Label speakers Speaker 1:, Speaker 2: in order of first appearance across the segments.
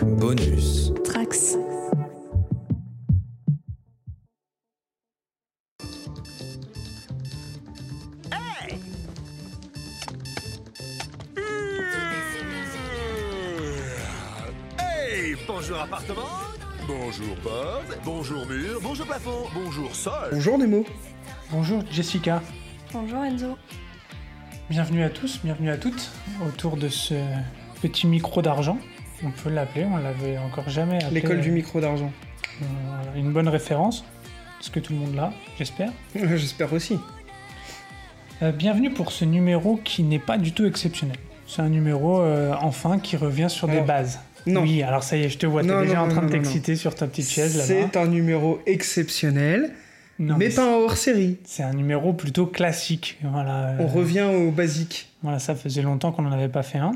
Speaker 1: Bonus.
Speaker 2: Trax.
Speaker 3: Hey Bonjour appartement Bonjour porte, bonjour mur, bonjour plafond, bonjour sol
Speaker 4: Bonjour Nemo.
Speaker 5: Bonjour Jessica,
Speaker 2: Bonjour Enzo.
Speaker 5: bienvenue à tous, bienvenue à toutes autour de ce petit micro d'argent. On peut l'appeler, on l'avait encore jamais appelé.
Speaker 4: L'école du micro d'argent.
Speaker 5: Voilà, Une bonne référence, ce que tout le monde l'a, j'espère.
Speaker 4: J'espère aussi.
Speaker 5: Euh, bienvenue pour ce numéro qui n'est pas du tout exceptionnel. C'est un numéro euh, enfin qui revient sur des
Speaker 4: Non.
Speaker 5: bases.
Speaker 4: Oh. Non.
Speaker 5: Oui, alors ça y est, je te vois, t'es
Speaker 4: Non,
Speaker 5: déjà
Speaker 4: non,
Speaker 5: en train
Speaker 4: non,
Speaker 5: de
Speaker 4: non,
Speaker 5: t'exciter sur ta petite chaise là-bas.
Speaker 4: C'est un numéro exceptionnel,
Speaker 5: Non,
Speaker 4: mais
Speaker 5: mais
Speaker 4: pas en hors série.
Speaker 5: C'est un numéro plutôt classique. Voilà. euh,
Speaker 4: On revient au basique.
Speaker 5: Voilà, ça faisait longtemps qu'on n'en avait pas fait un.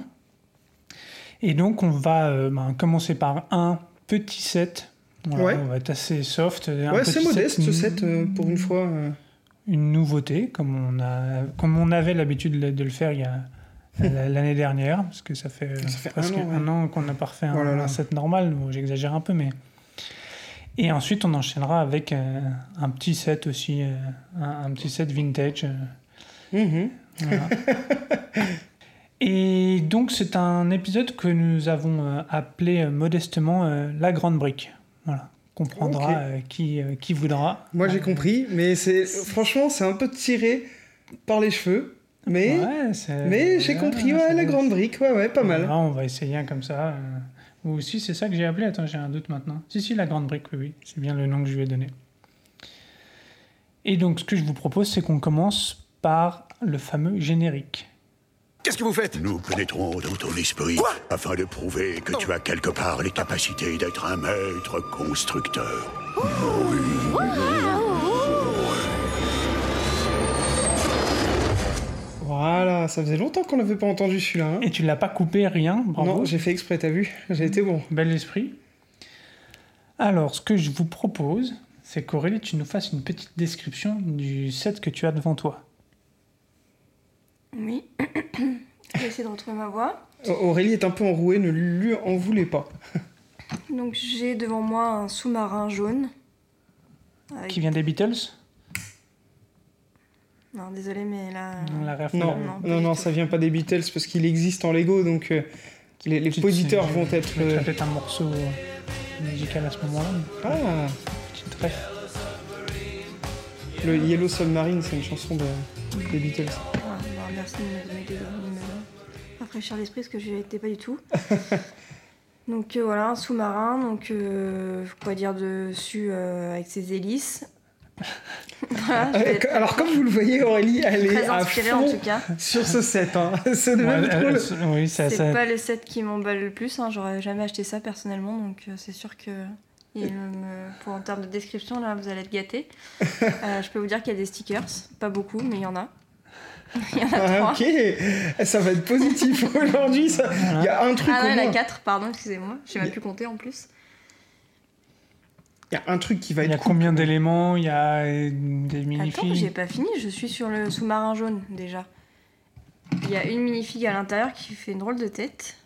Speaker 5: Et donc, on va euh, ben, commencer par un petit set. Voilà,
Speaker 4: Ouais.
Speaker 5: On va être assez soft. un
Speaker 4: ouais,
Speaker 5: petit
Speaker 4: c'est modeste ce set
Speaker 5: mm,
Speaker 4: euh, pour une fois. euh.
Speaker 5: Une nouveauté, comme on, a, comme on avait l'habitude de de le faire il y a la- l'année dernière, parce que ça fait, euh,
Speaker 4: Ça fait un
Speaker 5: presque
Speaker 4: an, ouais.
Speaker 5: qu'on n'a pas refait un,
Speaker 4: Oh là là.
Speaker 5: un set normal. Bon, J'exagère un peu, mais. Et ensuite, on enchaînera avec euh, un petit set aussi, euh, un, un petit set vintage. euh,
Speaker 4: Mhm.
Speaker 5: voilà. Et donc c'est un épisode que nous avons euh, appelé euh, modestement euh, la grande brique. Voilà, comprendra
Speaker 4: Ok.
Speaker 5: euh, qui euh, qui voudra.
Speaker 4: Moi j'ai
Speaker 5: Euh,
Speaker 4: compris, mais c'est franchement c'est un peu tiré par les cheveux, mais
Speaker 5: ouais, c'est-
Speaker 4: mais j'ai
Speaker 5: ouais,
Speaker 4: compris ouais,
Speaker 5: c'est-
Speaker 4: la grande brique, ouais ouais pas mal.
Speaker 5: Voilà, on va essayer un comme ça. euh, Ou si c'est ça que j'ai appelé. Attends, j'ai un doute maintenant. Si si la grande brique, oui oui, c'est bien le nom que je lui ai donné. Et donc ce que je vous propose, c'est qu'on commence par le fameux générique.
Speaker 3: Qu'est-ce que vous faites
Speaker 6: Nous pénétrons dans ton esprit afin de prouver que tu as quelque part les capacités d'être un maître constructeur.
Speaker 4: Voilà, ça faisait longtemps qu'on n'avait pas entendu celui-là. hein.
Speaker 5: Et tu l'as pas coupé rien, bravo.
Speaker 4: Non, j'ai fait exprès, t'as vu, j'ai été bon.
Speaker 5: Bel esprit. Alors, ce que je vous propose, c'est qu'Aurélie, tu nous fasses une petite description du set que tu as devant toi.
Speaker 2: Oui. Je vais essayer de retrouver ma voix.
Speaker 4: Aurélie est un peu enrouée, ne lui en voulez pas.
Speaker 2: Donc j'ai devant moi un sous-marin jaune. Euh, Avec-
Speaker 5: Qui vient des Beatles
Speaker 2: Non, désolé, mais là.
Speaker 5: On l'a refait,
Speaker 4: Non,
Speaker 5: là.
Speaker 2: Non,
Speaker 4: non,
Speaker 2: pas
Speaker 4: non,
Speaker 2: du tout.
Speaker 4: ça vient pas des Beatles parce qu'il existe en Lego, donc euh, les, les
Speaker 5: Tu-
Speaker 4: auditeurs
Speaker 5: tu-
Speaker 4: vont
Speaker 5: tu
Speaker 4: être.
Speaker 5: mettrais
Speaker 4: euh,
Speaker 5: peut-être un morceau musical à ce moment-là. mais
Speaker 4: Ah,
Speaker 5: Petite ref.
Speaker 4: le Yellow Submarine, c'est une chanson de- des Beatles.
Speaker 2: Ah, bah, merci de me donner des de me rafraîchir l'esprit parce que j'y étais pas du tout. donc euh, voilà, un sous-marin, donc euh, quoi dire dessus euh, avec ses hélices. voilà, je vais
Speaker 4: Euh,
Speaker 2: être
Speaker 4: Alors, comme vous le voyez, Aurélie, elle est
Speaker 2: très
Speaker 4: à
Speaker 2: inspirée en
Speaker 4: fond
Speaker 2: tout cas.
Speaker 4: sur ce set. hein. C'est de
Speaker 5: Ouais,
Speaker 4: même
Speaker 5: euh,
Speaker 4: drôle.
Speaker 5: euh, oui, ça,
Speaker 2: C'est
Speaker 5: ça-
Speaker 2: pas le set qui m'emballe le plus, hein, j'aurais jamais acheté ça personnellement, donc euh, c'est sûr que il me- pour, en termes de description, là, vous allez être gâtés. Euh, je peux vous dire qu'il y a des stickers, pas beaucoup, mais il y en a. Il y en a
Speaker 4: Ah,
Speaker 2: trois.
Speaker 4: ok, ça va être positif aujourd'hui. ça. Il y a un truc
Speaker 2: Ah non,
Speaker 4: au
Speaker 2: il y en
Speaker 4: moins.
Speaker 2: a quatre, pardon, excusez-moi, j'ai même pu compter en plus.
Speaker 4: Il y a un truc qui va
Speaker 5: Il y a
Speaker 4: être. cool.
Speaker 5: combien d'éléments Il y a euh, des
Speaker 2: Attends, j'ai
Speaker 5: mini-filles
Speaker 2: pas fini, je suis sur le sous-marin jaune déjà. Il y a une minifig à l'intérieur qui fait une drôle de tête.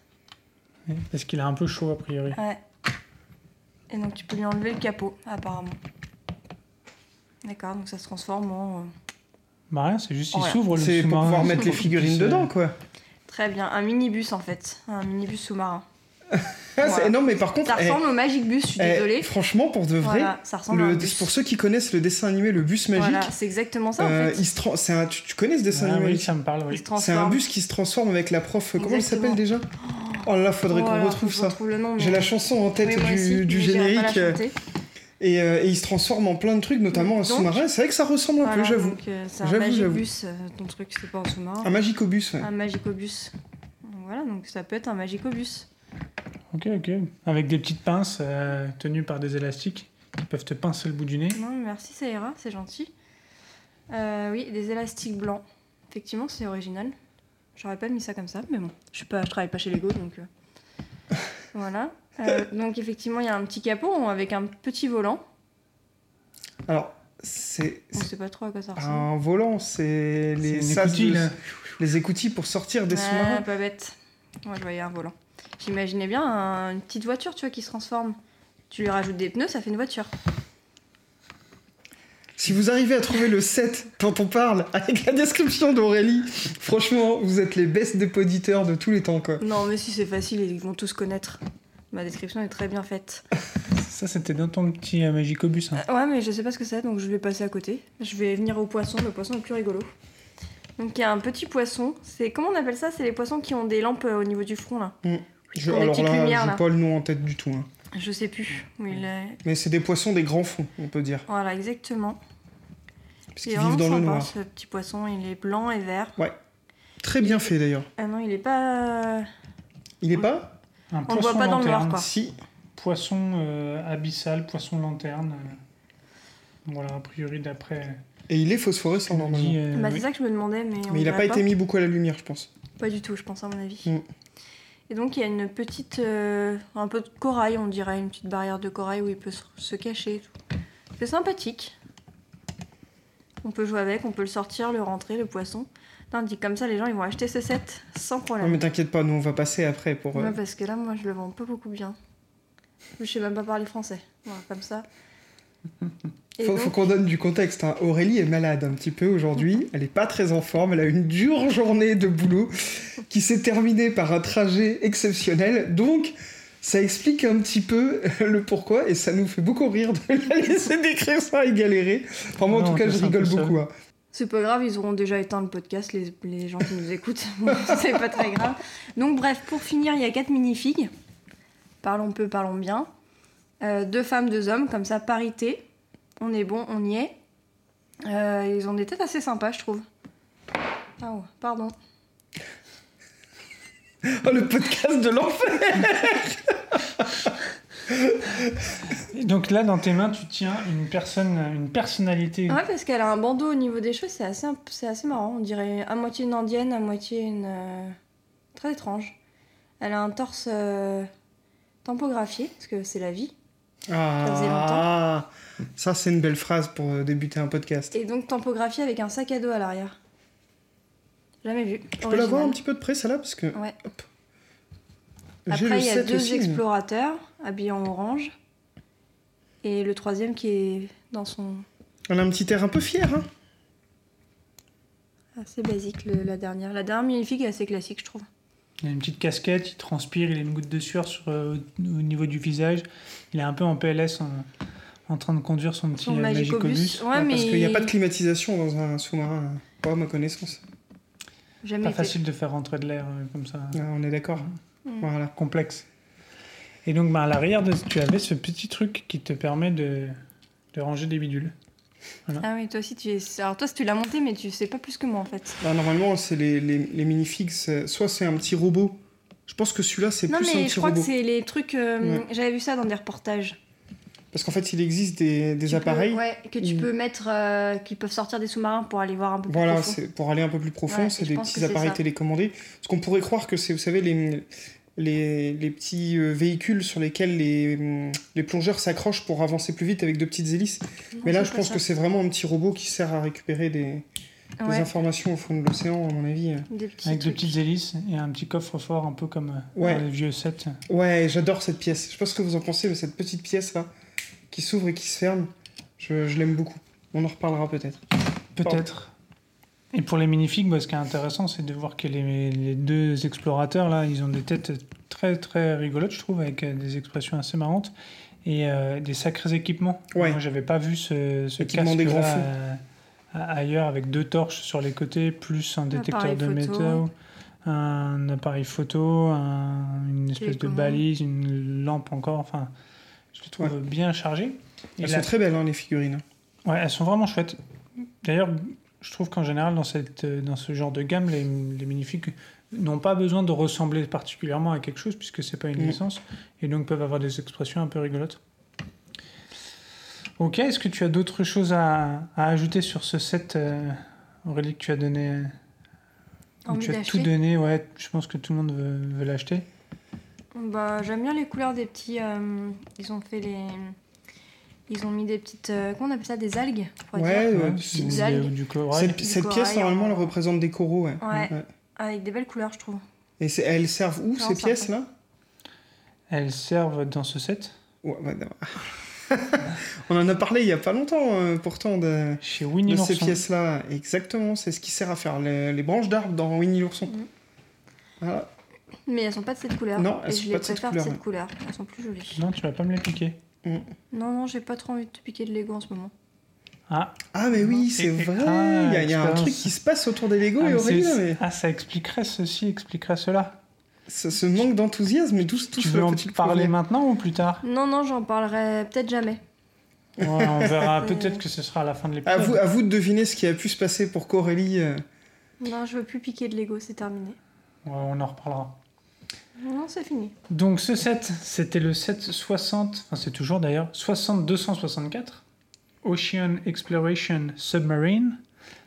Speaker 5: Parce qu'il a un peu chaud, a priori.
Speaker 2: Ouais. Et donc tu peux lui enlever le capot, apparemment. D'accord, donc ça se transforme en. euh,
Speaker 5: Bah rien, c'est juste il
Speaker 2: Voilà.
Speaker 5: s'ouvre le
Speaker 4: C'est pour
Speaker 5: sous-marin,
Speaker 4: pouvoir
Speaker 5: c'est
Speaker 4: mettre les
Speaker 5: pour qu'il
Speaker 4: figurines
Speaker 5: puisse, euh,
Speaker 4: dedans, quoi.
Speaker 2: Très bien, un minibus en fait, un minibus sous-marin.
Speaker 4: Ah,
Speaker 2: Voilà.
Speaker 4: c'est- Non, mais par contre,
Speaker 2: Ça
Speaker 4: eh,
Speaker 2: ressemble au Magic Bus, je suis
Speaker 4: eh,
Speaker 2: désolée.
Speaker 4: franchement, pour de vrai,
Speaker 2: Voilà, ça ressemble à un
Speaker 4: le,
Speaker 2: bus.
Speaker 4: pour ceux qui connaissent le dessin animé Le Bus Magique,
Speaker 2: Voilà, c'est exactement ça en
Speaker 4: euh,
Speaker 2: fait.
Speaker 4: il se tran- c'est un- tu, tu connais ce dessin
Speaker 5: Ah
Speaker 4: animé
Speaker 5: oui, ça me parle,
Speaker 2: Il
Speaker 5: oui.
Speaker 2: se
Speaker 4: C'est un
Speaker 2: transforme.
Speaker 4: bus qui se transforme avec la prof. Comment elle
Speaker 2: Exactement.
Speaker 4: s'appelle déjà Oh là là, faudrait qu'on
Speaker 2: Voilà,
Speaker 4: retrouve
Speaker 2: je
Speaker 4: ça.
Speaker 2: retrouve le nom, mais-
Speaker 4: J'ai la chanson en tête
Speaker 2: Oui, moi
Speaker 4: du,
Speaker 2: aussi,
Speaker 4: du
Speaker 2: mais j'irai pas la
Speaker 4: générique euh,
Speaker 2: chanter.
Speaker 4: et, euh, et il se transforme en plein de trucs, notamment un
Speaker 2: Donc,
Speaker 4: sous-marin. C'est vrai que ça ressemble un
Speaker 2: Voilà,
Speaker 4: peu, j'avoue.
Speaker 2: donc, euh, C'est un
Speaker 4: J'avoue,
Speaker 2: Magic
Speaker 4: j'avoue. Ah,
Speaker 2: Bus, euh, ton truc, c'est pas en sous-marin.
Speaker 4: Un magicobus, ouais.
Speaker 2: Un Magicobus. Donc Voilà, donc ça peut être un Magicobus.
Speaker 5: Ok, ok. Avec des petites pinces euh, tenues par des élastiques qui peuvent te pincer le bout du nez.
Speaker 2: Non, mais merci, ça ira, c'est gentil. Euh, oui, des élastiques blancs. Effectivement, c'est original. J'aurais pas mis ça comme ça, mais bon, je, suis pas, je travaille pas chez Lego, donc. euh, voilà. Euh, donc, effectivement, il y a un petit capot avec un petit volant.
Speaker 4: Alors, c'est
Speaker 2: On
Speaker 4: c'est
Speaker 2: sait pas trop à quoi ça ressemble.
Speaker 4: un volant, c'est les
Speaker 5: C'est une
Speaker 4: sas
Speaker 5: écoutille,
Speaker 4: de-
Speaker 5: là.
Speaker 4: les écoutilles pour sortir des
Speaker 2: Ah,
Speaker 4: sous-marins.
Speaker 2: pas bête. Moi, je voyais un volant. J'imaginais bien un- une petite voiture, tu vois, qui se transforme. Tu lui rajoutes des pneus, ça fait une voiture.
Speaker 4: Si vous arrivez à trouver le set dont on parle avec la description d'Aurélie, franchement, vous êtes les best des poditeurs de tous les temps, quoi.
Speaker 2: Non, mais si, c'est facile, ils vont tous connaître. Ma description est très bien faite.
Speaker 5: Ça, c'était dans ton petit euh, Magicobus. hein.
Speaker 2: Euh, ouais, mais je sais pas ce que c'est, donc je vais passer à côté. Je vais venir au poisson, le poisson le plus rigolo. Donc il y a un petit poisson. C'est comment on appelle ça C'est les poissons qui ont des lampes euh, au niveau du front là.
Speaker 4: Mm. Je-
Speaker 2: Pour les
Speaker 4: alors
Speaker 2: petites
Speaker 4: là,
Speaker 2: lumières, là.
Speaker 4: j'ai pas le nom en tête du tout. hein.
Speaker 2: Je sais plus où il est.
Speaker 4: Mais c'est des poissons des grands fonds, on peut dire.
Speaker 2: Voilà, exactement.
Speaker 4: Parce
Speaker 2: C'est
Speaker 4: qu'ils
Speaker 2: vraiment
Speaker 4: vivent dans
Speaker 2: sympa
Speaker 4: le noir.
Speaker 2: ce petit poisson. Il est blanc et vert.
Speaker 4: Très bien fait d'ailleurs.
Speaker 2: Ah non, il est
Speaker 4: Euh,
Speaker 2: pas.
Speaker 4: Il est pas
Speaker 5: Un
Speaker 2: Euh, On le voit pas dans le noir,
Speaker 5: lanterne.
Speaker 2: quoi.
Speaker 4: Si.
Speaker 5: Poisson euh, abyssal, poisson lanterne. euh. Voilà, a priori, d'après.
Speaker 4: Et il est phosphorescent
Speaker 5: on
Speaker 4: normalement.
Speaker 5: dit, euh,
Speaker 2: Bah, c'est
Speaker 5: oui.
Speaker 2: ça que je me demandais, mais. on
Speaker 4: Mais il a
Speaker 2: dirait
Speaker 4: pas été mis beaucoup à la lumière, je pense.
Speaker 2: Pas du tout, je pense, à mon avis.
Speaker 4: Mm.
Speaker 2: Et donc, il y a une petite. euh, un peu de corail, on dirait, une petite barrière de corail où il peut se- se cacher et tout. C'est sympathique. On peut jouer avec, on peut le sortir, le rentrer, le poisson. Non, dit comme ça, les gens ils vont acheter ce set sans
Speaker 4: Non,
Speaker 2: problème.
Speaker 4: mais t'inquiète pas, nous on va passer après pour. euh,
Speaker 2: Ouais, parce que là, moi, je le vends pas beaucoup bien. Je sais même pas parler français. Voilà, comme ça. Et
Speaker 4: Faut,
Speaker 2: donc, Mhm.
Speaker 4: faut qu'on donne du contexte. hein. Aurélie est malade un petit peu aujourd'hui. Elle est pas très en forme. Elle a une dure journée de boulot qui s'est terminée par un trajet exceptionnel. Donc, ça explique un petit peu le pourquoi et ça nous fait beaucoup rire de la laisser décrire ça et galérer. Enfin, moi, en
Speaker 5: Non,
Speaker 4: tout cas,
Speaker 5: on
Speaker 4: je
Speaker 5: fait ça un
Speaker 4: rigole
Speaker 5: peu seul.
Speaker 4: beaucoup. hein.
Speaker 2: C'est pas grave, ils auront déjà éteint le podcast, les, les gens qui nous écoutent. c'est pas très grave. Donc, bref, pour finir, il y a quatre minifigs. Parlons peu, parlons bien. Euh, deux femmes, deux hommes, comme ça, parité. On est bon, on y est. Euh, ils ont des têtes assez sympas, je trouve. Ah ouais, pardon.
Speaker 4: Oh, le podcast de l'enfer
Speaker 5: Et Donc là, dans tes mains, tu tiens une personne, une personnalité.
Speaker 2: Ouais, parce qu'elle a un bandeau au niveau des cheveux, c'est assez, imp- c'est assez marrant. On dirait à moitié une indienne, à moitié une. euh, Très étrange. Elle a un torse euh, tempographié, parce que c'est la vie. faisait
Speaker 4: Ah, ça, c'est une belle phrase pour euh, débuter un podcast.
Speaker 2: Et donc tempographié avec un sac à dos à l'arrière. Jamais vu.
Speaker 4: Je peux la voir un petit peu de près, celle-là Parce que.
Speaker 2: Ouais.
Speaker 4: hop. J'ai
Speaker 2: Après,
Speaker 4: le
Speaker 2: il y a
Speaker 4: set
Speaker 2: deux
Speaker 4: aussi, mais-
Speaker 2: explorateurs habillés en orange. Et le troisième qui est dans son.
Speaker 4: On a un petit air un peu fier, hein
Speaker 2: Ah, c'est basique le- la dernière. La dernière minifigue est assez classique, je trouve.
Speaker 5: Il a une petite casquette, il transpire, il a une goutte de sueur sur, euh, au niveau du visage. Il est un peu en PLS en, en train de conduire son petit
Speaker 2: Son
Speaker 5: euh,
Speaker 2: magicobus.
Speaker 5: magicobus.
Speaker 2: Ouais,
Speaker 4: Ouais,
Speaker 2: mais.
Speaker 4: Parce qu'il n'y a pas de climatisation dans un sous-marin, euh, pas à ma connaissance.
Speaker 2: Jamais
Speaker 5: Pas
Speaker 2: été.
Speaker 5: facile de faire rentrer de l'air euh, comme ça.
Speaker 4: Ah, on est d'accord.
Speaker 2: Mm.
Speaker 4: Voilà.
Speaker 5: complexe. Et donc, bah, à l'arrière, de- tu avais ce petit truc qui te permet de, de ranger des bidules.
Speaker 2: Ah oui, toi aussi, tu es. Alors toi, si tu l'as monté, mais tu sais pas plus que moi en fait.
Speaker 4: Là, Bah, normalement, c'est les, les, les minifigs, c'est- soit c'est un petit robot. Je pense que celui-là, c'est
Speaker 2: Non,
Speaker 4: plus un
Speaker 2: mais je
Speaker 4: petit
Speaker 2: crois que
Speaker 4: robot.
Speaker 2: c'est les trucs. euh, J'avais vu ça dans des reportages.
Speaker 4: Parce qu'en fait, il existe des, des
Speaker 2: Tu peux-
Speaker 4: appareils.
Speaker 2: ouais, que tu
Speaker 4: Ou-
Speaker 2: peux mettre. euh, qui peuvent sortir des sous-marins pour aller voir un peu plus
Speaker 4: Voilà,
Speaker 2: profond.
Speaker 4: c'est pour aller un peu plus profond,
Speaker 2: Ouais,
Speaker 4: c'est
Speaker 2: je
Speaker 4: des
Speaker 2: pense que
Speaker 4: petits
Speaker 2: c'est
Speaker 4: appareils
Speaker 2: ça.
Speaker 4: télécommandés. Ce qu'on pourrait croire que c'est, vous savez, les, les, les petits euh, véhicules sur lesquels les, hum, les plongeurs s'accrochent pour avancer plus vite avec deux petites hélices.
Speaker 2: Non,
Speaker 4: Mais là,
Speaker 2: c'est
Speaker 4: je
Speaker 2: pas
Speaker 4: pense
Speaker 2: ça.
Speaker 4: que c'est vraiment un petit robot qui sert à récupérer des, des
Speaker 2: Ouais,
Speaker 4: informations au fond de l'océan, à mon avis. euh.
Speaker 2: des petits
Speaker 5: Avec des
Speaker 2: trucs.
Speaker 5: petites hélices et un petit coffre-fort, un peu comme euh,
Speaker 4: Ouais.
Speaker 5: dans les vieux sets.
Speaker 4: Ouais, j'adore cette pièce. Je sais pas ce que vous en pensez, mais cette petite pièce là, qui s'ouvre et qui se ferme, je, je l'aime beaucoup. On en reparlera peut-être.
Speaker 5: Peut-être. Et pour les minifigs, bah, ce qui est intéressant, c'est de voir que les, les deux explorateurs, là, ils ont des têtes très, très rigolotes, je trouve, avec euh, des expressions assez marrantes et euh, des sacrés équipements.
Speaker 4: Ouais.
Speaker 5: Moi, j'avais pas vu ce, ce
Speaker 4: Équipement
Speaker 5: casque
Speaker 4: des grands fous.
Speaker 5: ailleurs avec deux torches sur les côtés, plus un détecteur
Speaker 2: Appareil
Speaker 5: de
Speaker 2: photo.
Speaker 5: métaux, un appareil photo, un- une espèce de
Speaker 2: Télécommande.
Speaker 5: balise, une lampe encore. Enfin, je les trouve
Speaker 4: Ouais.
Speaker 5: bien chargés. Et
Speaker 4: Elles
Speaker 5: la-
Speaker 4: sont très belles, hein, les figurines.
Speaker 5: Ouais, elles sont vraiment chouettes. D'ailleurs, je trouve qu'en général, dans, cette, euh, dans ce genre de gamme, les, les minifigs n'ont pas besoin de ressembler particulièrement à quelque chose, puisque c'est pas une
Speaker 4: Mm.
Speaker 5: licence, et donc peuvent avoir des expressions un peu rigolotes. Ok, est-ce que tu as d'autres choses à, à ajouter sur ce set, euh, Aurélie, que tu as donné euh, où
Speaker 2: Envie
Speaker 5: Tu as
Speaker 2: d'acheter
Speaker 5: tout donné, ouais, je pense que tout le monde veut, veut l'acheter.
Speaker 2: Bah, j'aime bien les couleurs des petits. euh, ils ont fait les. Ils ont mis des petites. euh, comment on appelle ça Des algues on pourrait
Speaker 4: Ouais,
Speaker 2: dire,
Speaker 4: ouais,
Speaker 5: Hein, ou
Speaker 4: c'est-
Speaker 5: des-
Speaker 2: algues.
Speaker 5: ou du corail.
Speaker 4: Cette,
Speaker 2: du
Speaker 4: cette
Speaker 2: corail,
Speaker 4: pièce, normalement,
Speaker 2: hein.
Speaker 4: elle représente des coraux. Ouais.
Speaker 2: Ouais. Avec des belles couleurs, je trouve.
Speaker 4: Et c'est- elles servent où,
Speaker 2: Non,
Speaker 4: ces
Speaker 2: ça
Speaker 4: pièces là
Speaker 5: elles servent dans ce set
Speaker 4: Ouais, bah, non. On en a parlé il y a pas longtemps, euh, pourtant, de,
Speaker 5: chez Winnie
Speaker 4: de ces
Speaker 5: l'ourson.
Speaker 4: pièces-là. Exactement, c'est ce qui sert à faire les, les branches d'arbres dans Winnie l'ourson.
Speaker 2: Mhm.
Speaker 4: Voilà.
Speaker 2: Mais elles sont pas de cette couleur.
Speaker 4: Non, elles
Speaker 2: et
Speaker 4: sont
Speaker 2: je
Speaker 4: pas
Speaker 2: les
Speaker 4: de cette
Speaker 2: préfère de
Speaker 4: couleur,
Speaker 2: cette
Speaker 4: ouais.
Speaker 2: couleur. Elles sont plus jolies.
Speaker 5: Non, tu vas pas me les piquer.
Speaker 2: Non, non, j'ai pas trop envie de te piquer de Lego en ce moment.
Speaker 5: Ah,
Speaker 4: Ah, mais oui, c'est
Speaker 5: Et- et-
Speaker 4: vrai.
Speaker 5: ah,
Speaker 4: Il y a, il y a un
Speaker 5: expérience.
Speaker 4: truc qui se passe autour des Lego
Speaker 5: ah,
Speaker 4: et
Speaker 5: mais
Speaker 4: Aurélie,
Speaker 5: c'est-
Speaker 4: là, mais
Speaker 5: ah, ça expliquerait ceci, expliquerait cela.
Speaker 4: ce, ce manque d'enthousiasme et tout, tout
Speaker 5: Tu
Speaker 4: ce
Speaker 5: veux en
Speaker 4: petit
Speaker 5: parler
Speaker 4: problème.
Speaker 5: maintenant ou plus tard
Speaker 2: Non, non, j'en parlerai peut-être jamais.
Speaker 5: Ouais, On verra. Peut-être que ce sera à la fin de
Speaker 4: À vous,
Speaker 5: l'épisode.
Speaker 4: à vous de deviner ce qui a pu se passer pour qu'Aurélie. euh,
Speaker 2: Non, je veux plus piquer de Lego, c'est terminé.
Speaker 5: Ouais, on en reparlera.
Speaker 2: Non, c'est fini.
Speaker 5: Donc ce set, c'était le set 60, enfin c'est toujours d'ailleurs, 60-264, Ocean Exploration Submarine,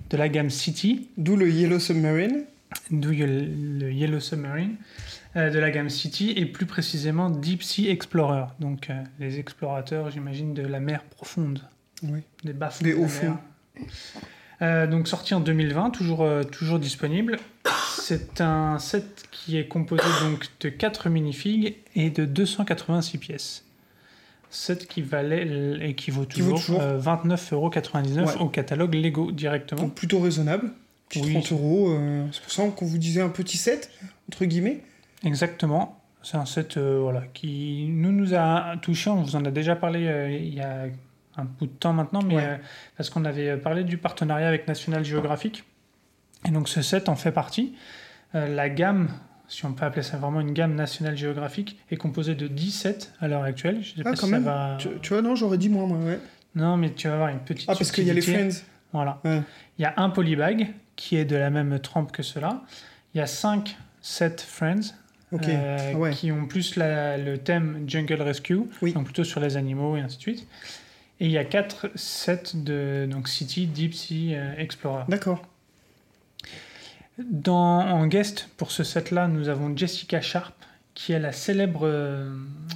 Speaker 5: de la gamme City,
Speaker 4: D'où le Yellow Submarine.
Speaker 5: d'où il y a le le Yellow Submarine, euh, de la gamme City, et plus précisément Deep Sea Explorer, donc euh, les explorateurs, j'imagine, de la mer profonde,
Speaker 4: Oui.
Speaker 5: des bas fonds.
Speaker 4: Des
Speaker 5: de la
Speaker 4: hauts fonds.
Speaker 5: mer. Euh, donc sorti en 2020, toujours, euh, toujours disponible. C'est un set qui est composé donc de 4 minifigs et de 286 pièces. Set qui valait l- et qui vaut
Speaker 4: Qui vaut
Speaker 5: toujours,
Speaker 4: toujours.
Speaker 5: euh, 29,99€
Speaker 4: Ouais.
Speaker 5: au catalogue Lego directement.
Speaker 4: Donc plutôt raisonnable. Petit
Speaker 5: Oui.
Speaker 4: 30 euros. euh, c'est pour ça qu'on vous disait un petit set, entre guillemets.
Speaker 5: Exactement. C'est un set euh, voilà, qui nous, nous a touché. On vous en a déjà parlé euh, il y a un bout de temps maintenant, mais
Speaker 4: Ouais.
Speaker 5: euh, parce qu'on avait parlé du partenariat avec National Geographic. Et donc ce set en fait partie. Euh, la gamme, si on peut appeler ça vraiment une gamme National Geographic, est composée de 17 à l'heure actuelle. Je sais
Speaker 4: Ah,
Speaker 5: pas si
Speaker 4: quand
Speaker 5: ça
Speaker 4: même.
Speaker 5: va-
Speaker 4: Tu, tu vois, non, j'aurais dit moins, moi, ouais.
Speaker 5: Non, mais tu vas avoir une petite.
Speaker 4: Ah, parce qu'il y a les
Speaker 5: subtilité.
Speaker 4: Friends.
Speaker 5: Voilà.
Speaker 4: Ouais.
Speaker 5: Il y a un polybag qui est de la même trempe que cela. Il y a 5 sets Friends
Speaker 4: Ok.
Speaker 5: euh,
Speaker 4: Ah ouais.
Speaker 5: qui ont plus la- le thème Jungle Rescue,
Speaker 4: Oui.
Speaker 5: donc plutôt sur les animaux et ainsi de suite. Et il y a 4 sets de donc City, Deep Sea, euh, Explorer.
Speaker 4: D'accord.
Speaker 5: Dans, en guest pour ce set-là, nous avons Jessica Sharp, qui est la célèbre euh,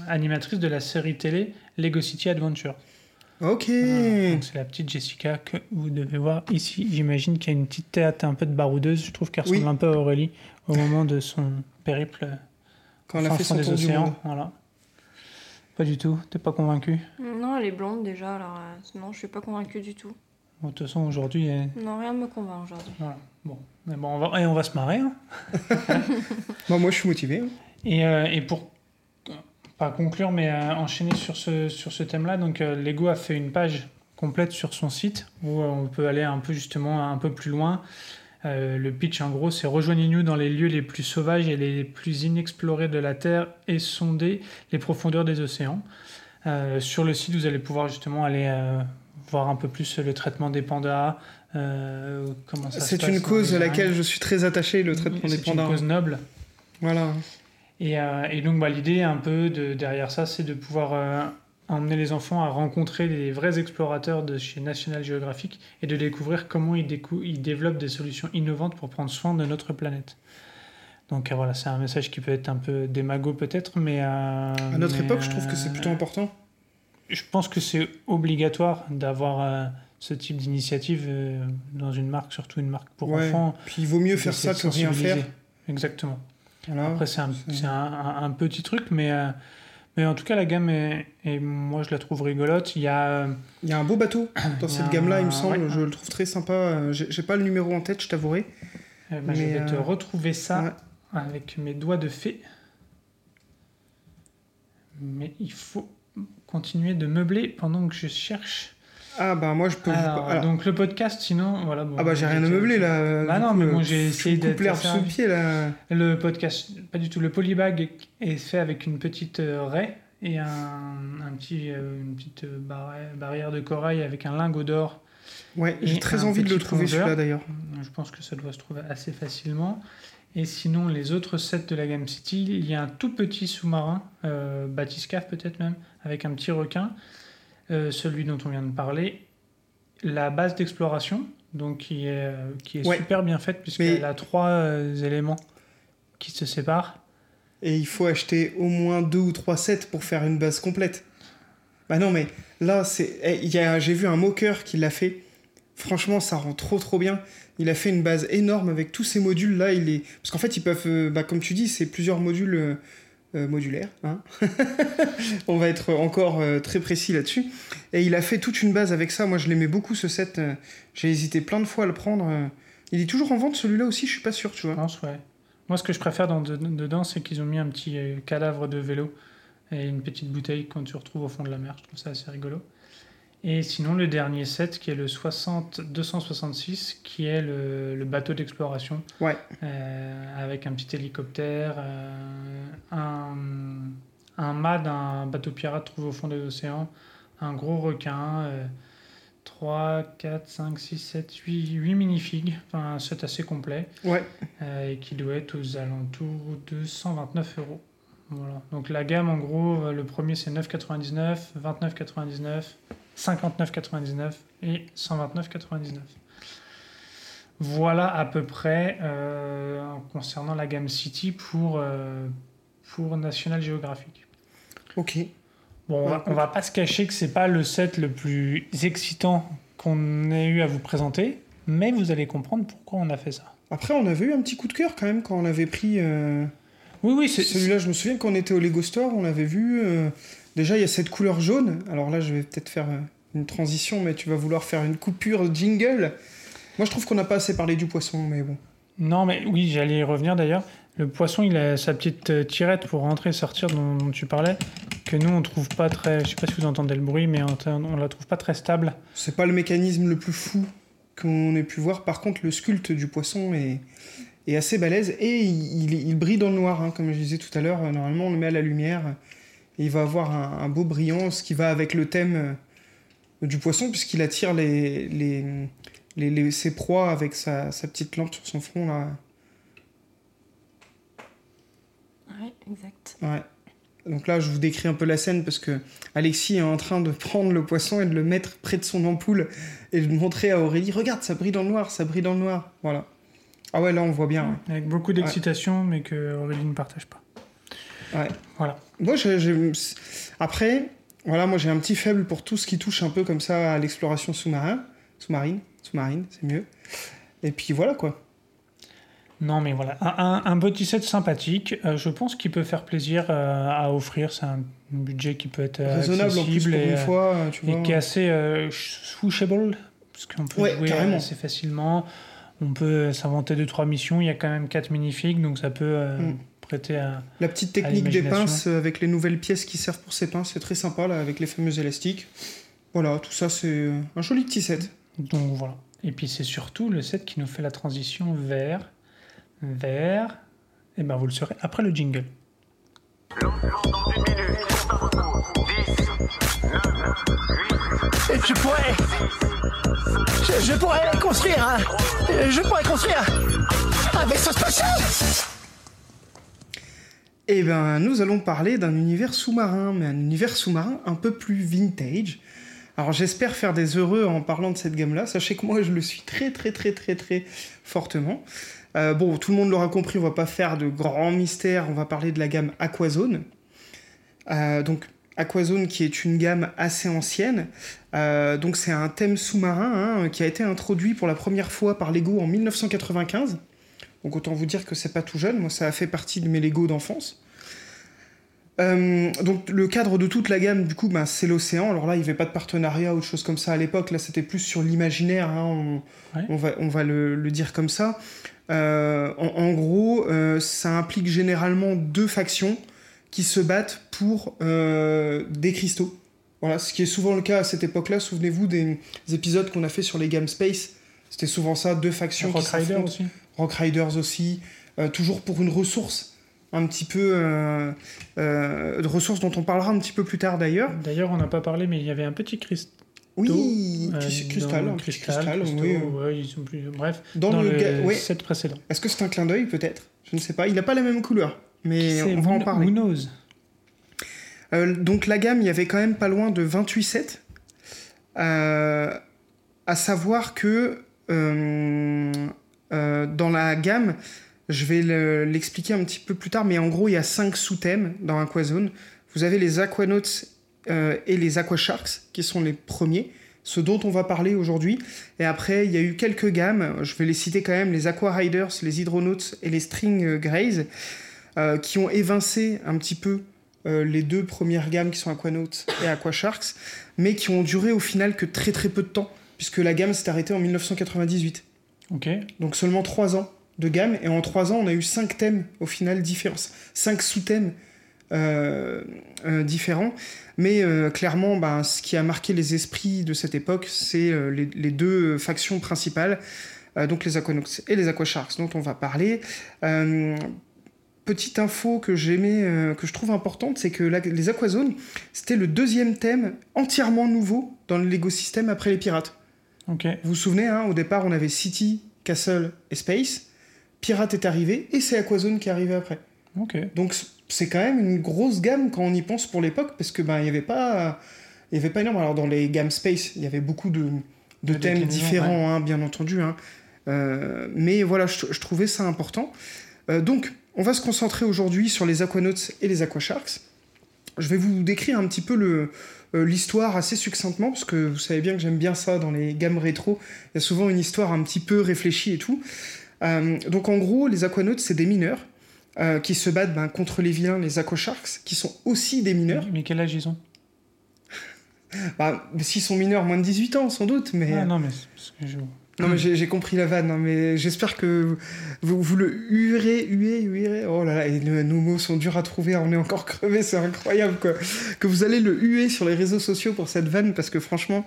Speaker 5: animatrice de la série télé Lego City Adventure.
Speaker 4: Ok.
Speaker 5: Voilà, donc C'est la petite Jessica que vous devez voir ici. J'imagine qu'il y a une petite tête un peu de baroudeuse. Je trouve qu'elle
Speaker 4: Oui.
Speaker 5: ressemble un peu à Aurélie au moment de son périple euh,
Speaker 4: Quand elle a
Speaker 5: fin
Speaker 4: fait
Speaker 5: fond
Speaker 4: son
Speaker 5: des
Speaker 4: tour du monde.
Speaker 5: océans. Voilà. Pas du tout. T'es pas convaincu
Speaker 2: Non, elle est blonde déjà, alors euh, non, je suis pas convaincue du tout.
Speaker 5: Bon, De toute façon, aujourd'hui, euh,
Speaker 2: Non, rien ne me convainc aujourd'hui.
Speaker 5: voilà. Bon, Mais bon, on va, et on va se marrer. hein.
Speaker 4: Bah, moi, je suis motivé. hein.
Speaker 5: Et, euh, et pour pas conclure, mais euh, enchaîner sur ce, sur ce thème-là, donc euh, Lego a fait une page complète sur son site où euh, on peut aller un peu justement un peu plus loin. Euh, le pitch en gros c'est rejoignez-nous dans les lieux les plus sauvages et les plus inexplorés de la Terre et sondez les profondeurs des océans. Euh, sur le site vous allez pouvoir justement aller euh, voir un peu plus le traitement des pandas. euh, comment ça se
Speaker 4: C'est
Speaker 5: passe
Speaker 4: une
Speaker 5: dans
Speaker 4: cause
Speaker 5: les
Speaker 4: à laquelle
Speaker 5: araignées.
Speaker 4: je suis très attaché, le traitement des
Speaker 5: C'est une
Speaker 4: pandas.
Speaker 5: cause noble.
Speaker 4: Voilà.
Speaker 5: Et, euh, et donc, bah, l'idée un peu de, derrière ça, c'est de pouvoir euh, emmener les enfants à rencontrer les vrais explorateurs de chez National Geographic et de découvrir comment ils, décou- ils développent des solutions innovantes pour prendre soin de notre planète. Donc euh, voilà, c'est un message qui peut être un peu démago peut-être, mais... euh,
Speaker 4: À notre époque, je trouve que c'est plutôt important.
Speaker 5: Je pense que c'est obligatoire d'avoir euh, ce type d'initiative euh, dans une marque, surtout une marque pour
Speaker 4: Ouais.
Speaker 5: enfants.
Speaker 4: Puis il vaut mieux faire
Speaker 5: D'essayer
Speaker 4: ça
Speaker 5: de
Speaker 4: que rien
Speaker 5: sensibiliser.
Speaker 4: faire.
Speaker 5: Exactement.
Speaker 4: Voilà.
Speaker 5: Après, c'est un,
Speaker 4: c'est-
Speaker 5: c'est un- un- un petit truc, mais, euh, mais en tout cas, la gamme, est, et moi, je la trouve rigolote. Il y a, euh,
Speaker 4: Il y a un beau bateau dans
Speaker 5: Il y a
Speaker 4: cette gamme-là, il me
Speaker 5: un-
Speaker 4: semble.
Speaker 5: ouais.
Speaker 4: Je le trouve très sympa. Euh, J'ai j'ai pas le numéro en tête, je t'avouerai.
Speaker 5: eh ben, je
Speaker 4: Mais,
Speaker 5: vais te
Speaker 4: euh,
Speaker 5: retrouver ça
Speaker 4: ouais.
Speaker 5: avec mes doigts de fée. Mais il faut continuer de meubler pendant que je cherche.
Speaker 4: Ah bah moi je peux. vous-
Speaker 5: Alors,
Speaker 4: voilà.
Speaker 5: Donc le podcast, sinon voilà. bon,
Speaker 4: Ah bah j'ai rien à
Speaker 5: je-
Speaker 4: meubler là.
Speaker 5: Bah
Speaker 4: Du
Speaker 5: non,
Speaker 4: coup,
Speaker 5: mais
Speaker 4: euh,
Speaker 5: bon, j'ai
Speaker 4: je
Speaker 5: essayé
Speaker 4: me coupe
Speaker 5: d'être
Speaker 4: l'herbe
Speaker 5: assez
Speaker 4: sous le
Speaker 5: rapide.
Speaker 4: pied là.
Speaker 5: Le podcast, pas du tout. Le polybag est fait avec une petite euh, raie et un, un petit, euh, une petite euh, barri- barrière de corail avec un lingot d'or.
Speaker 4: Ouais,
Speaker 5: Et
Speaker 4: j'ai très
Speaker 5: un
Speaker 4: envie de le
Speaker 5: petit
Speaker 4: trouver
Speaker 5: plongeur.
Speaker 4: celui-là d'ailleurs.
Speaker 5: Je pense que ça doit se trouver assez facilement. Et sinon, les autres sets de la gamme City, il y a un tout petit sous-marin, euh, bathyscaphe peut-être même, avec un petit requin, euh, celui dont on vient de parler. La base d'exploration, donc qui est, euh, qui est
Speaker 4: Ouais.
Speaker 5: super bien faite, puisqu'elle a trois euh, éléments qui se séparent.
Speaker 4: Et il faut acheter au moins deux ou trois sets pour faire une base complète. Bah non, mais là, c'est. eh, il y a- J'ai vu un moqueur qui l'a fait. Franchement, ça rend trop trop bien. Il a fait une base énorme avec tous ces modules là. Il est parce qu'en fait, ils peuvent, euh, bah, comme tu dis, c'est plusieurs modules euh, euh, modulaire. hein. On va être encore euh, très précis là-dessus. Et il a fait toute une base avec ça. Moi, je l'aimais beaucoup ce set. euh, J'ai hésité plein de fois à le prendre. euh. Il est toujours en vente celui-là aussi, je suis pas sûr, tu
Speaker 5: Je
Speaker 4: vois.
Speaker 5: pense, ouais. Moi, ce que je préfère dans- de- dedans, c'est qu'ils ont mis un petit euh, cadavre de vélo et une petite bouteille qu'on se retrouve au fond de la mer. Je trouve ça assez rigolo. Et sinon, le dernier set, qui est le 60 266, qui est le, le bateau d'exploration.
Speaker 4: Ouais.
Speaker 5: Euh, avec un petit hélicoptère, euh, un, un mât d'un bateau pirate trouvé au fond des océans, un gros requin, euh, 3, 4, 5, 6, 7, 8, 8 minifigs. Enfin, un set assez complet.
Speaker 4: Ouais.
Speaker 5: Euh, et qui doit être aux alentours de 129 euros. Voilà. Donc la gamme, en gros, euh, le premier c'est 9,99, 29,99, 59,99 et 129,99. Voilà à peu près euh, concernant la gamme City pour, euh, pour National Geographic.
Speaker 4: Ok.
Speaker 5: Bon, on va, on va pas se cacher que c'est pas le set le plus excitant qu'on ait eu à vous présenter, mais vous allez comprendre pourquoi on a fait ça.
Speaker 4: Après, on avait eu un petit coup de cœur quand même quand on avait pris. euh,
Speaker 5: Oui, oui, c'est
Speaker 4: Celui-là, je me souviens qu'on était au Lego Store, on l'avait vu. euh, Déjà, il y a cette couleur jaune. Alors là, je vais peut-être faire euh, une transition, mais tu vas vouloir faire une coupure jingle. Moi, je trouve qu'on n'a pas assez parlé du poisson, mais bon.
Speaker 5: Non, mais oui, j'allais y revenir d'ailleurs. Le poisson, il a sa petite euh, tirette pour rentrer et sortir dont, dont tu parlais, que nous, on trouve pas très. Je sais pas si vous entendez le bruit, mais on, on la trouve pas très stable.
Speaker 4: C'est pas le mécanisme le plus fou qu'on ait pu voir. Par contre, le sculpte du poisson est, est assez balèze et il, il- il brille dans le noir, hein, comme je disais tout à l'heure. euh, Normalement, on le met à la lumière et il va avoir un, un beau brillant, ce qui va avec le thème euh, du poisson, puisqu'il attire les, les, les- les- ses proies avec sa, sa petite lampe sur son front. Là.
Speaker 2: Ouais, exact.
Speaker 4: Ouais. Donc là, je vous décris un peu la scène parce que Alexis est en train de prendre le poisson et de le mettre près de son ampoule et de le montrer à Aurélie. Regarde, ça brille dans le noir, ça brille dans le noir. Voilà. Ah ouais, là, on voit bien.
Speaker 5: Avec beaucoup d'excitation, mais que Aurélie ne partage pas.
Speaker 4: Ouais.
Speaker 5: Voilà.
Speaker 4: Moi, je- je- après, voilà, moi, j'ai un petit faible pour tout ce qui touche un peu comme ça à l'exploration sous-marin, sous-marine, sous-marine, c'est mieux. Et puis voilà quoi.
Speaker 5: Non, mais voilà. Un, un- un petit set sympathique, euh, je pense qu'il peut faire plaisir euh, à offrir. C'est un budget qui peut être euh,
Speaker 4: Raisonnable en plus
Speaker 5: accessible
Speaker 4: pour
Speaker 5: et,
Speaker 4: une
Speaker 5: euh,
Speaker 4: fois, tu
Speaker 5: et
Speaker 4: vois.
Speaker 5: qui est assez euh, swooshable, parce qu'on peut
Speaker 4: Ouais,
Speaker 5: jouer
Speaker 4: carrément.
Speaker 5: assez facilement. On peut s'inventer deux trois missions. Il y a quand même quatre minifigs, donc ça peut euh,
Speaker 4: Mm.
Speaker 5: prêter à.
Speaker 4: La petite technique des
Speaker 5: l'imagination.
Speaker 4: pinces euh, avec les nouvelles pièces qui servent pour ces pinces, c'est très sympa là, avec les fameux élastiques. Voilà, tout ça c'est euh, un joli petit set.
Speaker 5: Donc voilà. Et puis c'est surtout le set qui nous fait la transition vers vers. Et ben vous le saurez après le jingle.
Speaker 1: Je pourrais. Je, je pourrais construire un. Je pourrais construire un vaisseau spatial.
Speaker 4: Eh ben, nous allons parler d'un univers sous-marin, mais un univers sous-marin un peu plus vintage. Alors, j'espère faire des heureux en parlant de cette gamme-là. Sachez que moi, je le suis très, très, très, très, très fortement. Euh, bon, tout le monde l'aura compris, on va pas faire de grands mystères. On va parler de la gamme Aquazone. Euh, donc, Aquazone, qui est une gamme assez ancienne. Euh, donc, c'est un thème sous-marin hein, qui a été introduit pour la première fois par Lego en 1995. Donc autant vous dire que c'est pas tout jeune, moi ça a fait partie de mes Lego d'enfance. Euh, donc le cadre de toute la gamme du coup ben, c'est l'océan. Alors là il n'y avait pas de partenariat ou de choses comme ça à l'époque, là c'était plus sur l'imaginaire, hein, on,
Speaker 5: Ouais.
Speaker 4: on va, on va le, le dire comme ça. Euh, en, en gros euh, ça implique généralement deux factions qui se battent pour euh, des cristaux. Voilà, ce qui est souvent le cas à cette époque-là, souvenez-vous des, épisodes qu'on a fait sur les gammes Space, c'était souvent ça, deux factions
Speaker 5: Rock
Speaker 4: qui
Speaker 5: Rider
Speaker 4: s'affrontent.
Speaker 5: aussi.
Speaker 4: Rock Riders aussi, euh, toujours pour une ressource un petit peu euh, euh, de ressources dont on parlera un petit peu plus tard d'ailleurs.
Speaker 5: D'ailleurs on n'a pas parlé, mais il y avait un petit crist-
Speaker 4: Oui,
Speaker 5: euh,
Speaker 4: cri-
Speaker 5: dans-
Speaker 4: cristal, un petit
Speaker 5: cristal,
Speaker 4: cristal,
Speaker 5: cristaux,
Speaker 4: oui.
Speaker 5: ouais, ils sont plus- Bref,
Speaker 4: Dans, le, ga- ouais.
Speaker 5: set précédent.
Speaker 4: Est-ce que c'est un clin d'œil peut-être Je ne sais pas. Il n'a pas la même couleur, mais
Speaker 5: C'est
Speaker 4: on va en
Speaker 5: Who-
Speaker 4: parler.
Speaker 5: Who knows
Speaker 4: Euh, donc la gamme, il y avait quand même pas loin de 28 sets. Euh, à savoir que euh, euh, dans la gamme, je vais le- l'expliquer un petit peu plus tard, mais en gros, il y a 5 sous-thèmes dans Aquazone. Vous avez les Aquanauts euh, et les Aquasharks, qui sont les premiers, ceux dont on va parler aujourd'hui. Et après, il y a eu quelques gammes, je vais les citer quand même, les Aqua Riders, les Hydronauts et les String euh, Greys. euh, qui ont évincé un petit peu euh, les deux premières gammes qui sont Aquanotes et Aquasharks, mais qui ont duré au final que très très peu de temps, puisque la gamme s'est arrêtée en 1998.
Speaker 5: Ok.
Speaker 4: Donc seulement 3 ans de gamme, et en 3 ans, on a eu 5 thèmes au final différents, 5 sous-thèmes euh, euh, différents. Mais euh, clairement, ben, ce qui a marqué les esprits de cette époque, c'est euh, les, les deux factions principales, euh, donc les Aquanox et les Aquasharks, dont on va parler. Euh, petite info que j'aimais, euh, que je trouve importante, c'est que la- les Aquazones, c'était le deuxième thème entièrement nouveau dans l'écosystème après les pirates.
Speaker 5: Ok.
Speaker 4: Vous vous souvenez, hein, au départ, on avait City, Castle et Space. Pirate est arrivé et c'est Aquazone qui est arrivé après.
Speaker 5: Ok.
Speaker 4: Donc c- c'est quand même une grosse gamme quand on y pense pour l'époque parce que ben il y avait pas il y avait pas énorme alors dans les gammes space il y avait beaucoup de, de
Speaker 5: De
Speaker 4: thèmes
Speaker 5: déclinaisons,
Speaker 4: différents hein, bien entendu hein. Euh, mais voilà je, je trouvais ça important Euh, donc on va se concentrer aujourd'hui sur les aquanauts et les aquasharks je vais vous décrire un petit peu le euh, l'histoire assez succinctement parce que vous savez bien que j'aime bien ça dans les gammes rétro il y a souvent une histoire un petit peu réfléchie et tout Euh, donc en gros les aquanautes c'est des mineurs euh, qui se battent ben, contre les vilains, les Aquasharks, qui sont aussi des mineurs.
Speaker 5: Mais quel âge ils ont
Speaker 4: Bah, S'ils sont mineurs, moins de 18 ans, sans doute, mais...
Speaker 5: Ah
Speaker 4: non.
Speaker 5: non, mais c'est parce que je.
Speaker 4: mais j'ai j'ai compris la vanne, hein, mais j'espère que vous, vous le hurez, huez, huirez... Oh là là, et le- nos mots sont durs à trouver, on est encore crevés, c'est incroyable, quoi. Que vous allez le huer sur les réseaux sociaux pour cette vanne, parce que franchement...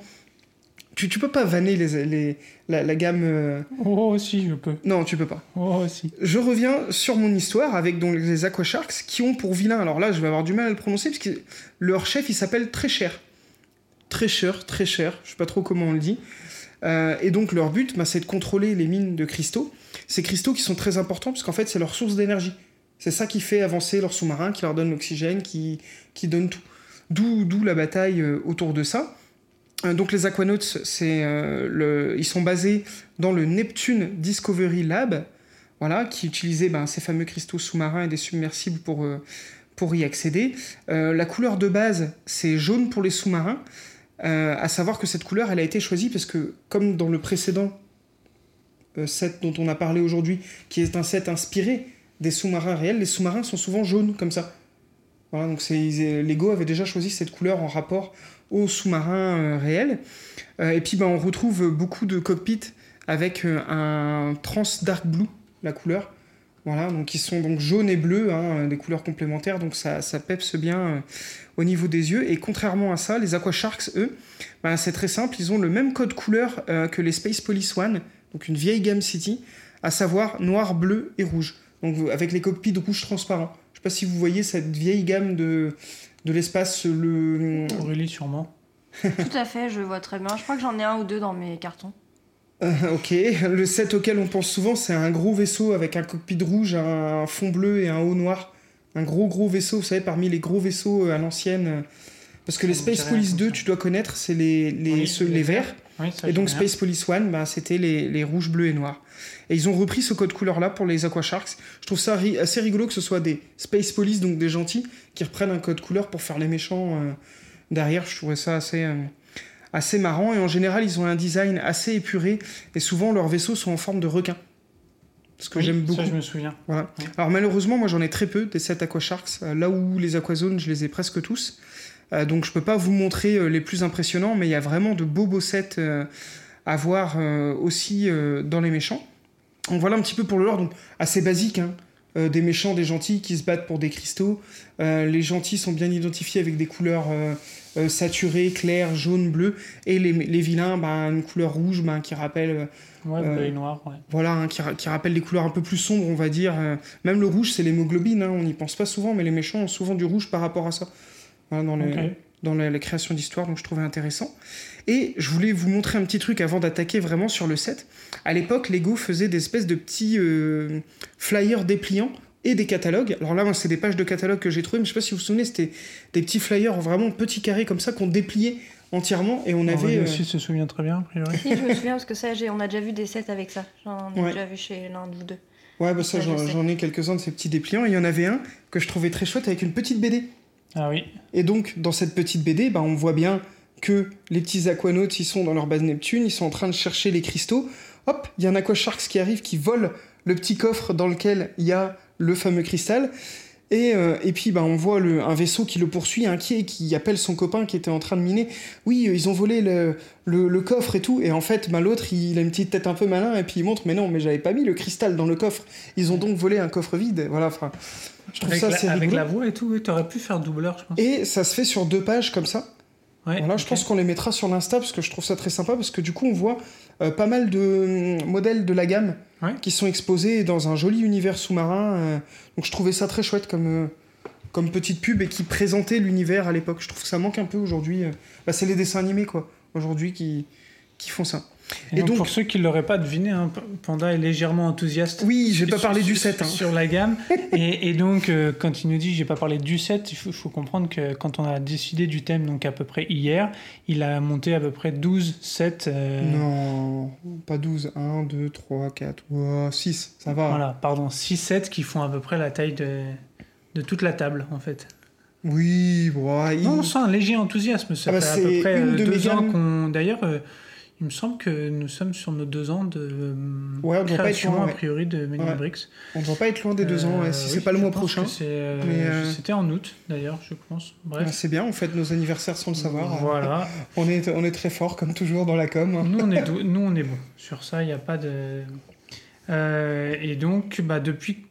Speaker 4: Tu, tu peux pas vanner les, les, la, la gamme... euh,
Speaker 5: Oh, si, je peux.
Speaker 4: Non, tu peux pas.
Speaker 5: Oh, si.
Speaker 4: Je reviens sur mon histoire avec donc les Aquasharks qui ont pour vilain, alors là je vais avoir du mal à le prononcer parce que leur chef il s'appelle Trécher. Trécher, Trécher, je sais pas trop comment on le dit. Euh, et donc leur but bah, c'est de contrôler les mines de cristaux. Ces cristaux qui sont très importants parce qu'en fait c'est leur source d'énergie. C'est ça qui fait avancer leur sous-marin, qui leur donne l'oxygène, qui, qui donne tout. D'où d'où la bataille euh, autour de ça. Euh, donc les Aquanauts, c'est, euh, le... ils sont basés dans le Neptune Discovery Lab, voilà, qui utilisait ben, ces fameux cristaux sous-marins et des submersibles pour, euh, pour y accéder. Euh, la couleur de base, c'est jaune pour les sous-marins, euh, à savoir que cette couleur, elle a été choisie parce que, comme dans le précédent euh, set dont on a parlé aujourd'hui, qui est un set inspiré des sous-marins réels, les sous-marins sont souvent jaunes comme ça. Voilà, donc c'est, ils- euh, Lego avait déjà choisi cette couleur en rapport aux sous-marins euh, réels. Euh, et puis ben, on retrouve beaucoup de cockpits avec euh, un trans dark blue la couleur. Voilà, donc ils sont donc jaune et bleu, hein, des couleurs complémentaires, donc ça, ça pepse bien euh, au niveau des yeux. Et contrairement à ça, les Aquasharks, eux, ben, c'est très simple, ils ont le même code couleur euh, que les Space Police One, donc une vieille gamme City, à savoir noir, bleu et rouge. Donc vous- avec les cockpits de rouge transparent. Je sais pas si vous voyez cette vieille gamme de, de l'espace, le...
Speaker 5: Aurélie, sûrement.
Speaker 2: Tout à fait, je vois très bien. Je crois que j'en ai un ou deux dans mes cartons.
Speaker 4: Euh, ok, le set auquel on pense souvent, c'est un gros vaisseau avec un cockpit rouge, un fond bleu et un haut noir. Un gros gros vaisseau, vous savez, parmi les gros vaisseaux euh, à l'ancienne. euh, Parce que les
Speaker 5: Ça me dit
Speaker 4: Space
Speaker 5: rien
Speaker 4: Police
Speaker 5: comme
Speaker 4: 2,
Speaker 5: ça.
Speaker 4: tu dois connaître, c'est les, les,
Speaker 5: Oui,
Speaker 4: ceux-
Speaker 5: les
Speaker 4: les
Speaker 5: verts.
Speaker 4: verts.
Speaker 5: Oui, ça,
Speaker 4: Et donc
Speaker 5: j'aime
Speaker 4: Space Police One, bah, c'était les, les rouges, bleus et noirs. Et ils ont repris ce code couleur là pour les Aquasharks. Je trouve ça ri- assez rigolo que ce soit des Space Police, donc des gentils, qui reprennent un code couleur pour faire les méchants euh, derrière. Je trouvais ça assez, euh, assez marrant. Et en général, ils ont un design assez épuré. Et souvent, leurs vaisseaux sont en forme de requin. Ce que
Speaker 5: Oui,
Speaker 4: j'aime beaucoup.
Speaker 5: Ça, je me souviens.
Speaker 4: Voilà.
Speaker 5: Ouais.
Speaker 4: Alors malheureusement, moi j'en ai très peu des 7 Aquasharks. Euh, Là où les Aquazones, je les ai presque tous. Euh, donc je peux pas vous montrer euh, les plus impressionnants, mais il y a vraiment de beaux beaux sets euh, à voir euh, aussi euh, dans les méchants. Donc voilà un petit peu pour le lore, donc assez basique. hein. Euh, des méchants, des gentils qui se battent pour des cristaux. Euh, les gentils sont bien identifiés avec des couleurs euh, euh, saturées, claires, jaunes, bleues. Et les, les vilains, ben, une couleur rouge ben, qui rappelle euh,
Speaker 5: Ouais,
Speaker 4: Euh,
Speaker 5: bleu et noir, ouais.
Speaker 4: voilà, hein, qui, ra- qui rappelle des couleurs un peu plus sombres, on va dire. Euh, même le rouge, c'est l'hémoglobine, hein, on n'y pense pas souvent, mais les méchants ont souvent du rouge par rapport à ça. Voilà, dans, les,
Speaker 5: Ok.
Speaker 4: dans la, la création d'histoire, donc je trouvais intéressant. Et je voulais vous montrer un petit truc avant d'attaquer vraiment sur le set. À l'époque, Lego faisait des espèces de petits euh, flyers dépliants et des catalogues. Alors là, moi, c'est des pages de catalogue que j'ai trouvées, mais je sais pas si vous vous souvenez, c'était des petits flyers vraiment petits carrés comme ça qu'on dépliait entièrement et on
Speaker 5: Aurélie
Speaker 4: avait... euh,
Speaker 5: aussi se souvient très bien, a priori.
Speaker 2: Si, je me souviens parce que ça, j'ai- on a déjà vu des sets avec ça. J'en ai
Speaker 4: Ouais.
Speaker 2: déjà vu chez l'un ou deux.
Speaker 4: Ouais, bah ça,
Speaker 2: Ça, je
Speaker 4: j'en
Speaker 2: sais.
Speaker 4: j'en ai quelques-uns de ces petits dépliants. Et il y en avait un que je trouvais très chouette avec une petite BD.
Speaker 5: Ah oui.
Speaker 4: Et donc, dans cette petite BD, bah, on voit bien que les petits aquanautes, ils sont dans leur base Neptune, ils sont en train de chercher les cristaux. Hop, il y a un Aquasharks qui arrive, qui vole le petit coffre dans lequel il y a le fameux cristal. Et, euh, et puis bah, on voit le, un vaisseau qui le poursuit, inquiet, qui appelle son copain qui était en train de miner. Oui, euh, ils ont volé le, le- le coffre et tout. Et en fait, bah, l'autre, il, il a une petite tête un peu malin et puis il montre, mais non, mais j'avais pas mis le cristal dans le coffre. Ils ont donc volé un coffre vide. Voilà, enfin, je trouve
Speaker 5: Avec,
Speaker 4: ça
Speaker 5: la,
Speaker 4: assez
Speaker 5: avec
Speaker 4: rigolo.
Speaker 5: la voix et tout, oui, t'aurais pu faire doubleur, je pense.
Speaker 4: Et ça se fait sur deux pages comme ça.
Speaker 5: Ouais,
Speaker 4: Voilà, je
Speaker 5: ok.
Speaker 4: pense qu'on les mettra sur l'Insta parce que je trouve ça très sympa parce que du coup on voit euh, pas mal de euh, modèles de la gamme
Speaker 5: Ouais.
Speaker 4: qui sont exposés dans un joli univers sous-marin. euh, donc je trouvais ça très chouette comme, euh, comme petite pub et qui présentait l'univers à l'époque. Je trouve que ça manque un peu aujourd'hui. euh. Bah, c'est les dessins animés quoi, aujourd'hui qui, qui font ça.
Speaker 5: Et
Speaker 4: Et
Speaker 5: donc,
Speaker 4: donc-
Speaker 5: pour ceux qui ne l'auraient pas deviné, hein, P- Panda est légèrement enthousiaste.
Speaker 4: Oui, j'ai pas
Speaker 5: sur-
Speaker 4: parlé du
Speaker 5: sur-
Speaker 4: 7. hein.
Speaker 5: Sur la gamme. et, et donc, euh, quand il nous dit j'ai pas parlé du 7, il faut, faut comprendre que quand on a décidé du thème, donc à peu près hier, il a monté à peu près 12, 7. euh,
Speaker 4: Non, pas 12. 1, 2, 3, 4, 6. Ça va.
Speaker 5: Voilà, pardon, 6, 7 qui font à peu près la taille de, de toute la table, en fait.
Speaker 4: Oui, bon, il-
Speaker 5: Non, on sent un léger enthousiasme. Ça
Speaker 4: Ah bah,
Speaker 5: fait à
Speaker 4: c'est
Speaker 5: peu près
Speaker 4: une
Speaker 5: euh,
Speaker 4: de mes
Speaker 5: deux ans
Speaker 4: gammes.
Speaker 5: qu'on. D'ailleurs, euh, il me semble que nous sommes sur nos deux ans de euh,
Speaker 4: Ouais, on doit pas être
Speaker 5: création,
Speaker 4: loin,
Speaker 5: a
Speaker 4: ouais.
Speaker 5: priori, de Men in
Speaker 4: Ouais.
Speaker 5: Bricks.
Speaker 4: on ne doit pas être loin des deux ans. ouais,
Speaker 5: Euh,
Speaker 4: si
Speaker 5: oui,
Speaker 4: c'est pas le
Speaker 5: je
Speaker 4: mois
Speaker 5: pense
Speaker 4: prochain.
Speaker 5: que c'est, euh,
Speaker 4: Mais, euh,
Speaker 5: C'était en août, d'ailleurs, je pense.
Speaker 4: Ah,
Speaker 5: Bref.
Speaker 4: C'est bien, on fête nos anniversaires sans le savoir.
Speaker 5: Voilà.
Speaker 4: On est, on est très fort, comme toujours, dans la com. hein.
Speaker 5: nous, on est dou- nous, on est bon. Sur ça, il n'y a pas de. Euh, et donc, bah, depuis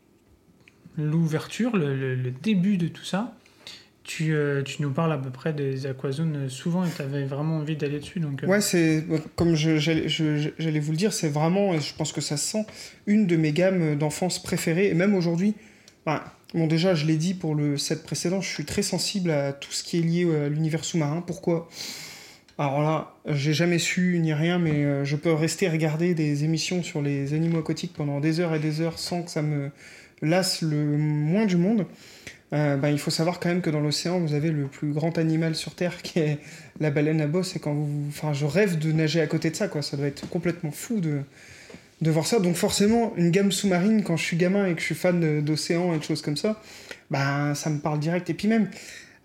Speaker 5: l'ouverture, le, le- le début de tout ça, tu, euh, tu nous parles à peu près des aquazones souvent et tu avais vraiment envie d'aller dessus. Donc, euh,
Speaker 4: Ouais, c'est comme je- j'allais je- j'allais vous le dire, c'est vraiment, et je pense que ça se sent, une de mes gammes d'enfance préférées. Et même aujourd'hui, bah, bon, déjà, je l'ai dit pour le set précédent, je suis très sensible à tout ce qui est lié euh, à l'univers sous-marin. Pourquoi Alors là, j'ai jamais su ni rien, mais euh, je peux rester regarder des émissions sur les animaux aquatiques pendant des heures et des heures sans que ça me lasse le moins du monde. Euh, bah, il faut savoir quand même que dans l'océan, vous avez le plus grand animal sur Terre qui est la baleine à bosse et quand vous... Enfin, je rêve de nager à côté de ça, quoi. Ça doit être complètement fou de, de voir ça. Donc forcément, une gamme sous-marine, quand je suis gamin et que je suis fan de- d'océan et de choses comme ça, bah, ça me parle direct. Et puis même,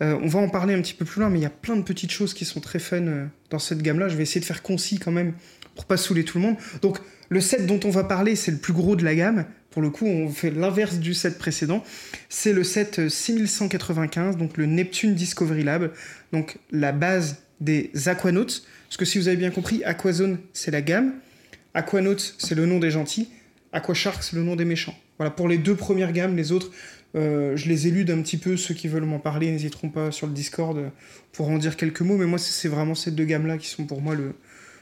Speaker 4: euh, on va en parler un petit peu plus loin, mais il y a plein de petites choses qui sont très fun euh, dans cette gamme-là. Je vais essayer de faire concis quand même pour pas saouler tout le monde. Donc, le set dont on va parler, c'est le plus gros de la gamme. Pour le coup, on fait l'inverse du set précédent. C'est le set euh, 6195, donc le Neptune Discovery Lab donc la base des Aquanautes. Parce que si vous avez bien compris, Aquazone, c'est la gamme. Aquanautes, c'est le nom des gentils. Aquashark, c'est le nom des méchants. Voilà, pour les deux premières gammes, les autres, euh, je les élude un petit peu. Ceux qui veulent m'en parler, n'hésiteront pas sur le Discord euh, pour en dire quelques mots. Mais moi, c'est- c'est vraiment ces deux gammes-là qui sont pour moi le...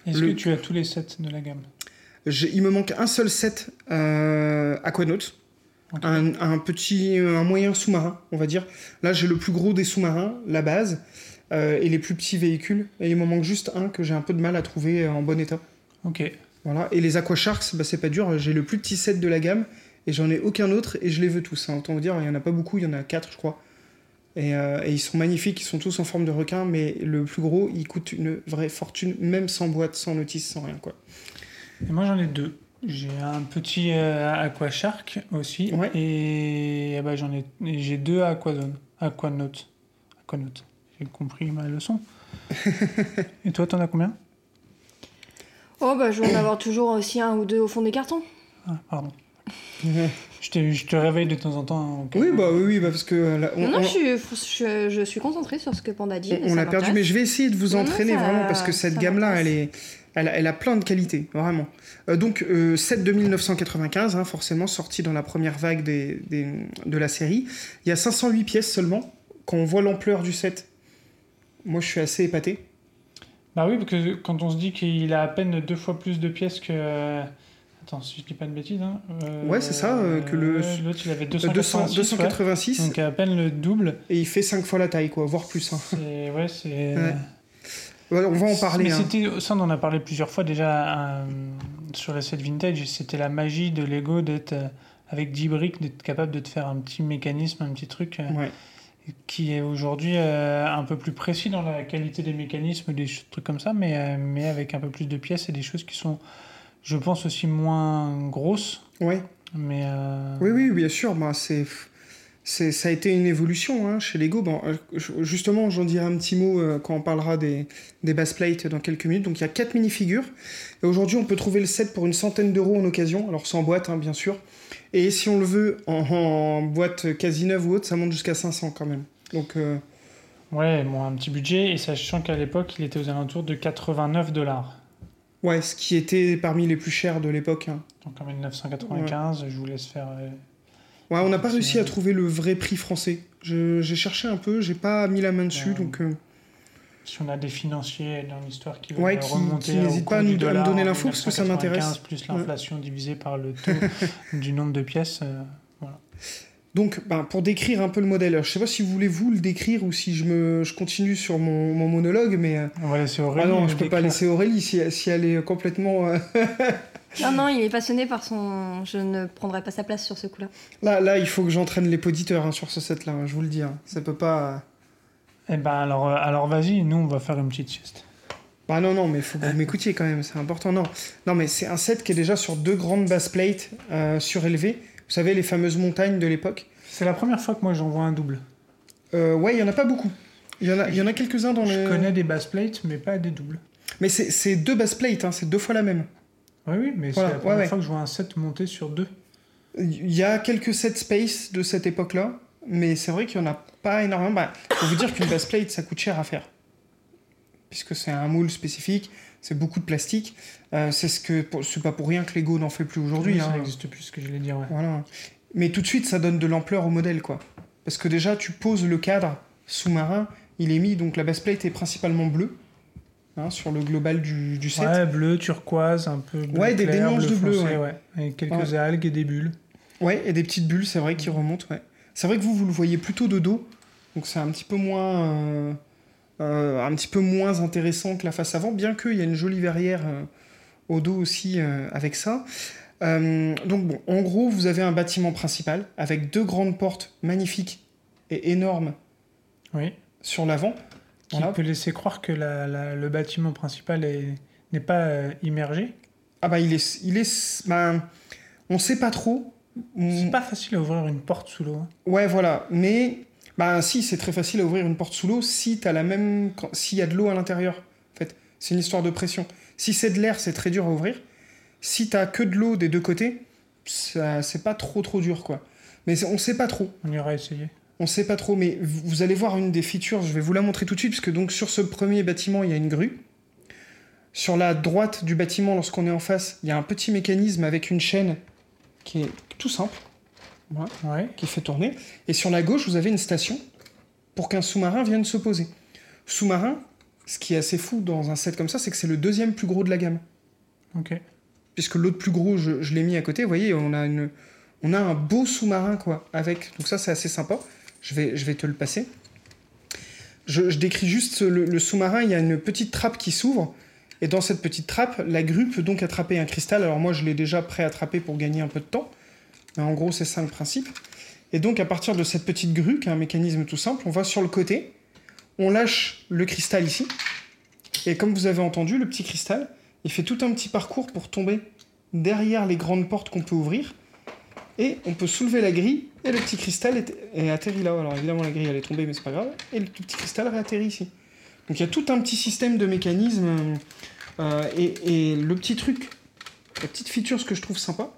Speaker 5: Est-ce
Speaker 4: le-
Speaker 5: que tu as tous les sets de la gamme
Speaker 4: J'ai- Il me manque un seul set euh, Aquanautes.
Speaker 5: Ok.
Speaker 4: un, un petit, euh, un moyen sous-marin, on va dire. Là, j'ai le plus gros des sous-marins, la base, euh, et les plus petits véhicules. Et il m'en manque juste un que j'ai un peu de mal à trouver euh, en bon état.
Speaker 5: Ok.
Speaker 4: Voilà. Et les Aquasharks, bah, c'est pas dur. J'ai le plus petit set de la gamme, et j'en ai aucun autre, et je les veux tous. hein. Autant vous dire, il y en a pas beaucoup, il y en a quatre, je crois. Et, euh, et ils sont magnifiques, ils sont tous en forme de requin, mais le plus gros, il coûte une vraie fortune, même sans boîte, sans notice, sans rien, quoi.
Speaker 5: Et moi, j'en ai deux. J'ai un petit euh, Aquashark aussi.
Speaker 4: Ouais.
Speaker 5: Et, eh ben, j'en ai, et j'ai deux Aquazone. Aquanaut. Aquanaut. J'ai compris ma leçon. et toi, t'en as combien
Speaker 2: Oh, bah, je vais en avoir toujours aussi un ou deux au fond des cartons.
Speaker 5: ah, Pardon. je, te, je te réveille de temps en temps. hein, au cas
Speaker 4: Oui,
Speaker 5: où.
Speaker 4: bah oui, oui, bah, parce que euh, là, on-
Speaker 2: Non, non,
Speaker 4: on-
Speaker 2: je, suis, je, je suis concentrée sur ce que Panda dit.
Speaker 4: On, on l'a perdu, mais je vais essayer de vous
Speaker 2: Non, non,
Speaker 4: entraîner
Speaker 2: ça-
Speaker 4: vraiment parce que cette
Speaker 2: ça
Speaker 4: gamme-là, elle,
Speaker 2: m'intéresse.
Speaker 4: est, elle, a- elle a plein de qualités, vraiment. Euh, donc, euh, 7 de 1995, hein, forcément sorti dans la première vague des, des- de la série. Il y a 508 pièces seulement. Quand on voit l'ampleur du set, moi je suis assez épaté.
Speaker 5: Bah oui, parce que quand on se dit qu'il a à peine deux fois plus de pièces que. Attends, si je dis pas de bêtises. Hein, euh,
Speaker 4: Ouais, c'est ça, euh, que le-
Speaker 5: ouais, L'autre, il avait
Speaker 4: Euh, 200
Speaker 5: 286.
Speaker 4: 286
Speaker 5: ouais. Donc à peine le double.
Speaker 4: et il fait 5 fois la taille, quoi, voire plus. hein.
Speaker 5: C'est- Ouais, c'est.
Speaker 4: Ouais. Ouais, on va en parler.
Speaker 5: Mais
Speaker 4: hein.
Speaker 5: c'était, ça on en a parlé plusieurs fois déjà euh, sur les sets vintage, c'était la magie de Lego d'être euh, avec 10 briques, d'être capable de te faire un petit mécanisme, un petit truc euh,
Speaker 4: Ouais.
Speaker 5: qui est aujourd'hui euh, un peu plus précis dans la qualité des mécanismes, des ch- trucs comme ça, mais, euh, mais avec un peu plus de pièces et des choses qui sont, je pense, aussi moins grosses.
Speaker 4: Ouais.
Speaker 5: Mais, euh,
Speaker 4: Oui, oui, bien sûr. Bah, c'est c'est- ça a été une évolution hein, chez Lego. Bon, euh, je- justement, j'en dirai un petit mot euh, quand on parlera des, des base plates dans quelques minutes. Donc il y a 4 minifigures. Et aujourd'hui, on peut trouver le set pour une centaine d'euros en occasion, alors sans boîte, hein, bien sûr. Et si on le veut en, en boîte quasi neuve ou autre, ça monte jusqu'à 500 quand même. Donc euh,
Speaker 5: Ouais, bon, un petit budget, et sachant qu'à l'époque, il était aux alentours de 89 dollars.
Speaker 4: ouais, ce qui était parmi les plus chers de l'époque. hein.
Speaker 5: Donc en 1995, je vous laisse faire. euh,
Speaker 4: Ouais, on n'a pas
Speaker 5: C'est-
Speaker 4: réussi à trouver le vrai prix français. Je- J'ai cherché un peu, j'ai pas mis la main dessus,
Speaker 5: Ouais.
Speaker 4: donc. euh,
Speaker 5: si on a des financiers dans l'histoire qui veulent
Speaker 4: Ouais, qui-
Speaker 5: remonter
Speaker 4: qui
Speaker 5: au
Speaker 4: n'hésitent
Speaker 5: coût
Speaker 4: pas à
Speaker 5: du
Speaker 4: nous- à me
Speaker 5: dollar
Speaker 4: donner
Speaker 5: en
Speaker 4: l'info, parce que ça
Speaker 5: 1995,
Speaker 4: m'intéresse.
Speaker 5: Plus
Speaker 4: Ouais.
Speaker 5: l'inflation divisée par le taux du nombre de pièces. euh,
Speaker 4: Donc, ben, pour décrire un peu le modèle, alors, je sais pas si vous voulez vous le décrire ou si je, me, je continue sur mon, mon monologue, mais. euh,
Speaker 5: on va laisser Aurélie.
Speaker 4: ah non,
Speaker 5: le
Speaker 4: je peux pas
Speaker 5: décrire.
Speaker 4: laisser Aurélie si, si elle est complètement. euh,
Speaker 2: Non, non, il est passionné par son. Je ne prendrai pas sa place sur ce coup-là.
Speaker 4: Là, là, il faut que j'entraîne les poditeurs hein, sur ce set-là, hein, je vous le dis. hein. Ça peut pas.
Speaker 5: Eh ben alors, euh, alors vas-y, nous on va faire une petite sieste.
Speaker 4: Bah non, non, mais faut
Speaker 5: Ah.
Speaker 4: que vous m'écoutiez quand même, c'est important. Non, non mais c'est un set qui est déjà sur deux grandes bass plates euh, surélevées. Vous savez, les fameuses montagnes de l'époque.
Speaker 5: C'est la première fois que moi j'en vois un double.
Speaker 4: Euh, ouais, il y en a pas beaucoup. Il y en a, il y en a quelques-uns dans
Speaker 5: Je
Speaker 4: le.
Speaker 5: connais des bass plates, mais pas des doubles.
Speaker 4: Mais c'est c'est deux bass plates, hein, c'est deux fois la même.
Speaker 5: Oui, oui,
Speaker 4: Voilà,
Speaker 5: mais c'est la
Speaker 4: ouais,
Speaker 5: première
Speaker 4: ouais.
Speaker 5: fois que je vois un set monté sur deux.
Speaker 4: Il y a quelques set space de cette époque-là, mais c'est vrai qu'il n'y en a pas énormément. Bah, faut vous dire qu'une base plate, ça coûte cher à faire. Puisque c'est un moule spécifique, c'est beaucoup de plastique. Euh, c'est ce que pour- c'est pas pour rien que Lego n'en fait plus aujourd'hui.
Speaker 5: Oui, ça
Speaker 4: hein.
Speaker 5: n'existe plus, ce que je voulais dire. ouais.
Speaker 4: Voilà. Mais tout de suite, ça donne de l'ampleur au modèle, quoi. Parce que déjà, tu poses le cadre sous-marin, il est mis, donc la base plate est principalement bleue, hein, sur le global du, du set.
Speaker 5: Ouais, bleu, turquoise, un peu bleu
Speaker 4: Ouais, des- des
Speaker 5: clair,
Speaker 4: nuances
Speaker 5: bleu
Speaker 4: de bleu,
Speaker 5: foncé,
Speaker 4: ouais.
Speaker 5: Et quelques
Speaker 4: Ouais.
Speaker 5: algues et des bulles.
Speaker 4: Ouais, et des petites bulles, c'est vrai, qui remontent, ouais. C'est vrai que vous, vous le voyez plutôt de dos, donc c'est un petit peu moins... euh, euh, un petit peu moins intéressant que la face avant, bien qu'il y a une jolie verrière euh, au dos aussi euh, avec ça. Euh, donc bon, en gros, vous avez un bâtiment principal, avec deux grandes portes magnifiques et énormes
Speaker 5: Oui.
Speaker 4: sur l'avant.
Speaker 5: Qui
Speaker 4: Voilà.
Speaker 5: peut laisser croire que la- la- le bâtiment principal est- n'est pas euh, immergé.
Speaker 4: Ah bah il est, il est, ben, on sait pas trop. On-
Speaker 5: C'est pas facile à ouvrir une porte sous l'eau. hein.
Speaker 4: Ouais voilà, mais ben si c'est très facile à ouvrir une porte sous l'eau si t'as la même, quand- s'il y a de l'eau à l'intérieur. En fait, c'est une histoire de pression. Si c'est de l'air, c'est très dur à ouvrir. Si t'as que de l'eau des deux côtés, ça c'est pas trop trop dur quoi. Mais c'est- on sait pas trop.
Speaker 5: On ira essayer.
Speaker 4: On sait pas trop, mais vous vous allez voir une des features, je vais vous la montrer tout de suite, parce que donc sur ce premier bâtiment, il y a une grue. Sur la droite du bâtiment, lorsqu'on est en face, il y a un petit mécanisme avec une chaîne qui est tout simple,
Speaker 5: Ouais.
Speaker 4: qui fait tourner. Et sur la gauche, vous avez une station pour qu'un sous-marin vienne se poser. Sous-marin, ce qui est assez fou dans un set comme ça, c'est que c'est le deuxième plus gros de la gamme.
Speaker 5: Ok.
Speaker 4: Puisque l'autre plus gros, je, je l'ai mis à côté, vous voyez, on a, une, on a un beau sous-marin, quoi, avec. Donc ça, c'est assez sympa. Je vais, je vais te le passer. Je, je décris juste le, le sous-marin, il y a une petite trappe qui s'ouvre. Et dans cette petite trappe, la grue peut donc attraper un cristal. Alors moi, je l'ai déjà pré-attrapé pour gagner un peu de temps. Mais en gros, c'est ça le principe. Et donc, à partir de cette petite grue, qui est un mécanisme tout simple, on va sur le côté, on lâche le cristal ici. Et comme vous avez entendu, le petit cristal, il fait tout un petit parcours pour tomber derrière les grandes portes qu'on peut ouvrir. Et on peut soulever la grille et le petit cristal est, est atterri là. Alors évidemment, la grille elle est tombée, mais c'est pas grave. Et le tout petit cristal réatterrit ici. Donc il y a tout un petit système de mécanismes. euh, euh, et, et le petit truc, la petite feature, ce que je trouve sympa,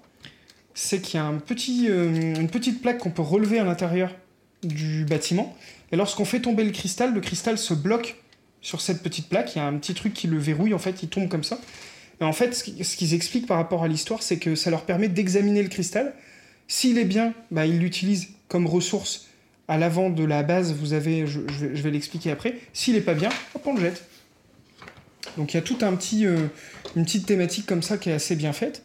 Speaker 4: c'est qu'il y a un petit, euh, une petite plaque qu'on peut relever à l'intérieur du bâtiment. Et lorsqu'on fait tomber le cristal, le cristal se bloque sur cette petite plaque. Il y a un petit truc qui le verrouille, en fait, il tombe comme ça. Et en fait, ce qui- ce qu'ils expliquent par rapport à l'histoire, c'est que ça leur permet d'examiner le cristal. S'il est bien, bah, ils l'utilisent comme ressource. À l'avant de la base, vous avez, je, je vais, je vais l'expliquer après. S'il est pas bien, hop, on le jette. Donc il y a tout un petit, euh, une petite thématique comme ça qui est assez bien faite.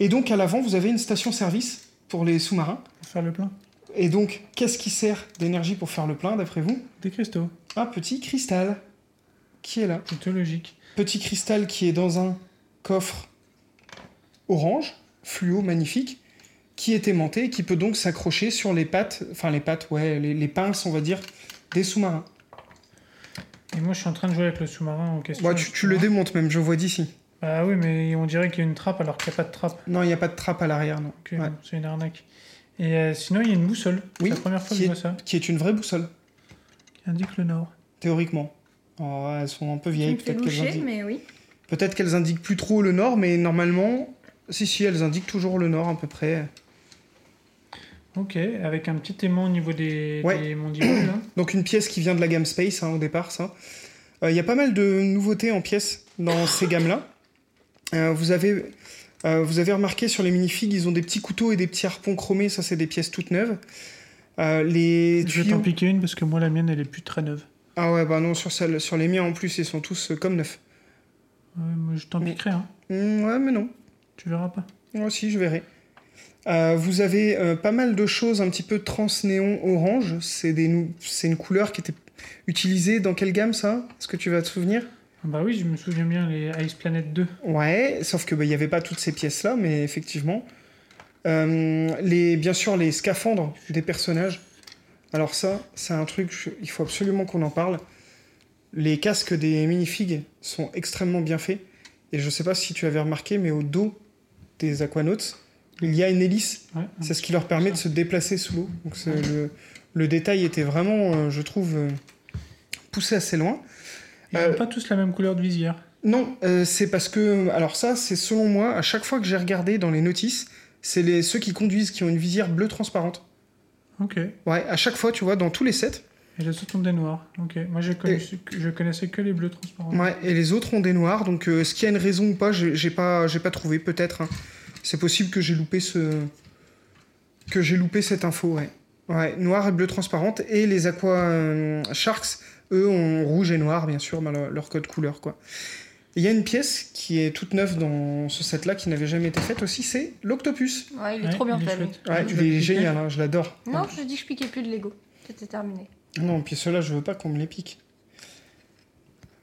Speaker 4: Et donc à l'avant, vous avez une station-service pour les sous-marins.
Speaker 5: Pour faire le plein.
Speaker 4: Et donc, qu'est-ce qui sert d'énergie pour faire le plein, d'après vous
Speaker 5: Des cristaux.
Speaker 4: Un petit cristal qui est là.
Speaker 5: Plutôt logique.
Speaker 4: Petit cristal qui est dans un coffre orange, fluo, magnifique, qui est aimanté et qui peut donc s'accrocher sur les pattes, enfin les pattes, ouais, les, les pinces, on va dire, des sous-marins.
Speaker 5: Et moi, je suis en train de jouer avec le sous-marin en question.
Speaker 4: Bah, tu, tu le
Speaker 5: justement.
Speaker 4: démontes même, je vois d'ici.
Speaker 5: Bah oui, mais on dirait qu'il y a une trappe alors qu'il n'y a pas de trappe.
Speaker 4: Non, il n'y a pas de trappe à l'arrière, non.
Speaker 5: Ok,
Speaker 4: Ouais.
Speaker 5: bon, C'est une arnaque. Et euh, sinon, il y a une boussole.
Speaker 4: Oui,
Speaker 5: C'est la première fois que
Speaker 4: qui
Speaker 5: je
Speaker 4: est,
Speaker 5: vois ça.
Speaker 4: qui est une vraie boussole,
Speaker 5: Qui indique le nord.
Speaker 4: théoriquement. Alors, elles sont un peu
Speaker 2: Qui
Speaker 4: vieilles,
Speaker 2: me fait
Speaker 4: peut-être qu'elles
Speaker 2: loucher,
Speaker 4: indiquent...
Speaker 2: mais oui.
Speaker 4: peut-être qu'elles indiquent plus trop le nord, mais normalement, si, si, elles indiquent toujours le nord à peu près.
Speaker 5: Ok, avec un petit aimant au niveau des,
Speaker 4: Ouais.
Speaker 5: des mandibules. là.
Speaker 4: Donc une pièce qui vient de la gamme Space hein, au départ, ça. Euh, Il y a pas mal de nouveautés en pièces dans ces gammes-là. Euh, vous avez euh, vous avez remarqué sur les minifigs, ils ont des petits couteaux et des petits harpons chromés. Ça, c'est des pièces toutes neuves. Euh, les
Speaker 5: Je vais
Speaker 4: tuyaux-
Speaker 5: t'en piquer une parce que moi, la mienne, elle est plus très neuve.
Speaker 4: Ah ouais, bah non, sur, celle, sur les miens en plus, ils sont tous euh, comme neufs.
Speaker 5: Ouais, moi, je t'en
Speaker 4: Mais-
Speaker 5: piquerai, hein.
Speaker 4: Hmm, ouais, mais non.
Speaker 5: tu verras pas.
Speaker 4: Moi aussi, je verrai. Euh, vous avez euh, pas mal de choses un petit peu transnéon orange. C'est des nou- c'est une couleur qui était utilisée dans quelle gamme ça Est-ce que tu vas te souvenir
Speaker 5: Ah Bah oui, je me souviens bien, les Ice Planet 2.
Speaker 4: Ouais, sauf que bah, il n'y avait pas toutes ces pièces là, mais effectivement. Euh, les, bien sûr, les scaphandres des personnages. Alors ça, c'est un truc, je- il faut absolument qu'on en parle. Les casques des minifigs sont extrêmement bien faits. Et je sais pas si tu avais remarqué, mais au dos des aquanautes, il y a une hélice.
Speaker 5: Ouais.
Speaker 4: C'est ce qui leur permet de se déplacer sous l'eau. Donc c'est le, le détail était vraiment, euh, je trouve, euh, poussé assez loin.
Speaker 5: Ils
Speaker 4: Euh,
Speaker 5: ont pas tous la même couleur de visière.
Speaker 4: Non, euh, c'est parce que. Alors, ça, c'est selon moi, à chaque fois que j'ai regardé dans les notices, c'est les, ceux qui conduisent qui ont une visière bleue transparente.
Speaker 5: Ok. Et
Speaker 4: Ouais, à chaque fois, tu vois, dans tous les sets.
Speaker 5: les autres ont des noirs. Ok. Moi, je connaissais, je connaissais que les bleus transparents.
Speaker 4: Ouais, et les autres ont des noirs, donc euh, est-ce qu'il y a une raison ou pas J'ai j'ai pas, j'ai pas trouvé, peut-être. hein. C'est possible que j'ai loupé ce. que j'ai loupé cette info, ouais. Ouais, noir et bleu transparente, et les Aqua euh, Sharks, eux, ont rouge et noir, bien sûr, bah, leur leur code couleur, quoi. Il y a une pièce qui est toute neuve dans ce set-là, qui n'avait jamais été faite aussi, c'est l'Octopus.
Speaker 2: Ouais, il est
Speaker 5: Ouais,
Speaker 2: trop bien
Speaker 5: il est
Speaker 2: fait. lui.
Speaker 5: chouette.
Speaker 4: Ouais,
Speaker 5: Tu vas
Speaker 4: il
Speaker 5: le
Speaker 4: est
Speaker 5: piquer
Speaker 4: génial, hein, je l'adore.
Speaker 2: Non, je dis que je piquais plus de Lego. C'était terminé.
Speaker 4: Non, puis ceux-là, je veux pas qu'on me les pique.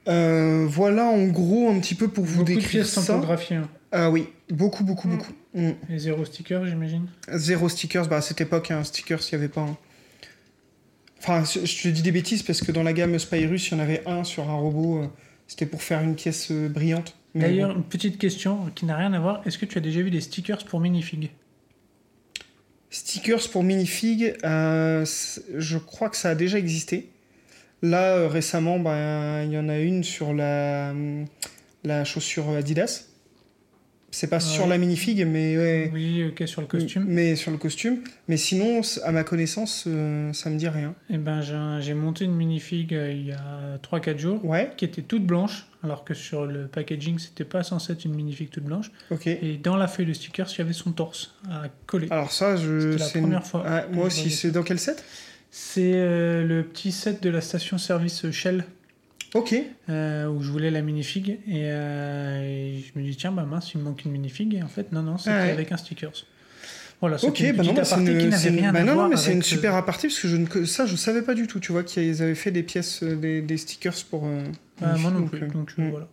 Speaker 4: Euh, voilà en gros un petit peu pour vous
Speaker 5: Beaucoup de
Speaker 4: décrire
Speaker 5: pièces
Speaker 4: ça.
Speaker 5: typographiées. hein.
Speaker 4: Ah oui, beaucoup, beaucoup,
Speaker 2: Mm.
Speaker 4: beaucoup. Mm.
Speaker 5: Et zéro sticker, j'imagine.
Speaker 4: Zéro stickers, bah à cette époque, un stickers, il n'y avait pas un. Enfin, je je te dis des bêtises parce que dans la gamme Spyrus, il y en avait un sur un robot. euh, C'était pour faire une pièce euh, brillante. Mais
Speaker 5: D'ailleurs,
Speaker 4: bon.
Speaker 5: une petite question qui n'a rien à voir. Est-ce que tu as déjà vu des stickers pour minifig
Speaker 4: Stickers pour minifig, euh, c'est- je crois que ça a déjà existé. Là, euh, récemment, bah, il y en a une sur la, hum, la chaussure Adidas. C'est pas sur
Speaker 5: Ouais.
Speaker 4: la minifig, mais ouais.
Speaker 5: Oui, ok, sur le costume.
Speaker 4: Mais sur le costume. Mais sinon, c- à ma connaissance, euh, ça me dit rien.
Speaker 5: Eh ben, j'ai un- j'ai monté une minifig euh, il y a 3-4 jours
Speaker 4: Ouais,
Speaker 5: qui était toute blanche, alors que sur le packaging, c'était pas censé être une minifig toute blanche.
Speaker 4: ok.
Speaker 5: Et dans la feuille de stickers, il y avait son torse à coller.
Speaker 4: Alors ça, je.
Speaker 5: C'était la
Speaker 4: c'est
Speaker 5: première fois
Speaker 4: Ouais,
Speaker 5: que
Speaker 4: moi
Speaker 5: je
Speaker 4: aussi,
Speaker 5: voyais
Speaker 4: c'est dans quel set
Speaker 5: C'est euh, le petit set de la station-service Shell
Speaker 4: Ok.
Speaker 5: euh, où je voulais la minifig et, euh, et je me dis tiens bah mince il me manque une minifig et en fait non non c'était
Speaker 4: Ah ouais.
Speaker 5: avec un stickers. Voilà
Speaker 4: Ok,
Speaker 5: c'était une
Speaker 4: bah non,
Speaker 5: petite
Speaker 4: bah, c'est
Speaker 5: aparté qui
Speaker 4: une, c'est
Speaker 5: n'avait
Speaker 4: une-
Speaker 5: rien
Speaker 4: bah
Speaker 5: à
Speaker 4: non, non,
Speaker 5: voir
Speaker 4: mais c'est
Speaker 5: avec,
Speaker 4: une
Speaker 5: euh,
Speaker 4: super aparté parce que je ne... co- ça, je savais pas du tout. Tu vois qu'ils avaient fait des pièces, euh, des, des stickers pour. euh,
Speaker 5: bah,
Speaker 4: une
Speaker 5: moi non
Speaker 4: fille,
Speaker 5: plus
Speaker 4: donc, euh,
Speaker 5: donc
Speaker 4: mm.
Speaker 5: voilà.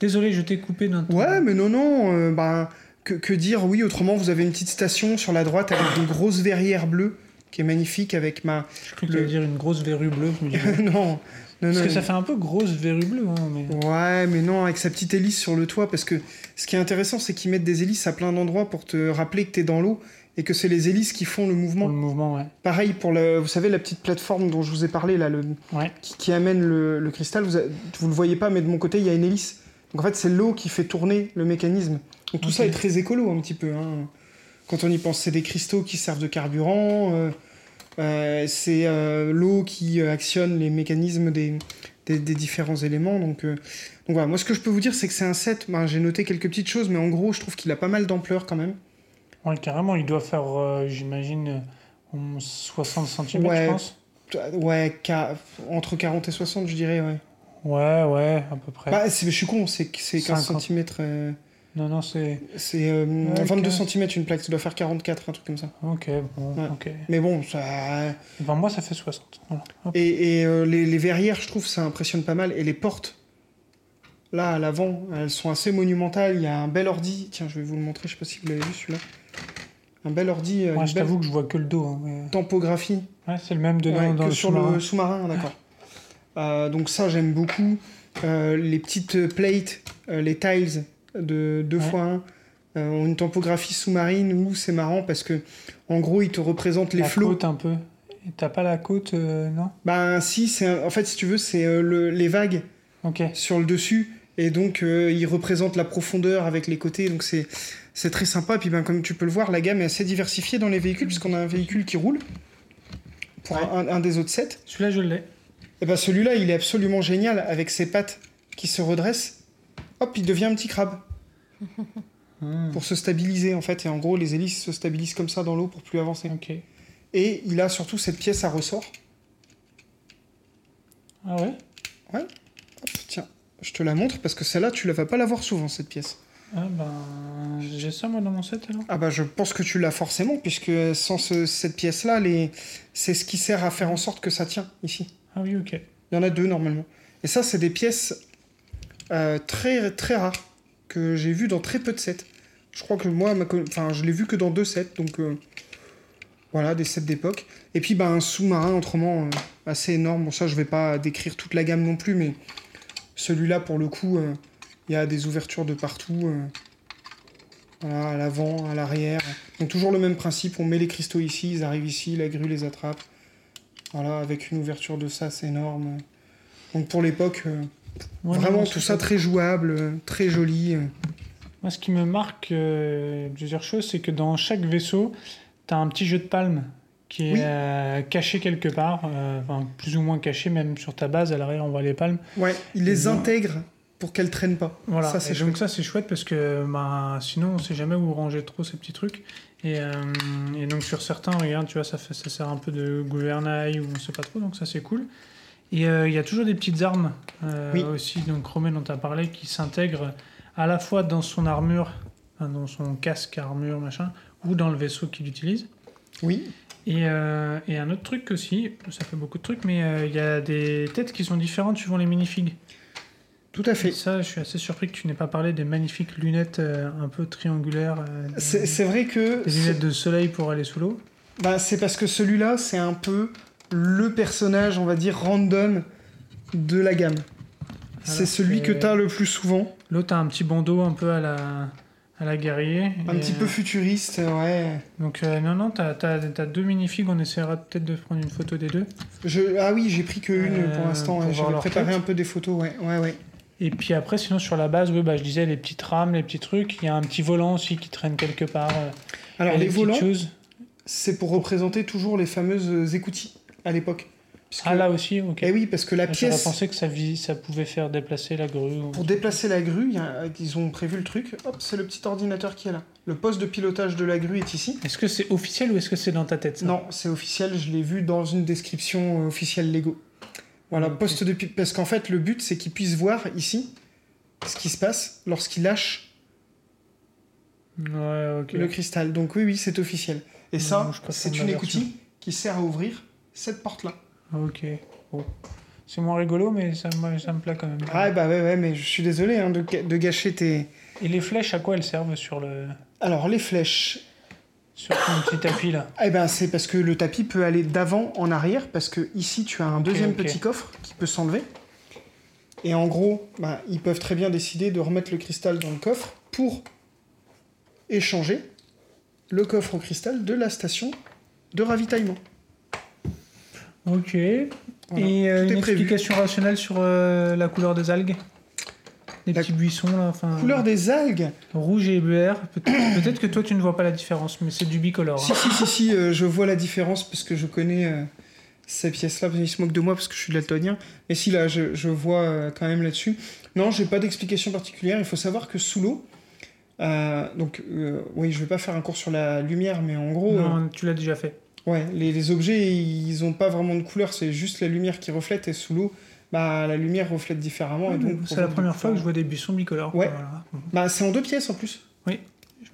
Speaker 5: Désolé je t'ai coupé d'un ton.
Speaker 4: Ouais, mais non, non. euh, bah, que, que dire Oui, autrement, vous avez une petite station sur la droite avec une grosse verrière bleue qui est magnifique avec ma.
Speaker 5: Je crois qu'il allait
Speaker 4: le-
Speaker 5: dire une grosse verrue bleue. Je me dis,
Speaker 4: non, non,
Speaker 5: parce
Speaker 4: non,
Speaker 5: que
Speaker 4: non.
Speaker 5: ça fait un peu grosse verrue bleue hein, mais.
Speaker 4: Ouais, mais non, avec sa petite hélice sur le toit, parce que ce qui est intéressant, c'est qu'ils mettent des hélices à plein d'endroits pour te rappeler que t'es dans l'eau et que c'est les hélices qui font le
Speaker 5: Pour
Speaker 4: mouvement.
Speaker 5: le mouvement ouais.
Speaker 4: Pareil pour la, vous savez, la petite plateforme dont je vous ai parlé, là, le,
Speaker 5: Ouais.
Speaker 4: qui, qui amène le, le cristal, vous, a- vous le voyez pas, mais de mon côté, il y a une hélice. Donc en fait, c'est l'eau qui fait tourner le mécanisme. Donc tout
Speaker 5: Ok.
Speaker 4: ça est très écolo, un petit peu. hein. Quand on y pense, c'est des cristaux qui servent de carburant, euh, euh, c'est euh, l'eau qui euh, actionne les mécanismes des, des, des différents éléments. Donc, euh, donc voilà, moi ce que je peux vous dire, c'est que c'est un set. Ben, J'ai noté quelques petites choses, mais en gros, je trouve qu'il a pas mal d'ampleur quand même.
Speaker 5: Ouais, carrément il doit faire euh, j'imagine euh, 60 cm
Speaker 4: Ouais.
Speaker 5: je pense.
Speaker 4: Ouais, ca- entre 40 et 60, je dirais, ouais.
Speaker 5: Ouais ouais à peu près.
Speaker 4: Bah, c'est- je suis con, c'est c'est 15
Speaker 5: 50.
Speaker 4: cm.
Speaker 5: Non non c'est
Speaker 4: c'est euh,
Speaker 5: Ouais,
Speaker 4: 22
Speaker 5: 15.
Speaker 4: cm une plaque, ça doit faire 44, un truc comme ça.
Speaker 5: ok bon
Speaker 4: Ouais.
Speaker 5: ok.
Speaker 4: Mais bon, ça.
Speaker 5: Enfin, moi, ça fait 60. Voilà. Hop.
Speaker 4: Et, et, euh, les, les verrières, je trouve, ça impressionne pas mal. Et les portes, là, à l'avant, elles sont assez monumentales. Il y a un bel ordi. Tiens, je vais vous le montrer, je sais pas si vous l'avez vu celui-là. Un bel ordi, euh,
Speaker 5: Moi,
Speaker 4: une
Speaker 5: je
Speaker 4: belle
Speaker 5: t'avoue que je vois que le dos. hein, mais-
Speaker 4: tempographie.
Speaker 5: Ouais, c'est le même dedans
Speaker 4: Ouais,
Speaker 5: dans
Speaker 4: que
Speaker 5: le
Speaker 4: sur
Speaker 5: sous-marin.
Speaker 4: le sous-marin, d'accord. Euh, donc ça, j'aime beaucoup. Euh, les petites plates, euh, les tiles de 2
Speaker 5: Ouais.
Speaker 4: x 1 euh, ont une topographie sous-marine où c'est marrant parce que, en gros, ils te représentent les
Speaker 5: la
Speaker 4: flots.
Speaker 5: côte un peu. Et T'as pas la côte, euh, non
Speaker 4: Ben, si, c'est un- en fait, si tu veux, c'est euh, le- les vagues
Speaker 5: Ok.
Speaker 4: sur le dessus. Et donc, euh, ils représentent la profondeur avec les côtés. Donc, c'est c'est très sympa. Et puis, ben, comme tu peux le voir, la gamme est assez diversifiée dans les véhicules, puisqu'on a un véhicule qui roule pour un, un des autres sets.
Speaker 5: Celui-là, je l'ai.
Speaker 4: Et ben, celui-là, il est absolument génial avec ses pattes qui se redressent. Hop, il devient un petit crabe Hmm. pour se stabiliser, en fait. Et en gros, les hélices se stabilisent comme ça dans l'eau pour plus avancer.
Speaker 5: Ok.
Speaker 4: Et il a surtout cette pièce à ressort.
Speaker 5: Ah ouais
Speaker 4: Hop, tiens, je te la montre parce que celle-là, tu la vas pas la voir souvent, cette pièce.
Speaker 5: Ah ben. J'ai ça, moi, dans mon set alors.
Speaker 4: Ah bah je pense que tu l'as forcément, puisque sans ce- cette pièce-là, les... c'est ce qui sert à faire en sorte que ça tient ici.
Speaker 5: Ah oui, ok.
Speaker 4: Il y en a deux normalement. Et ça, c'est des pièces euh, très très rares que j'ai vues dans très peu de sets. Je crois que moi, ma co- enfin, je l'ai vu que dans deux sets, donc euh, voilà, des sets d'époque. Et puis, bah, un sous-marin, autrement, euh, assez énorme. Bon, ça, je vais pas décrire toute la gamme non plus, mais celui-là, pour le coup, euh, il y a des ouvertures de partout. euh, voilà, à l'avant, à l'arrière. Donc, toujours le même principe, on met les cristaux ici, ils arrivent ici, la grue les attrape. Voilà, avec une ouverture de sas énorme. Donc pour l'époque, euh,
Speaker 5: Ouais,
Speaker 4: vraiment
Speaker 5: non,
Speaker 4: tout
Speaker 5: c'est
Speaker 4: ça
Speaker 5: cool.
Speaker 4: très jouable, euh, très joli. euh.
Speaker 5: Moi, ce qui me marque euh, plusieurs choses, c'est que dans chaque vaisseau, tu as un petit jeu de palme qui est
Speaker 4: Oui.
Speaker 5: euh, caché quelque part, euh, enfin, plus ou moins caché, même sur ta base, à l'arrière, on voit les palmes.
Speaker 4: Ouais, il les
Speaker 5: Et moi-
Speaker 4: intègre pour qu'elles traînent pas.
Speaker 5: Voilà,
Speaker 4: Ça, c'est
Speaker 5: et
Speaker 4: chouette.
Speaker 5: donc ça, c'est chouette parce que bah, sinon, on sait jamais où ranger trop ces petits trucs. Et, euh, et donc, sur certains, regarde, tu vois, ça, fait, ça sert un peu de gouvernail ou on sait pas trop, donc ça, c'est cool. Et euh, il y a toujours des petites armes euh,
Speaker 4: Oui.
Speaker 5: aussi, donc Romain dont tu as parlé, qui s'intègrent à la fois dans son armure, enfin, dans son casque, armure, machin, ou dans le vaisseau qu'il utilise.
Speaker 4: Oui,
Speaker 5: Et, euh, et un autre truc aussi, ça fait beaucoup de trucs, mais euh, il y a des têtes qui sont différentes suivant les minifigs.
Speaker 4: tout à fait.
Speaker 5: Ça, je suis assez surpris que tu n'aies pas parlé des magnifiques lunettes euh, un peu triangulaires. euh,
Speaker 4: C'est
Speaker 5: des-
Speaker 4: c'est vrai que
Speaker 5: Des lunettes de soleil pour aller sous l'eau.
Speaker 4: Bah, c'est parce que celui-là, c'est un peu le personnage, on va dire, random de la gamme. c'est celui que
Speaker 5: que-
Speaker 4: t'as le plus souvent.
Speaker 5: L'autre a un petit bandeau un peu à la, à la guerrier.
Speaker 4: Un
Speaker 5: Et,
Speaker 4: petit peu
Speaker 5: euh,
Speaker 4: futuriste, ouais.
Speaker 5: Donc, euh, non, non, t'as as, deux minifigs, on essaiera peut-être de prendre une photo des deux.
Speaker 4: Je... Ah oui, j'ai pris que une
Speaker 5: Euh,
Speaker 4: pour l'instant.
Speaker 5: pour
Speaker 4: hein.
Speaker 5: voir
Speaker 4: J'avais
Speaker 5: leur
Speaker 4: préparé
Speaker 5: tête.
Speaker 4: un peu des photos, ouais, ouais, ouais.
Speaker 5: Et puis après, sinon, sur la base, ouais, bah, je disais les petites rames, les petits trucs. Il y a un petit volant aussi qui traîne quelque part. euh,
Speaker 4: Alors
Speaker 5: et
Speaker 4: les
Speaker 5: des petites
Speaker 4: volants,
Speaker 5: choses.
Speaker 4: c'est pour représenter toujours les fameuses écoutilles à l'époque. Puisque-
Speaker 5: Ah, là aussi, ok.
Speaker 4: Eh oui, parce que la
Speaker 5: J'aurais
Speaker 4: pièce,
Speaker 5: pensé que ça, vis- ça pouvait faire déplacer la grue. ou-
Speaker 4: pour déplacer la grue, il y a- ils ont prévu le truc. Hop, c'est le petit ordinateur qui est là. Le poste de pilotage de la grue est ici.
Speaker 5: Est-ce que c'est officiel ou est-ce que c'est dans ta tête ça
Speaker 4: Non, c'est officiel, je l'ai vu dans une description euh, officielle Lego. Voilà,
Speaker 5: Ok.
Speaker 4: poste de pi- Parce qu'en fait, le but, c'est qu'ils puissent voir ici ce qui se passe lorsqu'ils lâchent
Speaker 5: Ouais, ok.
Speaker 4: le cristal. Donc oui, oui, c'est officiel. Et
Speaker 5: Non,
Speaker 4: ça,
Speaker 5: je passe à
Speaker 4: c'est
Speaker 5: ma
Speaker 4: une
Speaker 5: version.
Speaker 4: écoutille qui sert à ouvrir cette porte-là.
Speaker 5: Ah, Ok, bon. C'est moins rigolo, mais ça, me- ça me plaît quand même.
Speaker 4: Ah bah ouais, ouais, mais je suis désolé hein, de, ga- de gâcher tes...
Speaker 5: Et les flèches, à quoi elles servent sur le
Speaker 4: Alors, les flèches,
Speaker 5: sur ton petit tapis là
Speaker 4: Eh ben, c'est parce que le tapis peut aller d'avant en arrière, parce que ici tu as un deuxième
Speaker 5: ok.
Speaker 4: petit coffre qui peut s'enlever. Et en gros, bah, ils peuvent très bien décider de remettre le cristal dans le coffre pour échanger le coffre au cristal de la station de ravitaillement.
Speaker 5: Ok.
Speaker 4: Voilà.
Speaker 5: Et euh,
Speaker 4: Tout est
Speaker 5: une
Speaker 4: prévu.
Speaker 5: explication rationnelle sur euh, la couleur des algues Les
Speaker 4: La
Speaker 5: petits buissons là, enfin.
Speaker 4: Couleur des algues.
Speaker 5: Rouge et bleu. Peut-être peut-être que toi tu ne vois pas la différence, mais c'est du bicolore.
Speaker 4: Si,
Speaker 5: hein.
Speaker 4: si, si, si, euh, je vois la différence parce que je connais euh, ces pièces-là, parce qu'ils se moquent de moi parce que je suis daltonien. Mais si, là, je, je vois euh, quand même là-dessus. Non, j'ai pas d'explication particulière. Il faut savoir que sous l'eau, euh, donc, euh, oui, je vais pas faire un cours sur la lumière, mais en gros, euh,
Speaker 5: Non, tu l'as déjà fait.
Speaker 4: ouais, les, les objets, ils ont pas vraiment de couleur, c'est juste la lumière qui reflète, et sous l'eau, bah, la lumière reflète différemment. et donc,
Speaker 5: c'est la
Speaker 4: provoque des
Speaker 5: première fois que je
Speaker 4: couleurs.
Speaker 5: vois des buissons bicolores.
Speaker 4: Oh, Ouais.
Speaker 5: Voilà.
Speaker 4: Bah, c'est en deux pièces en plus.
Speaker 5: Je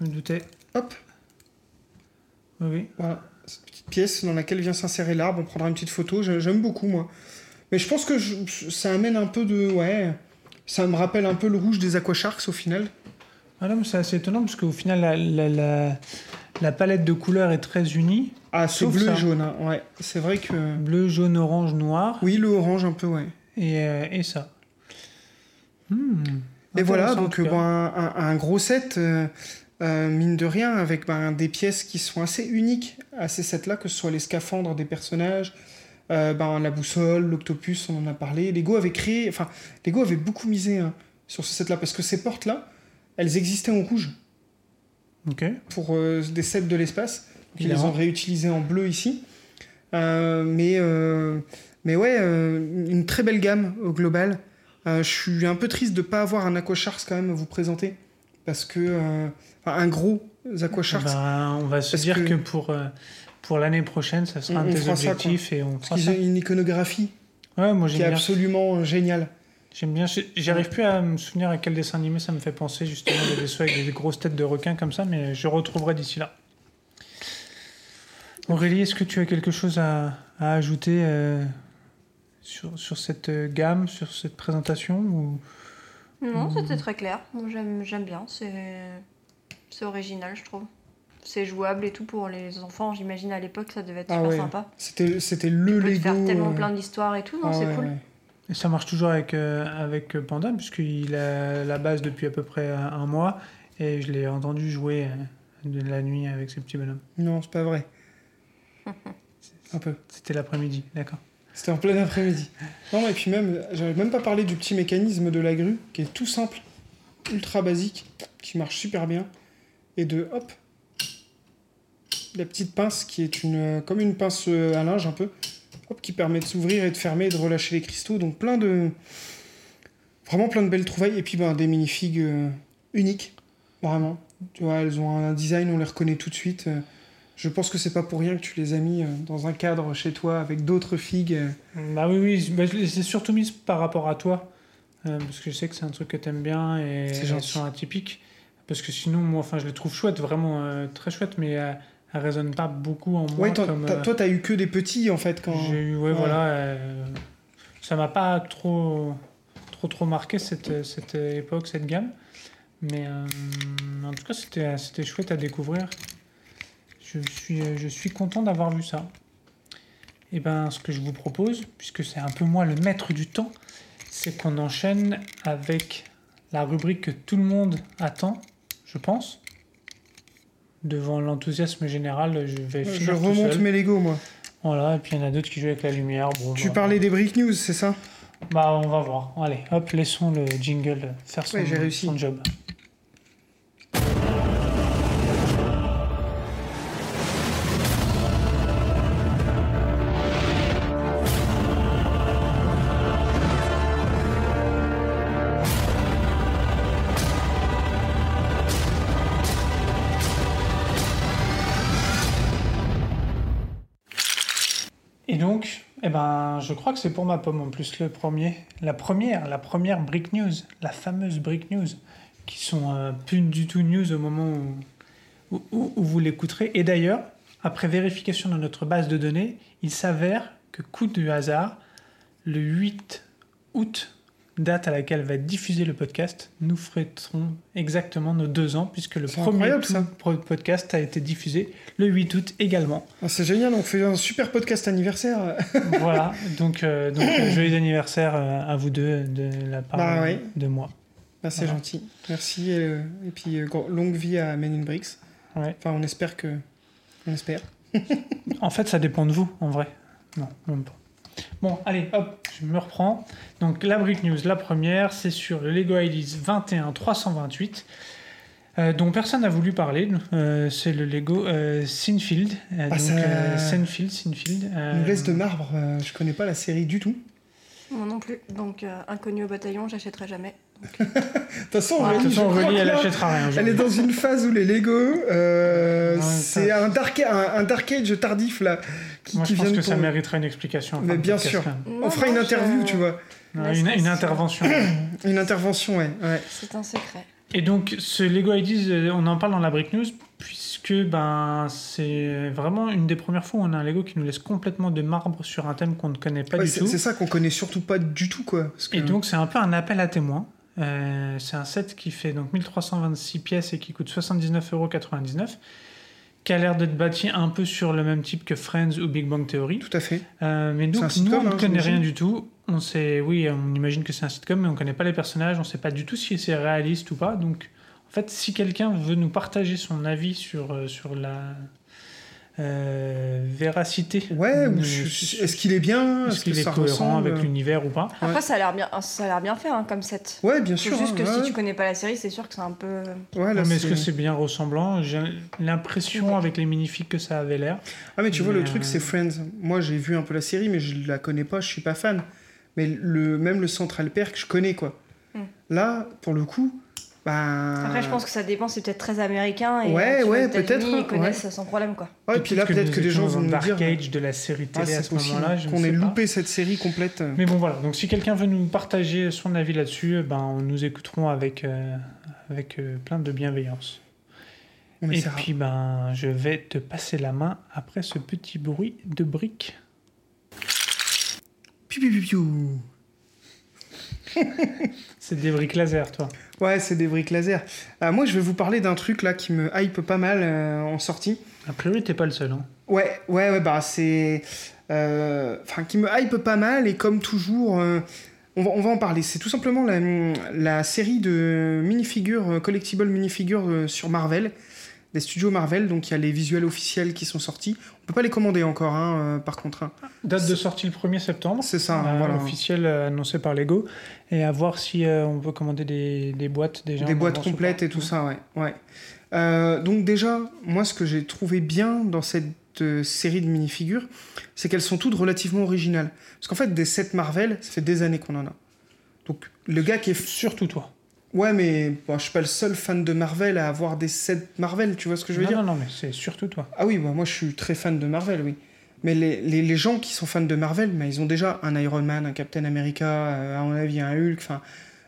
Speaker 5: me doutais.
Speaker 4: Hop,
Speaker 5: Oui, oui.
Speaker 4: Voilà, cette petite pièce dans laquelle vient s'insérer l'arbre. On prendra une petite photo. Je- J'aime beaucoup, moi. Mais je pense que je- ça amène un peu de. Ouais. Ça me rappelle un peu le rouge des Aquasharks au final.
Speaker 5: Ah non, mais c'est assez étonnant parce qu'au final la, la, la- la palette de couleurs est très unie.
Speaker 4: Ah, c'est
Speaker 5: Sauf
Speaker 4: bleu
Speaker 5: ça.
Speaker 4: et jaune. hein. Ouais, c'est vrai que.
Speaker 5: Bleu, jaune, orange, noir.
Speaker 4: Oui, le orange un peu, ouais.
Speaker 5: et, euh, et ça. Hmm.
Speaker 4: Et voilà,
Speaker 5: Intéressant, en
Speaker 4: donc
Speaker 5: tout
Speaker 4: euh,
Speaker 5: cas.
Speaker 4: bon, un, un- un gros set. euh, euh, mine de rien, avec ben, des pièces qui sont assez uniques à ces sets-là, que ce soit les scaphandres des personnages, euh, ben, la boussole, l'octopus, on en a parlé. Lego avait créé, enfin, Lego avait beaucoup misé hein, sur ce set-là, parce que ces portes-là, elles existaient en rouge
Speaker 5: Ok. Eh
Speaker 4: pour euh, des sets de l'espace. Donc, Ils les
Speaker 5: Hilarant.
Speaker 4: ont réutilisés en bleu ici. Euh, mais, euh, mais ouais, euh, une très belle gamme au global. Euh, je suis un peu triste de ne pas avoir un Aquasharks quand même à vous présenter. Parce que. euh, enfin, un gros Aquasharks.
Speaker 5: Ben, on va se
Speaker 4: Parce
Speaker 5: dire
Speaker 4: que-
Speaker 5: que, pour, euh, pour l'année prochaine, ça sera
Speaker 4: On-
Speaker 5: un
Speaker 4: on
Speaker 5: des
Speaker 4: fera ça,
Speaker 5: objectifs et on fera
Speaker 4: parce qu'ils
Speaker 5: ça.
Speaker 4: ont une iconographie
Speaker 5: Ouais, moi
Speaker 4: qui est
Speaker 5: j'aime bien.
Speaker 4: absolument euh, géniale.
Speaker 5: J'aime bien. J'ai- J'arrive plus à me souvenir à quel dessin animé ça me fait penser justement des vaisseaux avec des grosses têtes de requins comme ça, mais je retrouverai d'ici là. Aurélie, est-ce que tu as quelque chose à, à ajouter euh, sur, sur cette euh, gamme, sur cette présentation ou...
Speaker 2: Non, c'était très clair. Moi, J'aime j'aime bien. C'est c'est original, je trouve. C'est jouable et tout pour les enfants. J'imagine à l'époque, ça devait être
Speaker 4: Ah
Speaker 2: super
Speaker 4: ouais.
Speaker 2: sympa.
Speaker 4: C'était c'était le
Speaker 2: Tu peux te
Speaker 4: Lego.
Speaker 2: faire tellement
Speaker 4: euh,
Speaker 2: plein d'histoires et tout. Non,
Speaker 4: ah
Speaker 2: c'est
Speaker 4: ouais,
Speaker 2: cool.
Speaker 4: ouais.
Speaker 5: Et ça marche toujours avec, euh, avec Panda, puisqu'il a la base depuis à peu près un un mois, et je l'ai entendu jouer euh, de la nuit avec ses petits bonhommes.
Speaker 4: Non, c'est pas vrai. un peu.
Speaker 5: C'était l'après-midi, d'accord.
Speaker 4: C'était en plein après-midi. Non, et puis même, j'avais même pas parlé du petit mécanisme de la grue, qui est tout simple, ultra basique, qui marche super bien, et de hop, la petite pince qui est une, comme une pince euh, à linge un peu, hop, qui permet de s'ouvrir et de fermer, et de relâcher les cristaux. Donc plein de, vraiment plein de belles trouvailles, et puis ben des minifigs euh, uniques, vraiment. Tu vois, elles ont un design, on les reconnaît tout de suite. euh, Je pense que c'est pas pour rien que tu les as mis euh, dans un cadre chez toi avec d'autres figues. euh,
Speaker 5: Bah oui, oui, je- bah, je les ai surtout mises par rapport à toi, euh, parce que je sais que c'est un truc que t'aimes bien et
Speaker 4: C'est
Speaker 5: elles
Speaker 4: gentil.
Speaker 5: sont atypiques. Parce que sinon, moi, enfin, je les trouve chouettes, vraiment euh, très chouettes, mais euh, elles résonnent pas beaucoup en moi.
Speaker 4: Ouais, t'en-
Speaker 5: comme,
Speaker 4: t'as-
Speaker 5: euh,
Speaker 4: toi, t'as eu que des petits en fait quand.
Speaker 5: J'ai eu, ouais,
Speaker 4: Ouais.
Speaker 5: voilà. euh, ça m'a pas trop, trop, trop marqué cette, cette époque, cette gamme. Mais euh, en tout cas, c'était, c'était chouette à découvrir. Je suis, je suis content d'avoir vu ça. Et ben, ce que je vous propose, puisque c'est un peu moi le maître du temps, c'est qu'on enchaîne avec la rubrique que tout le monde attend, je pense. Devant l'enthousiasme général, je vais
Speaker 4: Je
Speaker 5: finir tout
Speaker 4: remonte
Speaker 5: seul.
Speaker 4: mes Lego moi.
Speaker 5: Voilà, et puis il y en a d'autres qui jouent avec la lumière. Bon,
Speaker 4: Tu
Speaker 5: bah,
Speaker 4: parlais des Brick News, c'est ça
Speaker 5: Bah, on va voir. Allez, hop, laissons le jingle faire son,
Speaker 4: Ouais, j'ai réussi.
Speaker 5: son job. Et donc, eh ben, je crois que c'est pour ma pomme en plus le premier. La première, la première Brick News, la fameuse Brick News, qui sont euh, plus du tout news au moment où, où- où- où vous l'écouterez. Et d'ailleurs, après vérification dans notre base de données, il s'avère que, coup de hasard, le 8 août, date à laquelle va être diffusé le podcast, nous fêterons exactement nos deux ans, puisque le
Speaker 4: C'est
Speaker 5: premier
Speaker 4: incroyable, ça.
Speaker 5: tout- podcast a été diffusé le 8 août également
Speaker 4: Ah, C'est génial, on fait un super podcast anniversaire.
Speaker 5: voilà, donc, euh, donc euh, joyeux anniversaire euh, à vous deux de la part
Speaker 4: Bah
Speaker 5: euh,
Speaker 4: ouais.
Speaker 5: de moi.
Speaker 4: Bah, c'est
Speaker 5: Voilà.
Speaker 4: gentil. Merci et, euh, et puis euh, grand- longue vie à Men in Bricks.
Speaker 5: Ouais.
Speaker 4: Enfin, on espère que. On espère.
Speaker 5: En fait, ça dépend de vous, en vrai. Non, même pas. Bon, allez, hop, je me reprends. Donc, la Brick News, la première, c'est sur le Lego Ideas 21 328, euh, dont personne n'a voulu parler. Euh, c'est le Lego euh, Sinfield. Euh,
Speaker 4: Ah,
Speaker 5: donc,
Speaker 4: ça-
Speaker 5: euh, Sinfield, Sinfield. euh,
Speaker 4: Une veste de marbre, euh, je connais pas la série du tout.
Speaker 2: Moi non plus. Donc, euh, inconnu au bataillon, j'achèterai jamais.
Speaker 4: De toute façon,
Speaker 5: De
Speaker 4: Aurélie,
Speaker 5: toute
Speaker 4: je
Speaker 5: façon,
Speaker 4: crois
Speaker 5: Aurélie,
Speaker 4: que
Speaker 5: elle
Speaker 4: là,
Speaker 5: achètera rien.
Speaker 4: elle est dans une phase où les Lego, euh,
Speaker 5: Ouais,
Speaker 4: c'est un dark, un, un dark age tardif là, qui,
Speaker 5: Moi,
Speaker 4: qui
Speaker 5: je pense
Speaker 4: vient
Speaker 5: que
Speaker 4: de
Speaker 5: ça
Speaker 4: tomber.
Speaker 5: mériterait une explication. en fin
Speaker 4: Mais
Speaker 5: de
Speaker 4: bien
Speaker 5: podcast,
Speaker 4: sûr.
Speaker 5: quand même.
Speaker 2: Non,
Speaker 4: On fera
Speaker 2: non,
Speaker 4: une
Speaker 2: je-
Speaker 4: interview, tu vois,
Speaker 5: Ouais, une, une intervention.
Speaker 4: une intervention, ouais. ouais.
Speaker 2: C'est un secret.
Speaker 5: Et donc, ce Lego Ideas, euh, on en parle dans la Brick News, puisque ben, c'est vraiment une des premières fois où on a un Lego qui nous laisse complètement de marbre sur un thème qu'on ne connaît pas
Speaker 4: Ouais,
Speaker 5: du
Speaker 4: c'est
Speaker 5: tout.
Speaker 4: c'est ça qu'on connaît surtout pas du tout, quoi. Parce que-
Speaker 5: Et donc, c'est un peu un appel à témoins. Euh, c'est un set qui fait donc 1326 pièces et qui coûte 79,99€, qui a l'air d'être bâti un peu sur le même type que Friends ou Big Bang Theory.
Speaker 4: Tout à fait.
Speaker 5: Euh, mais donc,
Speaker 4: C'est un
Speaker 5: nous,
Speaker 4: sitcom,
Speaker 5: on ne
Speaker 4: hein,
Speaker 5: connaît
Speaker 4: j'imagine.
Speaker 5: rien du tout. On sait, oui, on imagine que c'est un sitcom, mais on ne connaît pas les personnages, on ne sait pas du tout si c'est réaliste ou pas. Donc, en En fait, si quelqu'un veut nous partager son avis sur, euh, sur la euh, véracité.
Speaker 4: Ouais, ou
Speaker 5: de-
Speaker 4: je- je- est-ce qu'il est bien
Speaker 5: euh, est-ce
Speaker 4: Est-ce
Speaker 5: qu'il
Speaker 4: que
Speaker 5: est
Speaker 4: ça
Speaker 5: cohérent
Speaker 4: ressemble euh,
Speaker 5: avec l'univers ou pas
Speaker 2: Après,
Speaker 4: Ouais.
Speaker 2: ça a l'air bien, ça a l'air bien fait hein, comme set.
Speaker 4: Ouais, bien
Speaker 2: C'est
Speaker 4: sûr.
Speaker 2: juste que
Speaker 4: hein,
Speaker 2: si
Speaker 4: ouais.
Speaker 2: tu connais pas la série, c'est sûr que c'est un peu.
Speaker 4: Ouais, là,
Speaker 5: Non, mais est-ce
Speaker 4: c'est-
Speaker 5: que c'est bien ressemblant J'ai l'impression avec les minifigs que ça avait l'air.
Speaker 4: Ah mais tu vois
Speaker 5: Mais,
Speaker 4: le truc
Speaker 5: euh,
Speaker 4: c'est Friends. Moi j'ai vu un peu la série mais je la connais pas, je suis pas fan. Mais le même le Central Perk je connais quoi.
Speaker 2: Hmm.
Speaker 4: Là pour le coup bah
Speaker 2: Après, je pense que ça dépend, c'est peut-être très américain. Et,
Speaker 4: Ouais,
Speaker 2: tu vois,
Speaker 4: ouais,
Speaker 2: aux États-Unis,
Speaker 4: peut-être,
Speaker 2: Ils connaissent sans problème, quoi.
Speaker 4: Ouais, puis là peut-être que les gens vont nous
Speaker 5: Dark
Speaker 4: dire
Speaker 5: Age de la série
Speaker 4: ah,
Speaker 5: télé à
Speaker 4: c'est
Speaker 5: ce moment-là.
Speaker 4: possible
Speaker 5: je ne
Speaker 4: qu'on ait
Speaker 5: sais pas.
Speaker 4: loupé cette série complète.
Speaker 5: Mais bon voilà, donc si quelqu'un veut nous partager son avis là-dessus, eh ben on nous écouterons avec, euh, avec euh, plein de bienveillance.
Speaker 4: On
Speaker 5: Et
Speaker 4: essaiera.
Speaker 5: puis ben je vais te passer la main après ce petit bruit de briques.
Speaker 4: Piou, piou, piou, piou.
Speaker 5: C'est des briques laser toi.
Speaker 4: Ouais, c'est des briques laser. Ah, moi je vais vous parler d'un truc là qui me hype pas mal euh, en sortie.
Speaker 5: A priori t'es pas le seul. Hein.
Speaker 4: Ouais, ouais, ouais, bah c'est. euh, Enfin, qui me hype pas mal et comme toujours, euh, on, va, on va en parler. C'est tout simplement la, la série de minifigures, euh, collectible minifigures euh, sur Marvel, des studios Marvel. Donc il y a les visuels officiels qui sont sortis. On peut pas les commander encore, hein, euh, par contre. hein.
Speaker 5: Date de sortie le 1er septembre.
Speaker 4: C'est ça, hein,
Speaker 5: euh,
Speaker 4: voilà.
Speaker 5: officiel euh, annoncé par Lego et à voir si euh, on peut commander des, des boîtes déjà
Speaker 4: Des
Speaker 5: en
Speaker 4: boîtes
Speaker 5: avance ou
Speaker 4: complètes
Speaker 5: pas.
Speaker 4: et tout ça, ouais. ouais. Euh, donc déjà, moi, ce que j'ai trouvé bien dans cette euh, série de minifigures, c'est qu'elles sont toutes relativement originales. Parce qu'en fait, des 7 Marvel, ça fait des années qu'on en a. Donc le gars qui est... f-
Speaker 5: Surtout toi.
Speaker 4: Ouais, mais bon, je suis pas le seul fan de Marvel à avoir des 7 Marvel, tu vois ce que je veux
Speaker 5: non,
Speaker 4: dire
Speaker 5: non non mais c'est surtout toi.
Speaker 4: Ah oui, bah, moi, je suis très fan de Marvel, oui. Mais les, les- les gens qui sont fans de Marvel, bah, ils ont déjà un Iron Man, un Captain America, euh, à mon avis, un Hulk, enfin...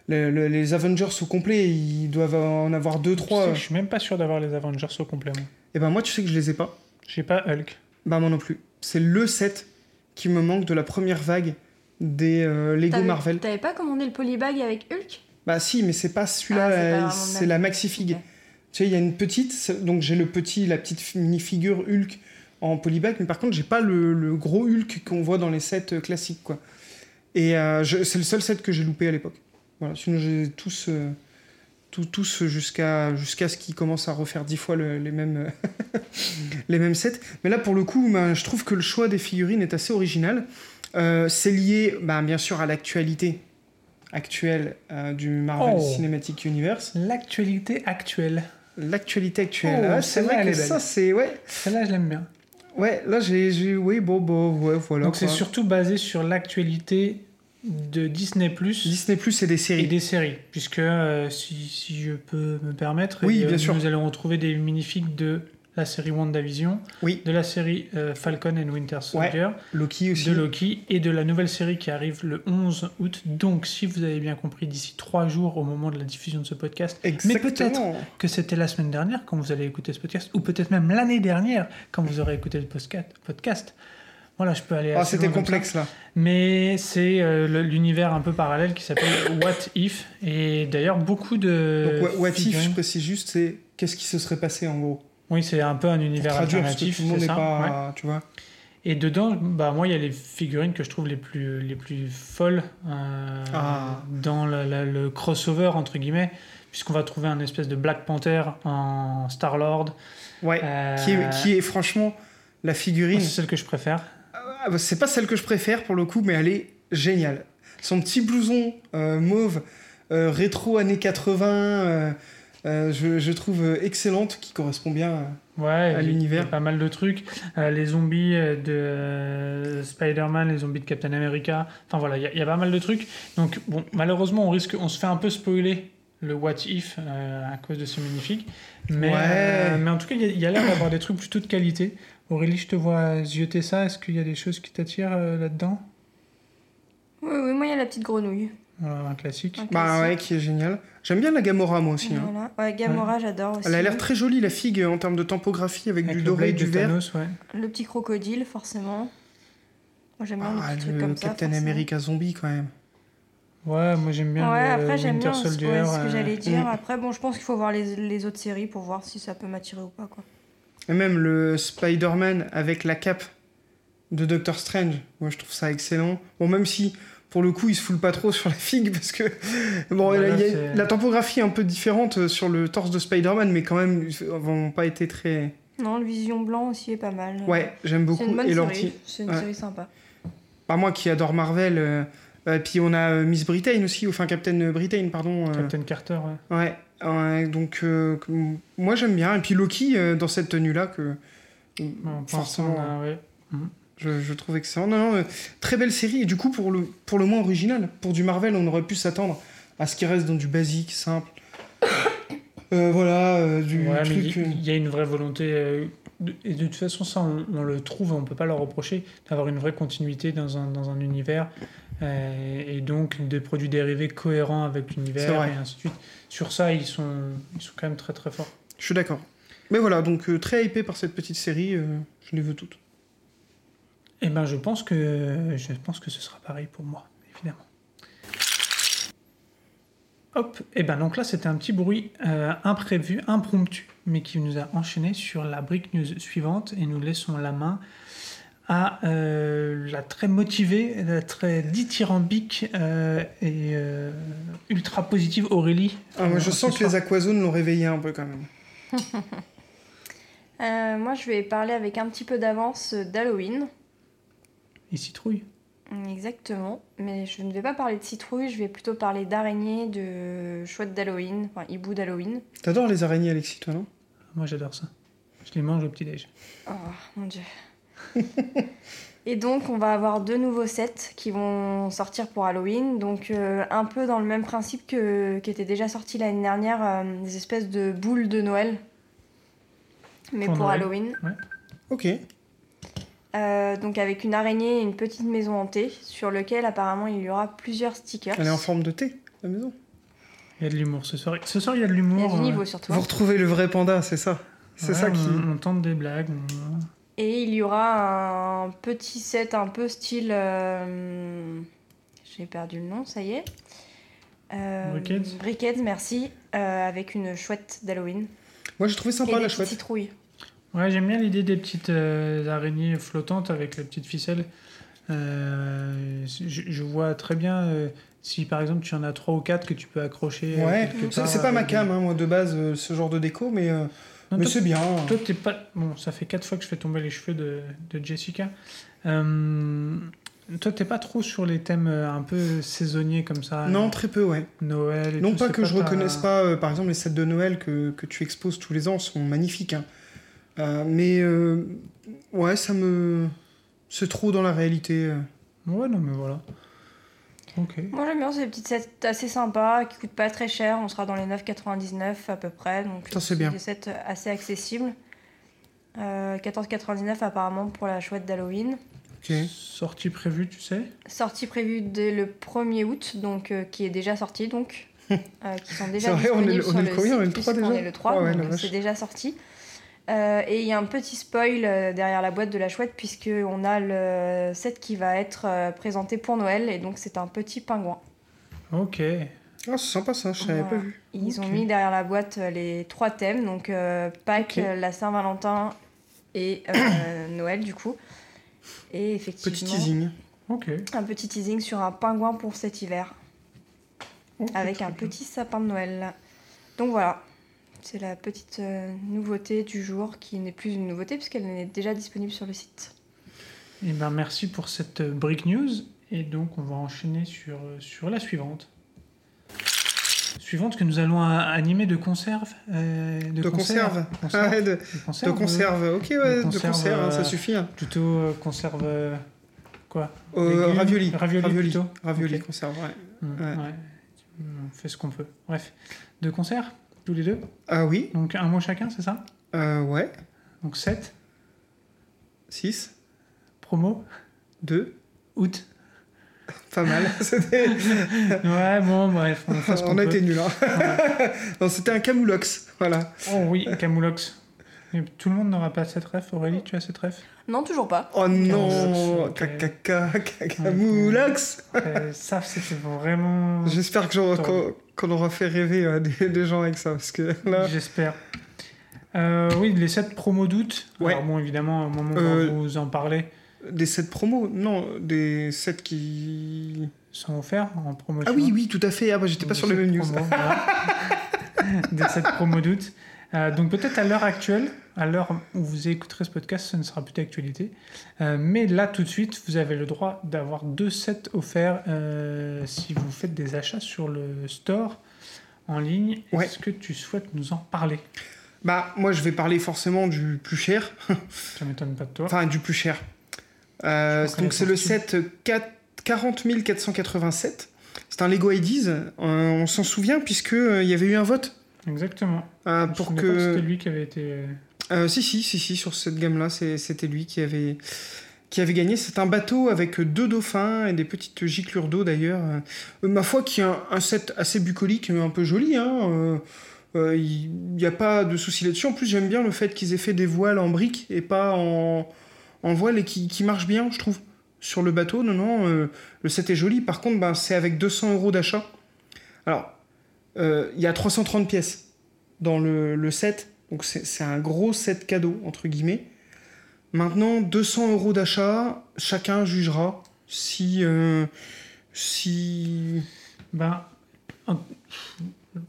Speaker 4: le- le- les Avengers au complet, ils doivent en avoir deux,
Speaker 5: Tu sais
Speaker 4: trois.
Speaker 5: que je suis même pas sûr d'avoir les Avengers au complet. moi.
Speaker 4: Et ben moi, tu sais que je les ai pas.
Speaker 5: J'ai pas Hulk.
Speaker 4: Bah moi non plus. C'est le set qui me manque de la première vague des euh, Lego
Speaker 2: T'avais-
Speaker 4: Marvel.
Speaker 2: T'avais pas commandé le polybag avec Hulk
Speaker 4: Bah si, mais c'est pas celui-là.
Speaker 2: Ah, c'est pas
Speaker 4: euh,
Speaker 2: vraiment le
Speaker 4: c'est
Speaker 2: même.
Speaker 4: la maxi fig.
Speaker 2: Ok.
Speaker 4: Tu sais, il y a une petite. c'est- Donc j'ai le petit, la petite mini figure Hulk en polybag, mais par contre j'ai pas le, le gros Hulk qu'on voit dans les sets euh, classiques quoi. Et euh, je- c'est le seul set que j'ai loupé à l'époque. Voilà. Sinon j'ai tous. euh, tout- tous jusqu'à jusqu'à ce qu'ils commencent à refaire dix fois le- les mêmes euh,
Speaker 5: Mm.
Speaker 4: les mêmes sets. Mais là pour le coup, ben, je trouve que le choix des figurines est assez original. Euh, c'est lié, ben, bien sûr, à l'actualité actuelle euh, du Marvel
Speaker 5: Oh.
Speaker 4: Cinematic Universe.
Speaker 5: L'actualité actuelle.
Speaker 4: L'actualité actuelle.
Speaker 5: Oh,
Speaker 4: Ah, c'est
Speaker 5: celle-là,
Speaker 4: vrai
Speaker 5: elle
Speaker 4: que
Speaker 5: est belle.
Speaker 4: ça, c'est ouais,
Speaker 5: Celle-là, je l'aime bien.
Speaker 4: ouais. Là, j'ai, j'ai- oui, bon, bon, ouais, voilà.
Speaker 5: Donc c'est
Speaker 4: quoi.
Speaker 5: surtout basé sur l'actualité de Disney Plus
Speaker 4: Disney Plus et des séries.
Speaker 5: et des séries, puisque euh, si, si je peux me permettre,
Speaker 4: Oui,
Speaker 5: et, euh,
Speaker 4: bien sûr.
Speaker 5: nous allons retrouver des minifigs de la série WandaVision,
Speaker 4: Oui,
Speaker 5: de la série euh, Falcon and Winter Soldier,
Speaker 4: Loki aussi.
Speaker 5: de Loki et de la nouvelle série qui arrive le 11 août. Donc si vous avez bien compris, d'ici trois jours au moment de la diffusion de ce podcast, mais peut-être
Speaker 4: Exactement.
Speaker 5: que c'était la semaine dernière quand vous allez écouter ce podcast, ou peut-être même l'année dernière quand vous aurez écouté le postca- podcast. Voilà, je peux aller.
Speaker 4: Ah,
Speaker 5: assez
Speaker 4: c'était
Speaker 5: loin comme ça.
Speaker 4: complexe là.
Speaker 5: Mais c'est euh, le- l'univers un peu parallèle qui s'appelle What If, et d'ailleurs beaucoup de.
Speaker 4: Donc, what, what if,
Speaker 5: figurines-
Speaker 4: je précise juste, c'est qu'est-ce qui se serait passé en gros.
Speaker 5: Oui, c'est un peu un
Speaker 4: Pour
Speaker 5: univers
Speaker 4: traduire, parce que
Speaker 5: alternatif,
Speaker 4: tout le monde
Speaker 5: c'est
Speaker 4: n'est
Speaker 5: ça. ouais.
Speaker 4: pas, tu vois.
Speaker 5: Et dedans, bah moi, il y a les figurines que je trouve les plus les plus folles euh,
Speaker 4: Ah.
Speaker 5: dans la- la- le crossover entre guillemets, puisqu'on va trouver un espèce de Black Panther en Star Lord.
Speaker 4: Ouais.
Speaker 5: Euh,
Speaker 4: qui, est, qui est franchement la
Speaker 5: C'est
Speaker 4: figurine.
Speaker 5: celle que je préfère.
Speaker 4: Ah, bah, C'est pas celle que je préfère pour le coup, mais elle est géniale. Son petit blouson euh, mauve, euh, rétro années 80, euh, euh, je, je trouve euh, excellente, qui correspond bien. euh.
Speaker 5: Ouais,
Speaker 4: à
Speaker 5: il y-
Speaker 4: l'univers.
Speaker 5: il y a Pas mal de trucs. Euh, les zombies euh, de euh, Spider-Man, les zombies de Captain America. Enfin voilà, il y a- il y, a pas mal de trucs. Donc bon, malheureusement, on risque, on se fait un peu spoiler le What If euh, à cause de ce magnifique. Mais,
Speaker 4: Ouais.
Speaker 5: euh, mais en tout cas, il y a- il y a, l'air d'avoir des trucs plutôt de qualité. Aurélie, je te vois zioter ça. Est-ce qu'il y a des choses qui t'attirent euh, là-dedans
Speaker 2: Oui, oui, moi, il y a la petite grenouille.
Speaker 5: Voilà, Euh, un classique.
Speaker 2: Un
Speaker 4: Bah
Speaker 2: classique.
Speaker 4: ouais, qui est géniale. J'aime bien la Gamora, moi aussi. hein.
Speaker 2: Voilà. Ouais, Gamora, j'adore aussi.
Speaker 4: Elle a l'air très jolie, la figue, euh, en termes de topographie, avec,
Speaker 5: Avec
Speaker 4: du
Speaker 5: le
Speaker 4: doré et
Speaker 5: blade
Speaker 4: du
Speaker 5: de
Speaker 4: vert.
Speaker 5: Thanos, ouais.
Speaker 2: Le petit crocodile, forcément. Moi, j'aime bien
Speaker 4: Ah,
Speaker 2: les petits trucs
Speaker 4: le
Speaker 2: comme ça.
Speaker 4: Captain
Speaker 2: forcément.
Speaker 4: America zombie, quand même.
Speaker 5: Ouais, moi j'aime bien.
Speaker 2: ouais,
Speaker 5: le
Speaker 2: après, j'aime
Speaker 5: Winter
Speaker 2: bien ce,
Speaker 5: Soldier,
Speaker 2: ouais, ce que
Speaker 5: euh,
Speaker 2: j'allais dire.
Speaker 4: Mm.
Speaker 2: Après, bon, je pense qu'il faut voir les, les autres séries pour voir si ça peut m'attirer ou pas, quoi.
Speaker 4: Et même le Spider-Man avec la cape de Doctor Strange. Moi, je trouve ça excellent. Bon, même si, Pour le coup, il se foule pas trop sur la figue parce que bon,
Speaker 5: Voilà,
Speaker 4: il y a-
Speaker 5: c'est-
Speaker 4: la topographie est un peu différente euh, sur le torse de Spider-Man, mais quand même, ils n'ont pas été très.
Speaker 2: Non, le Vision Blanc aussi est pas mal.
Speaker 4: Ouais, j'aime
Speaker 2: C'est
Speaker 4: beaucoup.
Speaker 2: une bonne
Speaker 4: et l'anti-
Speaker 2: série. C'est une
Speaker 4: Ouais.
Speaker 2: série sympa.
Speaker 4: Pas moi qui adore Marvel. euh, euh, puis on a euh, Miss Britain aussi, enfin Captain Britain, pardon. euh,
Speaker 5: Captain Carter, ouais.
Speaker 4: ouais, ouais, donc euh, que- moi j'aime bien. Et puis Loki euh, dans cette tenue-là que
Speaker 5: Ouais, pour
Speaker 4: forcément
Speaker 5: l'instant, on a- ouais.
Speaker 4: je, je trouve excellent. Non, non, euh, très belle série et du coup pour le, pour le moins original. Pour du Marvel, on aurait pu s'attendre à ce qui reste dans du basique, simple. Euh, voilà, euh, du
Speaker 5: Ouais, mais
Speaker 4: truc.
Speaker 5: il
Speaker 4: euh,
Speaker 5: il y a une vraie volonté. euh, de- Et de toute façon, ça, on, on le trouve, on peut pas leur reprocher d'avoir une vraie continuité dans un, dans un univers euh, et donc des produits dérivés cohérents avec
Speaker 4: C'est
Speaker 5: l'univers
Speaker 4: vrai.
Speaker 5: et ainsi de suite. Sur ça, ils sont, ils sont quand même très très forts.
Speaker 4: Je suis d'accord. Mais voilà, donc euh, très hypé par cette petite série, euh, je les veux toutes.
Speaker 5: Et ben, je pense que je pense que ce sera pareil pour moi, évidemment. Hop, et ben donc là c'était un petit bruit euh, imprévu, impromptu, mais qui nous a enchaîné sur la brique news suivante et nous laissons la main à euh, la très motivée, la très dithyrambique euh, et euh, ultra positive Aurélie.
Speaker 4: Ah, moi, je
Speaker 5: Euh,
Speaker 4: sens
Speaker 5: ce
Speaker 4: que les
Speaker 5: soir.
Speaker 4: Aquazones l'ont réveillé un peu quand même.
Speaker 2: Euh, moi, je vais parler avec un petit peu d'avance d'Halloween.
Speaker 5: Et citrouille.
Speaker 2: Exactement. Mais je ne vais pas parler de citrouille, je vais plutôt parler d'araignée, de chouette d'Halloween, enfin hibou d'Halloween.
Speaker 4: T'adores les araignées, Alexis, toi, non
Speaker 5: Moi j'adore ça. Je les mange au petit déj.
Speaker 2: Oh mon dieu. Et donc, on va avoir deux nouveaux sets qui vont sortir pour Halloween. Donc, euh, un peu dans le même principe que, qui était déjà sorti l'année dernière, euh, des espèces de boules de Noël. Mais
Speaker 5: Pour
Speaker 2: pour,
Speaker 5: Noël.
Speaker 2: Halloween.
Speaker 4: Ok.
Speaker 2: Euh, donc, avec une araignée et une petite maison hantée, sur lequel apparemment il y aura plusieurs stickers.
Speaker 4: Elle est en forme de thé, la maison.
Speaker 5: Il y a de l'humour ce soir. Ce soir il y a de
Speaker 2: Il y
Speaker 5: l'humour.
Speaker 2: a du
Speaker 5: euh,
Speaker 2: niveau surtout.
Speaker 4: Vous retrouvez le vrai panda, c'est ça C'est
Speaker 5: Ouais,
Speaker 4: ça qui.
Speaker 5: On, on tente des blagues. on-
Speaker 2: Et il y aura un petit set un peu style. euh, J'ai perdu le nom, ça y est. Euh,
Speaker 5: Brickheads
Speaker 2: Brickheads, merci. euh, avec une chouette d'Halloween.
Speaker 4: Moi, j'ai trouvé
Speaker 2: Et
Speaker 4: sympa
Speaker 2: des
Speaker 4: la
Speaker 2: petites
Speaker 4: chouette.
Speaker 2: citrouilles.
Speaker 5: Ouais, j'aime bien l'idée des petites euh, araignées flottantes avec les petites ficelles. Euh, je, je vois très bien euh, si par exemple tu en as trois ou quatre que tu peux accrocher. euh,
Speaker 4: Ouais,
Speaker 5: quelque
Speaker 4: c'est
Speaker 5: part
Speaker 4: c'est pas ma
Speaker 5: avec
Speaker 4: cam, hein, moi, de base, euh, ce genre de déco, mais, euh,
Speaker 5: Non,
Speaker 4: mais
Speaker 5: toi-
Speaker 4: c'est bien. hein.
Speaker 5: Toi, t'es pas. Bon, ça fait quatre fois que je fais tomber les cheveux de, de Jessica. Euh, toi, t'es pas trop sur les thèmes euh, un peu saisonniers comme ça.
Speaker 4: Non,
Speaker 5: euh,
Speaker 4: très peu, ouais.
Speaker 5: Noël. et
Speaker 4: Non
Speaker 5: tout,
Speaker 4: pas
Speaker 5: c'est
Speaker 4: que je
Speaker 5: ta-
Speaker 4: reconnaisse pas, euh, par exemple, les sets de Noël que, que tu exposes tous les ans sont magnifiques. hein. Euh, mais euh, ouais, ça me. C'est trop dans la réalité. euh.
Speaker 5: Ouais, non, mais voilà. Ok.
Speaker 2: Moi j'aime bien ces petites sets assez sympas qui coûtent pas très cher. On sera dans les 9,99 à peu près. Donc
Speaker 4: Ça, c'est bien.
Speaker 2: des sets assez accessibles. Euh, 14,99 apparemment pour la chouette d'Halloween.
Speaker 4: Ok.
Speaker 5: Sortie prévue, tu sais
Speaker 2: Sortie prévue dès le 1er août, donc euh, qui est déjà sorti donc. euh, qui sont
Speaker 4: C'est
Speaker 2: déjà
Speaker 4: vrai, on est le-
Speaker 2: disponibles
Speaker 4: on
Speaker 2: sur
Speaker 4: est le combien On est le
Speaker 2: site,
Speaker 4: 3
Speaker 2: puisqu'on
Speaker 4: déjà
Speaker 2: est le 3,
Speaker 4: Ah ouais, la
Speaker 2: donc
Speaker 4: vache.
Speaker 2: c'est déjà sorti. Euh, et il y a un petit spoil euh, derrière la boîte de la chouette, puisqu'on a le set qui va être euh, présenté pour Noël, et donc c'est un petit pingouin.
Speaker 5: Ok.
Speaker 4: Ah, c'est sympa ça, je l'avais
Speaker 2: Voilà.
Speaker 4: pas vu.
Speaker 2: Ils
Speaker 5: Ok.
Speaker 2: ont mis derrière la boîte euh, les trois thèmes, donc euh, Pâques,
Speaker 5: Ok.
Speaker 2: euh, la Saint-Valentin et euh, Noël du coup. Et effectivement,
Speaker 4: Petit teasing.
Speaker 5: Ok.
Speaker 2: un petit teasing sur un pingouin pour cet hiver.
Speaker 5: Ok,
Speaker 2: avec
Speaker 5: très
Speaker 2: un
Speaker 5: bien.
Speaker 2: petit sapin de Noël. Donc voilà, c'est la petite euh, nouveauté du jour qui n'est plus une nouveauté puisqu'elle est déjà disponible sur le site.
Speaker 5: Eh ben, merci pour cette euh, break news. Et donc, on va enchaîner sur, euh, sur la suivante. Suivante que nous allons a- animer de conserve. euh, de,
Speaker 4: De conserve.
Speaker 5: Conserve.
Speaker 4: Ouais, de,
Speaker 5: De
Speaker 4: de
Speaker 5: conserve.
Speaker 4: conserve. Ok, ouais, de conserve,
Speaker 5: conserve,
Speaker 4: hein, ça
Speaker 5: euh,
Speaker 4: suffit. hein.
Speaker 5: euh, Plutôt euh, conserve. euh, quoi
Speaker 4: Euh,
Speaker 5: Légumes,
Speaker 4: ravioli.
Speaker 5: Ravioli,
Speaker 4: Ravioli,
Speaker 5: plutôt.
Speaker 4: Ravioli,
Speaker 5: Ok.
Speaker 4: conserve, ouais.
Speaker 5: Mm,
Speaker 4: Ouais.
Speaker 5: ouais. On fait ce qu'on peut. Bref. De conserve, tous les deux.
Speaker 4: Ah oui,
Speaker 5: Donc, un mot chacun, c'est ça
Speaker 4: euh, ouais.
Speaker 5: Donc, 7.
Speaker 4: 6,
Speaker 5: Promo.
Speaker 4: 2,
Speaker 5: Août.
Speaker 4: pas mal. C'était-
Speaker 5: Ouais, bon, bref. On, fait ce
Speaker 4: on
Speaker 5: qu'on
Speaker 4: a
Speaker 5: peut. Ah
Speaker 4: été nuls. hein. non, c'était un camoulox, voilà.
Speaker 5: Oh oui, Camoulox. Mais Tout le monde n'aura pas cette ref. Aurélie, tu as cette ref
Speaker 2: Non, toujours pas.
Speaker 4: Oh non
Speaker 5: Camoulox, ok.
Speaker 4: Cacaca, camoulox
Speaker 5: Euh, Ça, c'était vraiment.
Speaker 4: J'espère que j'aurai- qu'on qu'on aura fait rêver euh, des, des gens avec ça, parce que là...
Speaker 5: J'espère. Euh, oui, les 7 promos d'août.
Speaker 4: Ouais.
Speaker 5: Alors, bon, évidemment, au moment où
Speaker 4: Euh,
Speaker 5: vous en parlez,
Speaker 4: Des sets promos Non, des sets qui...
Speaker 5: sont offerts en promotion.
Speaker 4: Ah oui, oui, tout à fait. Ah, bah, j'étais pas
Speaker 5: de
Speaker 4: sur le
Speaker 5: cette
Speaker 4: même news.
Speaker 5: promo, voilà. de cette promo d'août. Euh, donc peut-être à l'heure actuelle, à l'heure où vous écouterez ce podcast, ce ne sera plus d'actualité. Euh, mais là, tout de suite, vous avez le droit d'avoir deux sets offerts euh, si vous faites des achats sur le store en ligne.
Speaker 4: Ouais.
Speaker 5: Est-ce que tu souhaites nous en parler
Speaker 4: Bah, moi, je vais parler forcément du plus cher.
Speaker 5: Ça m'étonne pas de toi.
Speaker 4: Enfin, du plus cher. Euh,
Speaker 5: Je pense qu'on
Speaker 4: donc,
Speaker 5: est
Speaker 4: c'est le
Speaker 5: parti.
Speaker 4: set 4 40 487. C'est un Lego IDs. Euh, on s'en souvient, puisque euh, il y avait eu un vote
Speaker 5: Exactement.
Speaker 4: euh,
Speaker 5: Je
Speaker 4: pour
Speaker 5: me souvenais pas C'était
Speaker 4: que.
Speaker 5: lui qui avait été.
Speaker 4: Euh, si, si, si, si, sur cette gamme-là, c'est- c'était lui qui avait, qui avait gagné. C'est un bateau avec deux dauphins et des petites giclures d'eau d'ailleurs. Euh, ma foi, qui est un, un set assez bucolique, mais un peu joli. hein, euh, euh, Il n'y a pas de souci là-dessus. En plus, j'aime bien le fait qu'ils aient fait des voiles en briques et pas en, en voile et qui, qui marchent bien, je trouve. Sur le bateau, non, non, euh, le set est joli. Par contre, ben, c'est avec 200 euros d'achat. Alors, euh, il y a 330 pièces dans le, le set. Donc c'est c'est un gros set cadeau, entre guillemets. Maintenant, 200 euros d'achat, chacun jugera si... euh, si...
Speaker 5: Ben,
Speaker 4: Il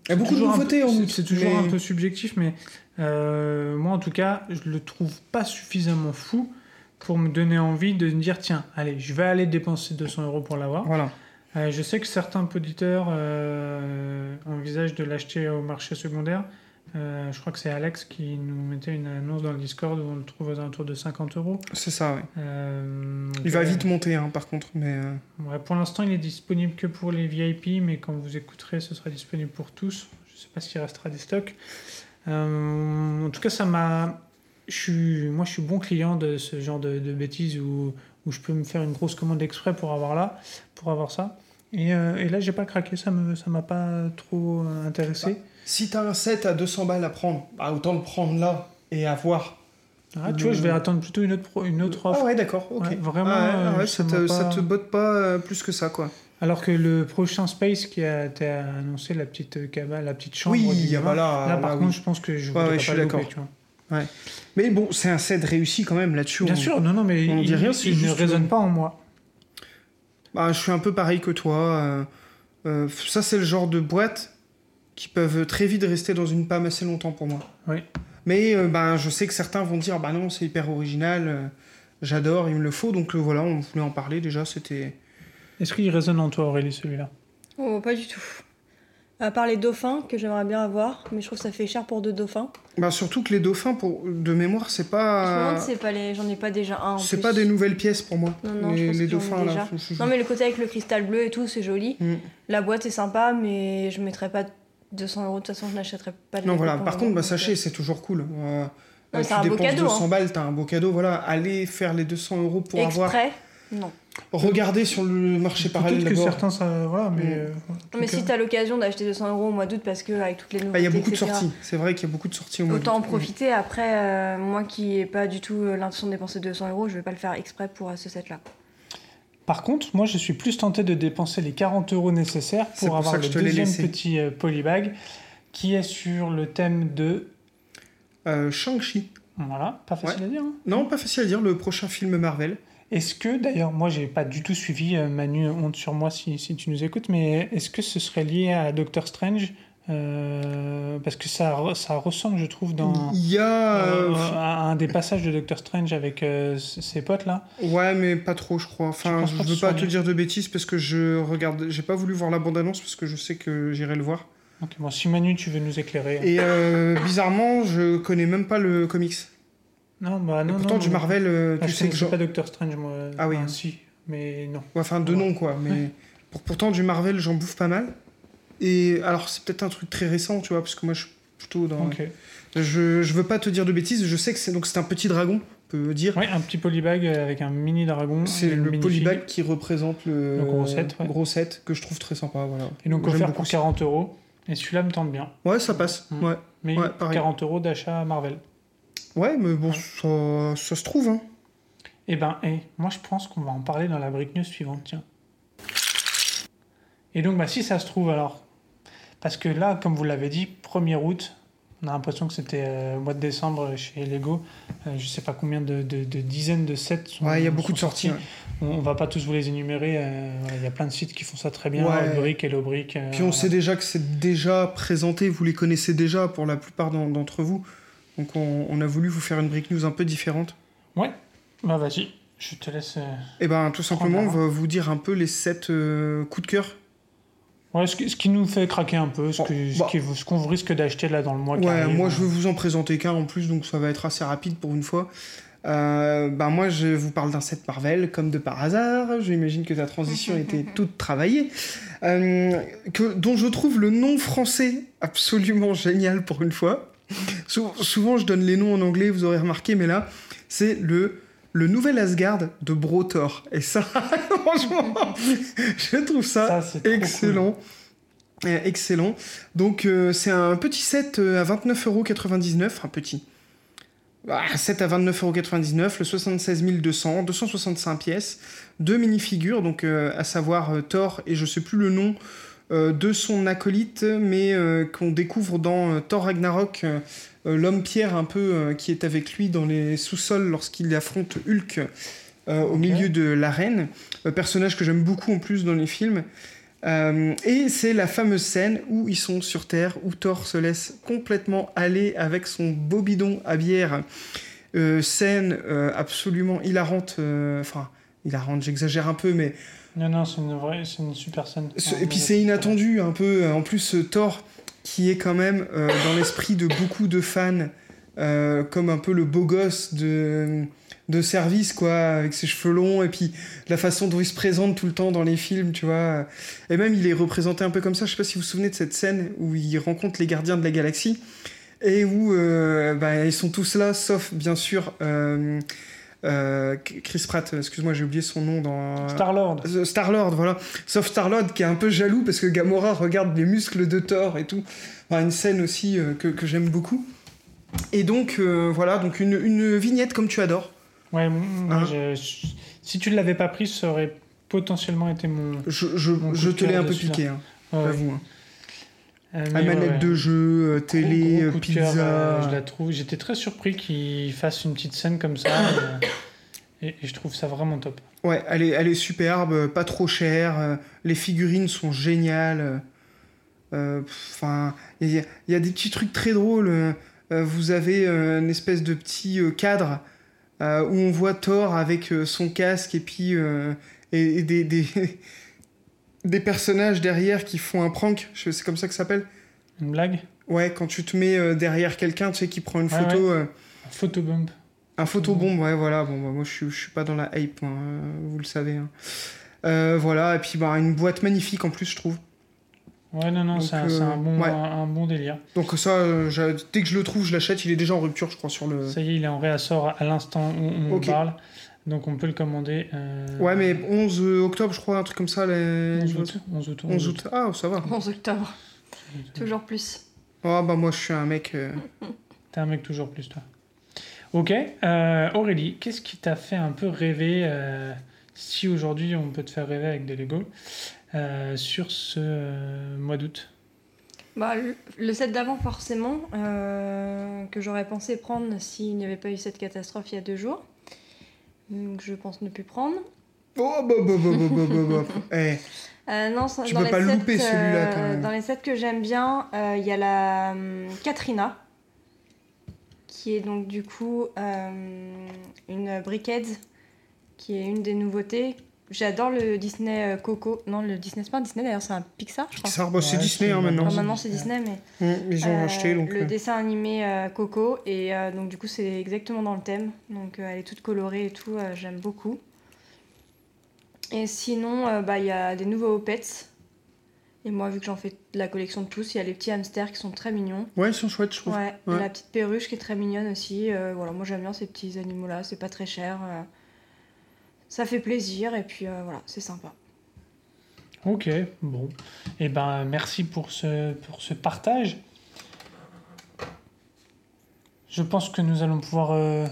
Speaker 4: y a beaucoup de
Speaker 5: toujours un
Speaker 4: nouveautés
Speaker 5: peu-
Speaker 4: en
Speaker 5: c'est-
Speaker 4: août,
Speaker 5: C'est toujours
Speaker 4: mais-
Speaker 5: un peu subjectif, mais euh, moi en tout cas, je le trouve pas suffisamment fou pour me donner envie de me dire tiens, allez, je vais aller dépenser 200 euros pour l'avoir.
Speaker 4: Voilà.
Speaker 5: Euh, je sais que certains auditeurs euh, envisagent de l'acheter au marché secondaire. Euh, je crois que c'est Alex qui nous mettait une annonce dans le Discord où on le trouve aux alentours de 50 euros.
Speaker 4: C'est ça, oui.
Speaker 5: Euh,
Speaker 4: Il va
Speaker 5: donc,
Speaker 4: vite monter, hein, par contre, mais... euh,
Speaker 5: Ouais, pour l'instant, il est disponible que pour les VIP, mais quand vous écouterez, ce sera disponible pour tous. Je ne sais pas s'il restera des stocks. Euh, en tout cas, ça m'a. Je suis... Moi, je suis bon client de ce genre de, de bêtises où, où je peux me faire une grosse commande exprès pour avoir là, pour avoir ça. Et, euh, et là, j'ai pas craqué, ça me, ça m'a pas trop euh, intéressé.
Speaker 4: Si t'as un set à 200 balles à prendre, bah, autant le prendre là et avoir.
Speaker 5: Ah, tu vois, je vais attendre plutôt une autre, pro- une autre offre.
Speaker 4: Euh, Ah ouais, d'accord, ok.
Speaker 5: Ouais, vraiment,
Speaker 4: Ah ouais,
Speaker 5: euh,
Speaker 4: ça,
Speaker 5: ça
Speaker 4: te,
Speaker 5: m'a pas-
Speaker 4: ça te botte pas euh, plus que ça, quoi.
Speaker 5: Alors que le prochain Space qui a été annoncé, la petite euh, cabane, la petite chambre.
Speaker 4: Oui,
Speaker 5: du
Speaker 4: ah
Speaker 5: gamin,
Speaker 4: bah là,
Speaker 5: là, par
Speaker 4: là,
Speaker 5: contre,
Speaker 4: oui.
Speaker 5: je pense que je
Speaker 4: Ouais,
Speaker 5: voudrais
Speaker 4: ouais,
Speaker 5: pas
Speaker 4: je suis
Speaker 5: le louper,
Speaker 4: d'accord.
Speaker 5: tu vois.
Speaker 4: Mais bon, c'est un set réussi quand même, là-dessus.
Speaker 5: Bien
Speaker 4: on-
Speaker 5: sûr, non, non, mais
Speaker 4: on
Speaker 5: il,
Speaker 4: dit rien, c'est
Speaker 5: il ne
Speaker 4: juste
Speaker 5: résonne
Speaker 4: le-
Speaker 5: pas en moi.
Speaker 4: Bah, je suis un peu pareil que toi. euh, euh, ça, c'est le genre de boîtes qui peuvent très vite rester dans une pâme assez longtemps pour moi.
Speaker 5: Oui.
Speaker 4: Mais euh, ben, je sais que certains vont dire bah non, c'est hyper original, euh, j'adore, il me le faut. Donc euh, voilà, on voulait en parler déjà. C'était.
Speaker 5: Est-ce qu'il résonne en toi, Aurélie, celui-là
Speaker 2: Oh, pas du tout. À part les dauphins que j'aimerais bien avoir, mais je trouve que ça fait cher pour deux dauphins.
Speaker 4: Bah, surtout que les dauphins, pour... de mémoire, c'est
Speaker 2: Je me
Speaker 4: pas.
Speaker 2: demande si c'est pas les... j'en ai pas déjà un. en
Speaker 4: Euh, C'est
Speaker 2: plus.
Speaker 4: pas des nouvelles pièces pour moi.
Speaker 2: Non, non, je pense
Speaker 4: les, les
Speaker 2: que j'en ai
Speaker 4: dauphins, là.
Speaker 2: déjà.
Speaker 4: je- je-
Speaker 2: Non, mais le côté avec le cristal bleu et tout, c'est joli.
Speaker 4: Mm.
Speaker 2: La boîte est sympa, mais je mettrais pas 200 euros. De toute façon, je n'achèterais pas de
Speaker 4: Non,
Speaker 2: Lego
Speaker 4: voilà.
Speaker 2: pour
Speaker 4: Par
Speaker 2: le
Speaker 4: contre,
Speaker 2: moment,
Speaker 4: bah,
Speaker 2: donc,
Speaker 4: sachez, c'est toujours cool. Euh,
Speaker 2: Ouais,
Speaker 4: euh,
Speaker 2: c'est
Speaker 4: tu
Speaker 2: un beau
Speaker 4: dépenses
Speaker 2: cadeau,
Speaker 4: 200 balles, t'as un beau cadeau. Voilà, aller faire les 200 euros
Speaker 2: euh,
Speaker 4: pour avoir.
Speaker 2: Exprès Non.
Speaker 4: Regardez sur le marché parallèle
Speaker 5: Peut-être que
Speaker 4: d'abord.
Speaker 5: certains, ça. Voilà, mais.
Speaker 4: Mm.
Speaker 5: euh, en tout
Speaker 2: Non, mais
Speaker 5: cas,
Speaker 2: si t'as l'occasion d'acheter 200 euros au mois d'août, parce que avec toutes les
Speaker 4: Bah,
Speaker 2: nouveautés.
Speaker 4: Il y a beaucoup de
Speaker 2: etc.,
Speaker 4: sorties. C'est vrai qu'il y a beaucoup de sorties au mois
Speaker 2: Autant en
Speaker 4: d'août.
Speaker 2: profiter. Après, euh, moi qui n'ai pas du tout euh, l'intention de dépenser 200 euros, je vais pas le faire exprès pour euh, ce set-là.
Speaker 5: Par contre, moi, je suis plus tenté de dépenser les 40 euros nécessaires
Speaker 4: C'est
Speaker 5: pour,
Speaker 4: pour
Speaker 5: avoir
Speaker 4: ça que
Speaker 5: le
Speaker 4: je te l'ai
Speaker 5: deuxième
Speaker 4: laissé.
Speaker 5: petit euh, polybag qui est sur le thème de.
Speaker 4: Euh, Shang-Chi.
Speaker 5: Voilà, pas facile à dire. hein.
Speaker 4: Non, pas facile à dire, le prochain film Marvel.
Speaker 5: Est-ce que, d'ailleurs, moi, j'ai pas du tout suivi, euh, Manu, honte sur moi si, si tu nous écoutes, mais est-ce que ce serait lié à Doctor Strange Euh, Parce que ça, re- ça ressemble, je trouve, dans.
Speaker 4: Il y a.
Speaker 5: Euh,
Speaker 4: euh,
Speaker 5: un un des passages de Doctor Strange avec euh, s- ses potes là.
Speaker 4: Ouais, mais pas trop, je crois. Enfin,
Speaker 5: Je pense
Speaker 4: je
Speaker 5: pas que
Speaker 4: veux
Speaker 5: ce
Speaker 4: pas
Speaker 5: soit
Speaker 4: te
Speaker 5: lui.
Speaker 4: dire de bêtises parce que je regarde. J'ai pas voulu voir la bande-annonce parce que je sais que j'irai le voir.
Speaker 5: Ok, bon, si Manu, tu veux nous éclairer.
Speaker 4: Et euh, bizarrement, je connais même pas le comics.
Speaker 5: Non, bah
Speaker 4: Et
Speaker 5: non.
Speaker 4: pourtant,
Speaker 5: non,
Speaker 4: du
Speaker 5: non.
Speaker 4: Marvel, euh,
Speaker 5: Ah,
Speaker 4: tu
Speaker 5: je
Speaker 4: sais que.
Speaker 5: connaissais
Speaker 4: j'en-
Speaker 5: pas Doctor Strange moi.
Speaker 4: Ah oui.
Speaker 5: Enfin, si, mais non.
Speaker 4: Ouais, Enfin, de
Speaker 5: Ouais.
Speaker 4: nom, quoi. Mais pour- pourtant, du Marvel, j'en bouffe pas mal. Et alors, c'est peut-être un truc très récent, tu vois, parce que moi, je suis plutôt dans.
Speaker 5: Ok.
Speaker 4: Je, je veux pas te dire de bêtises, je sais que c'est donc c'est un petit dragon, on peut dire.
Speaker 5: Ouais, un petit polybag avec un mini dragon.
Speaker 4: C'est
Speaker 5: une
Speaker 4: le
Speaker 5: mini
Speaker 4: polybag
Speaker 5: fig.
Speaker 4: qui représente le,
Speaker 5: Le gros set, ouais.
Speaker 4: gros set, que je trouve très sympa. Voilà.
Speaker 5: Et donc
Speaker 4: J'aime
Speaker 5: offert
Speaker 4: beaucoup
Speaker 5: pour
Speaker 4: ça.
Speaker 5: 40 euros. Et celui-là me tente bien.
Speaker 4: Ouais, ça passe.
Speaker 5: Mm.
Speaker 4: Ouais.
Speaker 5: Mais
Speaker 4: Ouais, pareil.
Speaker 5: 40 euros d'achat à Marvel.
Speaker 4: ouais, mais bon, ça, ça se trouve. Hein.
Speaker 5: Eh ben, eh, moi je pense qu'on va en parler dans la brique news suivante, tiens. Et donc, bah, si ça se trouve alors, parce que là, comme vous l'avez dit, 1er août, On a l'impression que c'était euh, au mois de décembre chez Lego. Euh, je sais pas combien de, de- de dizaines de sets sont
Speaker 4: Ouais, il y a
Speaker 5: sont
Speaker 4: beaucoup de sorties. ouais.
Speaker 5: On, on va pas tous vous les énumérer. euh, voilà, Il y a plein de sites qui font ça très bien. euh,
Speaker 4: Ouais.
Speaker 5: Holobrick et Lobrick.
Speaker 4: Puis on sait déjà que c'est déjà présenté, vous les connaissez déjà pour la plupart d'en- d'entre vous. Donc on, on a voulu vous faire une brick news un peu différente.
Speaker 5: Ouais. Bah vas-y, je te laisse. euh,
Speaker 4: Et ben tout simplement, on
Speaker 5: Prends la
Speaker 4: va vous dire un peu les 7 coups de cœur.
Speaker 5: Ouais, ce, qui- ce qui nous fait craquer un peu, ce
Speaker 4: Bon,
Speaker 5: que- ce
Speaker 4: bah.
Speaker 5: qui- ce qu'on risque d'acheter là dans le mois qui
Speaker 4: Ouais,
Speaker 5: arrive. hein.
Speaker 4: moi je vais vous en présenter qu'un en plus, donc ça va être assez rapide pour une fois. Euh, ben moi je vous parle d'un set Marvel, comme de par hasard. J'imagine que ta transition était toute travaillée. Euh, que, dont je trouve le nom français absolument génial pour une fois. Sou- souvent je donne les noms en anglais, vous aurez remarqué, mais là c'est le. Le nouvel Asgard de Brotor. Et ça, franchement, je trouve
Speaker 5: Ça, c'est trop
Speaker 4: Excellent. Euh, Excellent. Donc, euh, c'est un petit set euh, à 29,99€. Un petit. Ah, set à 29,99€, le 76 200, 265 pièces, deux minifigures, donc euh, à savoir euh, Thor et je sais plus le nom euh, de son acolyte, mais euh, qu'on découvre dans euh, Thor Ragnarok, euh, euh, l'homme pierre un peu euh, qui est avec lui dans les sous-sols lorsqu'il affronte Hulk euh, au milieu de l'arène, Euh, personnage que j'aime beaucoup en plus dans les films. Euh, et c'est la fameuse scène où ils sont sur Terre, où Thor se laisse complètement aller avec son beau bidon à bière. Euh, scène euh, absolument hilarante, euh, enfin hilarante, j'exagère un peu, mais
Speaker 5: Non, non, c'est une vraie, c'est une super scène.
Speaker 4: ce-
Speaker 5: Ouais,
Speaker 4: et puis
Speaker 5: Ah, ouais.
Speaker 4: c'est inattendu un peu. En plus, euh, Thor, qui est quand même euh, dans l'esprit de beaucoup de fans, euh, comme un peu le beau gosse de, de service, quoi, avec ses cheveux longs, et puis la façon dont il se présente tout le temps dans les films, tu vois. Et même, il est représenté un peu comme ça. Je sais pas si vous vous souvenez de cette scène où il rencontre les gardiens de la galaxie, et où euh, bah, ils sont tous là, sauf bien sûr. euh, euh, Chris Pratt, excuse-moi, j'ai oublié son nom dans.
Speaker 5: Star-Lord.
Speaker 4: The Star-Lord, voilà. Sauf Star-Lord qui est un peu jaloux parce que Gamora regarde les muscles de Thor et tout. Enfin, une scène aussi euh, que, que j'aime beaucoup. Et donc, euh, voilà, donc une, une vignette comme tu adores.
Speaker 5: Ouais, moi,
Speaker 4: Hein
Speaker 5: je- je- si tu ne l'avais pas pris, ça aurait potentiellement été mon. euh,
Speaker 4: Je, je,
Speaker 5: Mon coup
Speaker 4: je
Speaker 5: de
Speaker 4: te l'ai
Speaker 5: cœur
Speaker 4: un
Speaker 5: de
Speaker 4: peu
Speaker 5: celui-là.
Speaker 4: piqué, hein,
Speaker 5: Ouais, ouais.
Speaker 4: j'avoue. hein.
Speaker 5: Euh,
Speaker 4: La
Speaker 5: mais ouais,
Speaker 4: manette
Speaker 5: ouais.
Speaker 4: de jeu, euh,
Speaker 5: Gros,
Speaker 4: télé,
Speaker 5: gros
Speaker 4: euh,
Speaker 5: coup de
Speaker 4: pizza.
Speaker 5: cœur, euh, je la trouve. J'étais très surpris qu'il fasse une petite scène comme ça. euh, et, et je trouve ça vraiment top.
Speaker 4: Ouais, elle est, elle est superbe, euh, pas trop chère. euh, Les figurines sont géniales. euh, euh, pff, Enfin, il y, a- il y a des petits trucs très drôles. euh, euh, Vous avez euh, une espèce de petit euh, cadre euh, où on voit Thor avec euh, son casque et puis euh, et, et des, des, des personnages derrière qui font un prank. Je- C'est comme ça que ça s'appelle.
Speaker 5: Une blague
Speaker 4: Ouais, quand tu te mets euh, derrière quelqu'un, tu sais, qui prend une
Speaker 5: Ouais,
Speaker 4: photo. euh,
Speaker 5: Un photobump.
Speaker 4: un
Speaker 5: Mhm.
Speaker 4: photobombe, ouais, voilà. Bon, bah, moi, je suis, je suis pas dans la hype, hein, euh, vous le savez. hein. Euh, voilà, et puis bah, une boîte magnifique en plus, je trouve.
Speaker 5: Ouais, non, non,
Speaker 4: Donc,
Speaker 5: c'est un,
Speaker 4: euh,
Speaker 5: c'est un bon,
Speaker 4: ouais.
Speaker 5: un, un bon délire.
Speaker 4: Donc ça, euh, j'a- dès que je le trouve, je l'achète. Il est déjà en rupture, je crois, sur le...
Speaker 5: Ça y est, il est en réassort à l'instant où on
Speaker 4: Euh. Ok.
Speaker 5: parle. Donc on peut le commander. euh,
Speaker 4: Ouais, mais 11 octobre, je crois, un truc comme ça. Les...
Speaker 5: 11 août. 11 août. Oh.
Speaker 4: 11 août. Ah, ça va.
Speaker 2: 11 octobre. Toujours plus.
Speaker 4: Ah, bah moi, je suis un mec... euh,
Speaker 5: T'es un mec toujours plus, toi. Ok, euh, Aurélie, qu'est-ce qui t'a fait un peu rêver, euh, si aujourd'hui on peut te faire rêver avec des Lego, euh, sur ce euh, mois d'août
Speaker 2: Bah, le- le set d'avant, forcément, euh, que j'aurais pensé prendre s'il n'y avait pas eu cette catastrophe il y a deux jours. Donc, je pense ne plus prendre.
Speaker 4: Oh, bah, bah, bah, bah, bah, bah, bah. Eh,
Speaker 2: Euh, non, ça-
Speaker 4: Tu
Speaker 2: dans
Speaker 4: peux
Speaker 2: les
Speaker 4: pas le
Speaker 2: sets,
Speaker 4: louper, celui-là, quand
Speaker 2: euh,
Speaker 4: même.
Speaker 2: Dans les sets que j'aime bien, euh, il y a la hum, Katrina, qui est donc du coup euh, une briquette, qui est une des nouveautés. J'adore le Disney euh, Coco. Non, le Disney, c'est pas un Disney d'ailleurs, c'est un Pixar, je crois.
Speaker 4: Pixar, bah, c'est
Speaker 5: Ouais,
Speaker 4: Disney,
Speaker 5: c'est
Speaker 4: hein,
Speaker 5: vraiment-
Speaker 4: maintenant.
Speaker 2: Enfin,
Speaker 5: c'est
Speaker 2: maintenant c'est
Speaker 5: Disney.
Speaker 2: Disney, mais.
Speaker 4: Hum, Ils ont
Speaker 2: Euh,
Speaker 4: acheté, donc...
Speaker 2: Le
Speaker 4: euh,
Speaker 2: dessin animé euh, Coco, et euh, donc du coup c'est exactement dans le thème, donc euh, elle est toute colorée et tout, euh, j'aime beaucoup. Et sinon, euh, bah, il y a des nouveaux pets, et moi vu que j'en fais la collection de tous, il y a les petits hamsters qui sont très mignons.
Speaker 4: Ouais, ils sont chouettes, je trouve.
Speaker 2: Ouais, et
Speaker 4: ouais.
Speaker 2: la petite perruche qui est très mignonne aussi, euh, voilà, moi j'aime bien ces petits animaux-là, c'est pas très cher, euh, ça fait plaisir, et puis euh, voilà, c'est sympa.
Speaker 5: Ok, bon. Eh ben, merci pour ce, pour ce partage. Je pense que nous allons pouvoir euh,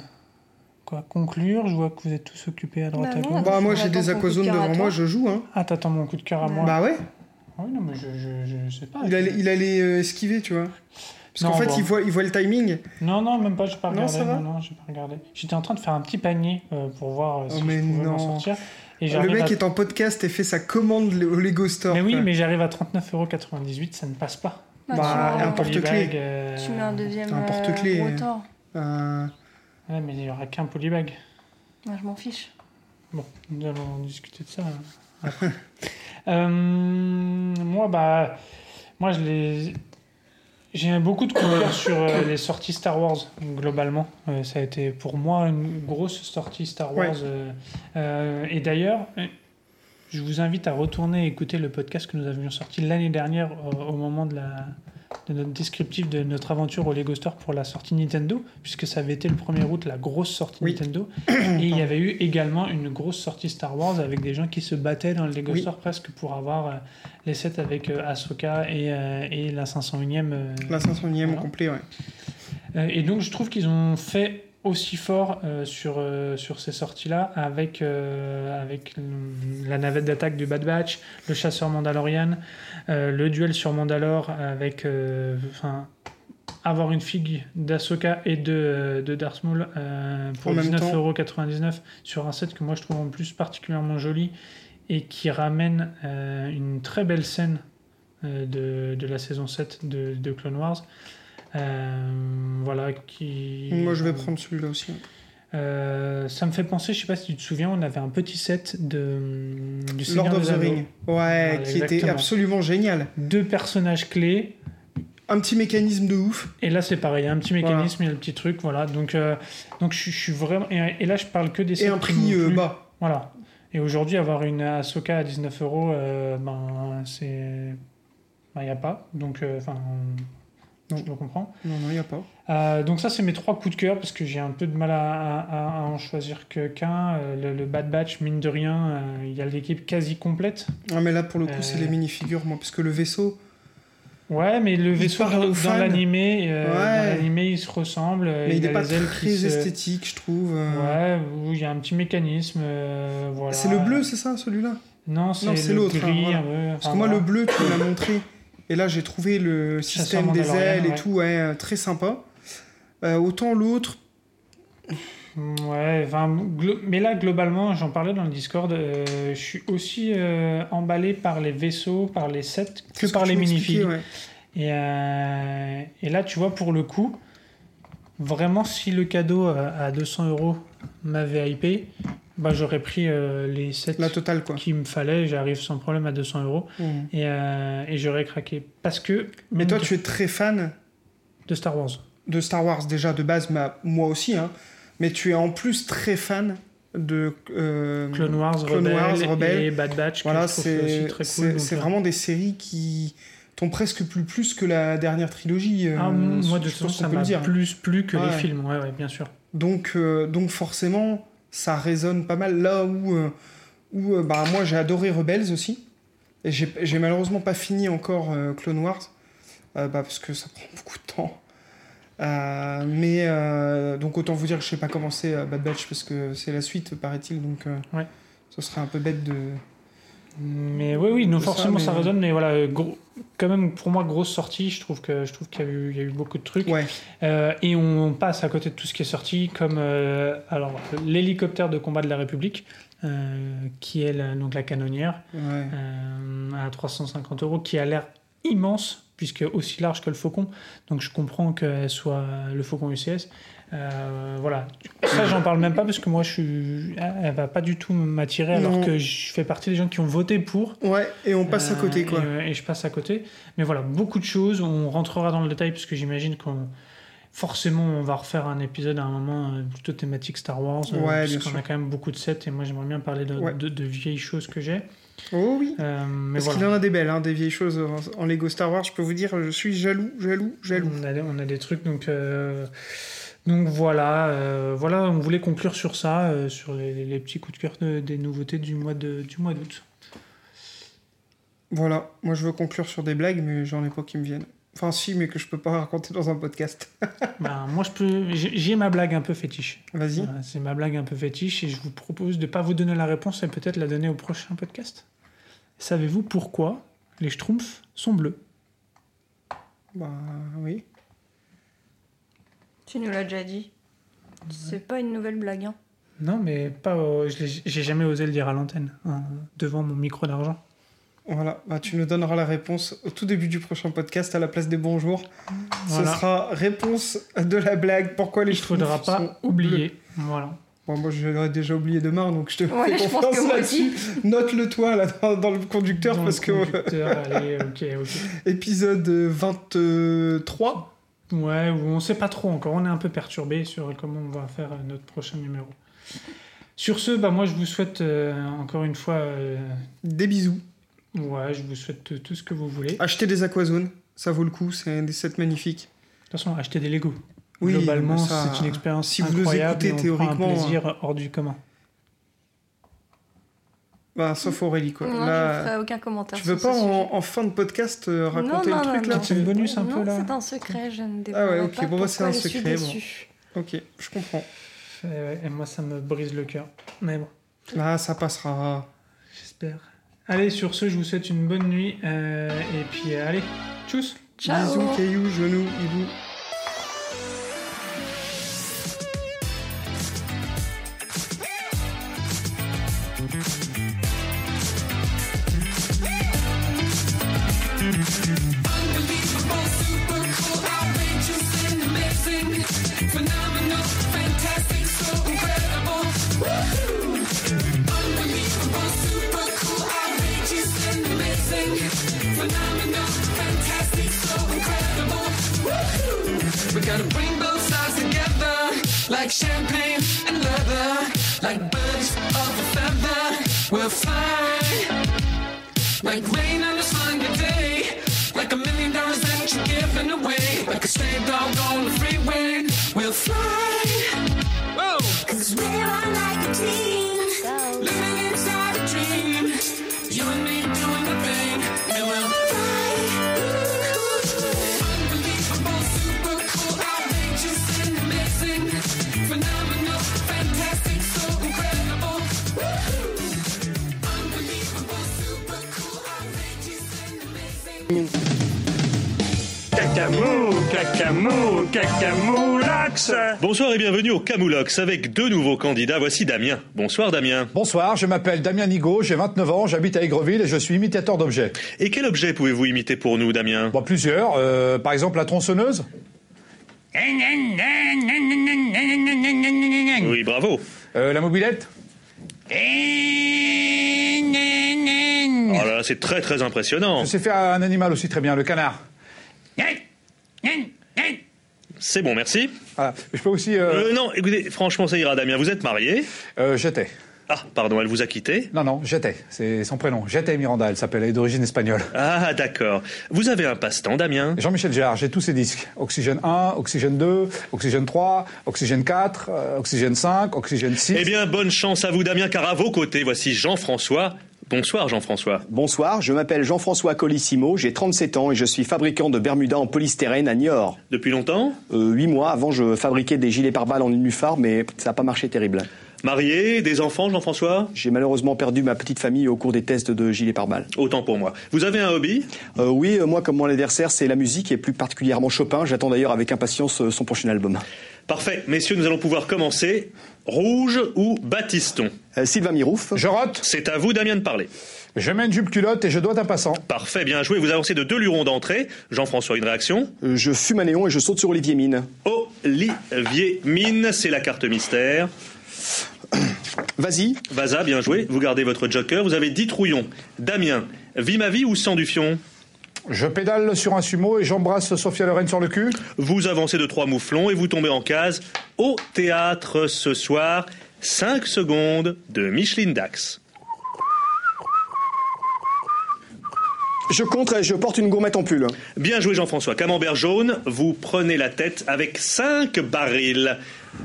Speaker 5: quoi, conclure. Je vois que vous êtes tous occupés à droite
Speaker 2: Bah
Speaker 5: à
Speaker 2: non,
Speaker 5: gauche.
Speaker 4: Bah, moi,
Speaker 2: Attends,
Speaker 4: j'ai des
Speaker 2: ton coup de
Speaker 4: aquazones
Speaker 2: cœur à
Speaker 4: devant moi,
Speaker 2: toi.
Speaker 4: je joue, hein.
Speaker 5: Ah, t'attends mon coup de cœur à moi. Ah
Speaker 4: Bah ouais,
Speaker 5: Oui, non, mais je, je, je sais pas.
Speaker 4: il allait, il allait euh, esquiver, tu vois. Parce qu'en
Speaker 5: Non,
Speaker 4: fait,
Speaker 5: bon.
Speaker 4: il, voit, il voit le timing.
Speaker 5: Non, non, même pas, j'ai pas
Speaker 4: Non,
Speaker 5: regardé.
Speaker 4: ça va
Speaker 5: Non, non, j'ai pas regardé. J'étais en train de faire un petit panier euh, pour voir euh, si
Speaker 4: Oh,
Speaker 5: je
Speaker 4: mais
Speaker 5: pouvais
Speaker 4: non. Ah,
Speaker 5: m'en sortir. Et
Speaker 4: le
Speaker 5: j'arrive
Speaker 4: mec
Speaker 5: à-
Speaker 4: est en podcast et fait sa commande au Lego Store.
Speaker 5: Mais oui,
Speaker 4: quoi.
Speaker 5: mais j'arrive à 39,98€, ça ne passe pas.
Speaker 2: Bah,
Speaker 4: Bah,
Speaker 2: tu, mets,
Speaker 4: un porte- porte-clés.
Speaker 5: Polybag, euh,
Speaker 2: tu mets un deuxième
Speaker 4: un
Speaker 2: euh,
Speaker 4: porte-clés.
Speaker 2: rotor.
Speaker 4: Euh,
Speaker 5: Ouais, mais il n'y aura qu'un polybag.
Speaker 2: Ouais, je m'en fiche.
Speaker 5: Bon, nous allons discuter de ça hein, après. Euh, moi, bah, moi, je les. J'ai beaucoup de coups de cœur sur euh, les sorties Star Wars, globalement. Euh, ça a été pour moi une grosse sortie Star Wars.
Speaker 4: Ouais.
Speaker 5: euh, euh, et d'ailleurs, euh, je vous invite à retourner écouter le podcast que nous avions sorti l'année dernière euh, au moment de, la, de notre descriptif de notre aventure au Lego Store pour la sortie Nintendo, puisque ça avait été le 1er août la grosse sortie
Speaker 4: Oui.
Speaker 5: Nintendo. Et il y avait eu également une grosse sortie Star Wars avec des gens qui se battaient dans le Lego
Speaker 4: Oui.
Speaker 5: Store presque pour avoir euh, les sets avec euh, Ahsoka et, euh, et la 501e. euh,
Speaker 4: la 501 e
Speaker 5: voilà.
Speaker 4: au complet, ouais.
Speaker 5: Euh, et donc je trouve qu'ils ont fait aussi fort euh, sur, euh, sur ces sorties-là avec, euh, avec le- la navette d'attaque du Bad Batch, le chasseur Mandalorian, euh, le duel sur Mandalore avec... euh, Enfin, avoir une figue d'Asoka et de, euh, de Darth Maul euh, pour
Speaker 4: En même temps.
Speaker 5: 19,99€ sur un set que moi je trouve en plus particulièrement joli et qui ramène euh, une très belle scène euh, de, de la saison 7 de, de Clone Wars. Euh, voilà, qui.
Speaker 4: Moi, je vais prendre celui-là aussi.
Speaker 5: Euh, ça me fait penser, je sais pas si tu te souviens, on avait un petit set de, du Seigneur
Speaker 4: Lord of
Speaker 5: des
Speaker 4: the
Speaker 5: Anneaux.
Speaker 4: Ring. Ouais, qui était
Speaker 5: exactement.
Speaker 4: absolument génial.
Speaker 5: Deux personnages clés.
Speaker 4: Un petit mécanisme de ouf.
Speaker 5: Et là, c'est pareil, il y a un petit
Speaker 4: Voilà.
Speaker 5: mécanisme, il y a le petit truc, voilà. Donc, euh, donc je, suis- je suis vraiment. Et, et là, je parle que des
Speaker 4: Et
Speaker 5: sets
Speaker 4: un prix
Speaker 5: qui m'ont
Speaker 4: euh,
Speaker 5: plu.
Speaker 4: bas.
Speaker 5: Voilà. Et aujourd'hui, avoir une Ahsoka à 19 euros, euh, ben, c'est. Ben, il n'y a pas. Donc, euh, enfin.
Speaker 4: Non.
Speaker 5: je le comprends.
Speaker 4: Non, non, il n'y a pas.
Speaker 5: Euh, donc ça, c'est mes trois coups de cœur parce que j'ai un peu de mal à, à- à en choisir que- qu'un. Euh, le, le Bad Batch, mine de rien, euh, il y a l'équipe quasi complète.
Speaker 4: Ah, mais là, pour le coup, c'est
Speaker 5: Euh.
Speaker 4: les minifigures, moi, parce que le vaisseau.
Speaker 5: Ouais, mais le
Speaker 4: Il
Speaker 5: vaisseau
Speaker 4: parle
Speaker 5: dans,
Speaker 4: aux
Speaker 5: dans
Speaker 4: fans.
Speaker 5: l'animé, euh,
Speaker 4: Ouais.
Speaker 5: dans l'animé, il se ressemble. euh,
Speaker 4: mais il
Speaker 5: a
Speaker 4: n'est pas
Speaker 5: les ailes qui
Speaker 4: très
Speaker 5: se-
Speaker 4: esthétique, je trouve. euh.
Speaker 5: Ouais, où il y a un petit mécanisme. euh, voilà.
Speaker 4: C'est le bleu, c'est ça, celui-là
Speaker 5: Non, c'est
Speaker 4: Non, c'est
Speaker 5: le
Speaker 4: l'autre, hein,
Speaker 5: gris,
Speaker 4: voilà.
Speaker 5: un peu,
Speaker 4: Parce
Speaker 5: enfin,
Speaker 4: que moi,
Speaker 5: Ah, voilà.
Speaker 4: le bleu, tu m'as montré. Et là, j'ai trouvé le système des
Speaker 5: Mandalorian,
Speaker 4: ailes et
Speaker 5: ouais.
Speaker 4: tout, ouais, euh, très sympa. Euh, autant l'autre,
Speaker 5: Ouais, enfin, glo- mais là, globalement, j'en parlais dans le Discord, euh, je suis aussi euh, emballé par les vaisseaux, par les sets,
Speaker 4: c'est
Speaker 5: que
Speaker 4: ce
Speaker 5: par
Speaker 4: tu
Speaker 5: les
Speaker 4: m'expliquais,
Speaker 5: minifigs.
Speaker 4: ouais.
Speaker 5: Et, euh, et là, tu vois, pour le coup, vraiment, si le cadeau à, à 200 euros m'avait hypé, bah, j'aurais pris euh, les sets
Speaker 4: La totale, quoi.
Speaker 5: qu'il me fallait, j'arrive sans problème à 200 euros,
Speaker 4: Mm.
Speaker 5: et, euh, et j'aurais craqué. Parce que,
Speaker 4: Mais
Speaker 5: même
Speaker 4: toi,
Speaker 5: de,
Speaker 4: tu es très fan
Speaker 5: de Star Wars.
Speaker 4: de Star Wars déjà de base, ma- moi aussi, hein, mais tu es en plus très fan de euh,
Speaker 5: Clone Wars,
Speaker 4: Clone
Speaker 5: Rebelle,
Speaker 4: Wars, Rebelle.
Speaker 5: et Bad Batch, que
Speaker 4: Voilà,
Speaker 5: je trouve aussi
Speaker 4: c'est
Speaker 5: très cool.
Speaker 4: c'est-
Speaker 5: donc,
Speaker 4: c'est
Speaker 5: euh,
Speaker 4: vraiment des séries qui t'ont presque plus plus que la dernière trilogie. euh,
Speaker 5: Ah, moi,
Speaker 4: je
Speaker 5: de toute façon,
Speaker 4: pense qu'on
Speaker 5: ça
Speaker 4: peut le
Speaker 5: m'a
Speaker 4: dire. hein.
Speaker 5: plus plu que
Speaker 4: Ouais.
Speaker 5: les films, ouais, ouais, bien sûr.
Speaker 4: Donc, euh, donc forcément, ça résonne pas mal là où, euh, où euh, bah, moi j'ai adoré Rebels aussi. Et j'ai j'ai malheureusement pas fini encore euh, Clone Wars, euh, bah, parce que ça prend beaucoup de temps. Euh, mais euh, donc autant vous dire que je sais pas commencer euh, Bad Batch parce que c'est la suite paraît-il donc euh,
Speaker 5: Ouais.
Speaker 4: ce serait un peu bête de
Speaker 5: Mais oui, oui,
Speaker 4: De
Speaker 5: non,
Speaker 4: Mm. ça,
Speaker 5: forcément, ça,
Speaker 4: mais-
Speaker 5: résonne, mais voilà, euh, gros- quand même, pour moi, grosse sortie, je trouve que- je trouve qu'il y, a eu- il y a eu beaucoup de trucs.
Speaker 4: ouais
Speaker 5: Euh, et on passe à côté de tout ce qui est sorti, comme euh, alors l'hélicoptère de combat de la République, euh, qui est la- donc la canonnière,
Speaker 4: ouais
Speaker 5: euh, à 350 euros, qui a l'air immense, puisque aussi large que le Faucon. Donc je comprends qu'elle soit le Faucon UCS. Euh, voilà. Ça, j'en parle même pas, parce que moi, je suis... elle va pas du tout m'attirer, alors
Speaker 4: Non.
Speaker 5: que je fais partie des gens qui ont voté pour.
Speaker 4: ouais et on passe à côté
Speaker 5: Euh,
Speaker 4: quoi
Speaker 5: Et, euh, et je passe à côté. Mais voilà, beaucoup de choses. On rentrera dans le détail parce que j'imagine qu'on. Forcément, on va refaire un épisode à un moment euh, plutôt thématique Star Wars. euh,
Speaker 4: Ouais, bien
Speaker 5: parce qu'on
Speaker 4: sûr.
Speaker 5: a quand même beaucoup de sets et moi j'aimerais bien parler de,
Speaker 4: Ouais.
Speaker 5: de- de vieilles choses que j'ai.
Speaker 4: oh oui
Speaker 5: Euh, mais
Speaker 4: parce qu'il
Speaker 5: voilà.
Speaker 4: en a des belles hein, des vieilles choses en- en Lego Star Wars je peux vous dire je suis jaloux jaloux jaloux
Speaker 5: On a, on a des trucs donc. euh, Donc voilà, euh, voilà, on voulait conclure sur ça, euh, sur les, les petits coups de cœur de- des nouveautés du mois de- du mois d'août.
Speaker 4: Voilà, moi je veux conclure sur des blagues, mais j'en ai pas qui me viennent. Enfin, si, mais que je peux pas raconter dans un podcast.
Speaker 5: Ben, moi, je peux, j'ai j'ai ma blague un peu fétiche.
Speaker 4: Vas-y.
Speaker 5: Voilà, c'est ma blague un peu fétiche et je vous propose de ne pas vous donner la réponse et peut-être la donner au prochain podcast. Savez-vous pourquoi les schtroumpfs sont bleus
Speaker 4: Bah oui.
Speaker 2: Tu nous l'as déjà dit. C'est pas une nouvelle blague. Hein.
Speaker 5: Non, mais pas. au- je l'ai- J'ai jamais osé le dire à l'antenne, hein, devant mon micro d'argent.
Speaker 4: Voilà, bah, tu nous donneras la réponse au tout début du prochain podcast à la place des bonjours.
Speaker 5: Voilà.
Speaker 4: Ce sera réponse de la blague. Pourquoi les
Speaker 5: Il faudra
Speaker 4: Schtroumpfs
Speaker 5: pas
Speaker 4: sont bleus.
Speaker 5: oublier. Voilà.
Speaker 4: Bon, moi, je l'aurais déjà oublié demain, donc je te
Speaker 2: Voilà,
Speaker 4: fais
Speaker 2: je pense
Speaker 4: confiance
Speaker 2: que moi
Speaker 4: là-dessus. Note-le toi là, dans, dans le conducteur
Speaker 5: Dans
Speaker 4: parce
Speaker 5: le
Speaker 4: que euh,
Speaker 5: conducteur, allez, ok, ok.
Speaker 4: épisode 23.
Speaker 5: Ouais, ou on sait pas trop encore. On est un peu perturbé sur comment on va faire euh, notre prochain numéro. Sur ce, bah moi je vous souhaite euh, encore une fois, euh,
Speaker 4: Des bisous.
Speaker 5: ouais, je vous souhaite tout ce que vous voulez. De
Speaker 4: Achetez des Aquazones, ça vaut le coup, c'est un des sets magnifiques.
Speaker 5: toute façon, achetez des Lego.
Speaker 4: Oui,
Speaker 5: Globalement,
Speaker 4: mais ça-
Speaker 5: c'est une expérience
Speaker 4: si vous nous
Speaker 5: incroyable.
Speaker 4: écoutez,
Speaker 5: et on prend
Speaker 4: théoriquement, euh, hein.
Speaker 5: un plaisir hors du commun.
Speaker 4: Bah, sauf Aurélie, quoi.
Speaker 2: Non, je
Speaker 4: là,
Speaker 2: ferai aucun commentaire.
Speaker 4: tu veux
Speaker 2: sur
Speaker 4: pas
Speaker 2: ce
Speaker 4: en,
Speaker 2: sujet.
Speaker 4: en fin de podcast euh, raconter
Speaker 2: non,
Speaker 4: le
Speaker 2: non,
Speaker 4: truc
Speaker 2: non,
Speaker 4: là
Speaker 2: non.
Speaker 5: C'est le bonus un
Speaker 2: non,
Speaker 5: peu là.
Speaker 2: C'est un secret, je ne
Speaker 4: Ah ouais,
Speaker 2: dévoilerai
Speaker 4: ok,
Speaker 2: pas
Speaker 4: bon, bah, c'est un
Speaker 2: pourquoi je suis
Speaker 4: secret, bon.
Speaker 2: déçue.
Speaker 4: Ok, je comprends.
Speaker 5: Euh, et moi, ça me brise le cœur. Mais bon,
Speaker 4: Là, Bah, ça passera.
Speaker 5: j'espère. Allez, sur ce, je vous souhaite une bonne nuit. euh, et puis, euh, allez, tchuss
Speaker 2: Ciao.
Speaker 4: Bisous, cailloux, genoux, hibou.
Speaker 7: Unbelievable, super cool, outrageous and amazing. Phenomenal, fantastic, so incredible. Woohoo! Unbelievable, super cool, outrageous and amazing. Phenomenal, fantastic, so incredible. Woohoo! We gotta bring both sides together. Like champagne and leather. Like birds of a feather. We'll fly. Like rain on a Sunday day. Like a million dollars that you're giving away. Like a stray dog on the freeway. We'll fly. Whoa! Cause we're on like a team. Living inside a dream. You and me doing the thing. And we'll fly. Unbelievable, super cool, outrageous and amazing. Phenomenal, fantastic, so incredible. Woohoo! Unbelievable, super cool, outrageous and amazing.
Speaker 8: Bonsoir et bienvenue au Camoulox avec deux nouveaux candidats. Voici Damien. Bonsoir Damien.
Speaker 9: Bonsoir, je m'appelle Damien Nigaud, j'ai 29 ans, j'habite à Aigreville et je suis imitateur d'objets.
Speaker 8: Et quel objet pouvez-vous imiter pour nous, Damien
Speaker 9: Bon, plusieurs, euh, par exemple la tronçonneuse.
Speaker 8: Oui, bravo.
Speaker 9: Euh, la mobilette
Speaker 8: Oh là là, c'est très très impressionnant.
Speaker 9: Je sais faire un animal aussi très bien, le canard.
Speaker 8: C'est bon, merci.
Speaker 9: Voilà. Je peux aussi... euh,
Speaker 8: Euh, non, écoutez, franchement, ça ira, Damien. Vous êtes marié
Speaker 9: euh, j'étais.
Speaker 8: Ah, pardon, elle vous a quitté
Speaker 9: Non, non, j'étais. C'est son prénom. J'étais Miranda, elle s'appelle, elle est d'origine espagnole.
Speaker 8: Ah, d'accord. Vous avez un passe-temps, Damien
Speaker 9: Jean-Michel Jarre, j'ai tous ses disques. Oxygène 1, Oxygène 2, Oxygène 3, Oxygène 4, euh, Oxygène 5, Oxygène 6.
Speaker 8: Eh bien, bonne chance à vous, Damien, car à vos côtés, voici Jean-François. Bonsoir, Jean-François.
Speaker 10: Bonsoir, je m'appelle Jean-François Colissimo, j'ai 37 ans et je suis fabricant de Bermuda en polystyrène à Niort.
Speaker 8: Depuis longtemps
Speaker 10: Euh, 8 mois avant, je fabriquais des gilets pare-balles en nénuphar, mais ça n'a pas marché terrible.
Speaker 8: Marié Des enfants, Jean-François
Speaker 10: J'ai malheureusement perdu ma petite famille au cours des tests de gilets pare-balles.
Speaker 8: Autant pour moi. Vous avez un hobby
Speaker 10: Euh, oui, euh, moi, comme mon adversaire, c'est la musique et plus particulièrement Chopin. J'attends d'ailleurs avec impatience euh, son prochain album.
Speaker 8: Parfait. Messieurs, nous allons pouvoir commencer. Rouge ou Baptiston
Speaker 10: Euh, Sylvain Mirouf,
Speaker 9: Je rote,
Speaker 8: C'est à vous, Damien, de parler.
Speaker 9: je mets une jupe culotte et je dois un passant.
Speaker 8: Parfait, bien joué. Vous avancez de deux lurons d'entrée. Jean-François, une réaction
Speaker 10: euh, je fume un néon et je saute sur Olivier Mine.
Speaker 8: Olivier Mine, c'est la carte mystère.
Speaker 10: Vas-y,
Speaker 8: Vaza, bien joué. Vous gardez votre joker. Vous avez dix trouillons. Damien, vie ma vie ou sans du fion
Speaker 9: Je pédale sur un sumo et j'embrasse Sophia Loren sur le cul.
Speaker 8: Vous avancez de trois mouflons et vous tombez en case au théâtre ce soir. 5 secondes de Micheline Dax.
Speaker 10: je contre et je porte une gourmette en pull.
Speaker 8: Bien joué Jean-François. Camembert jaune, vous prenez la tête avec 5 barils.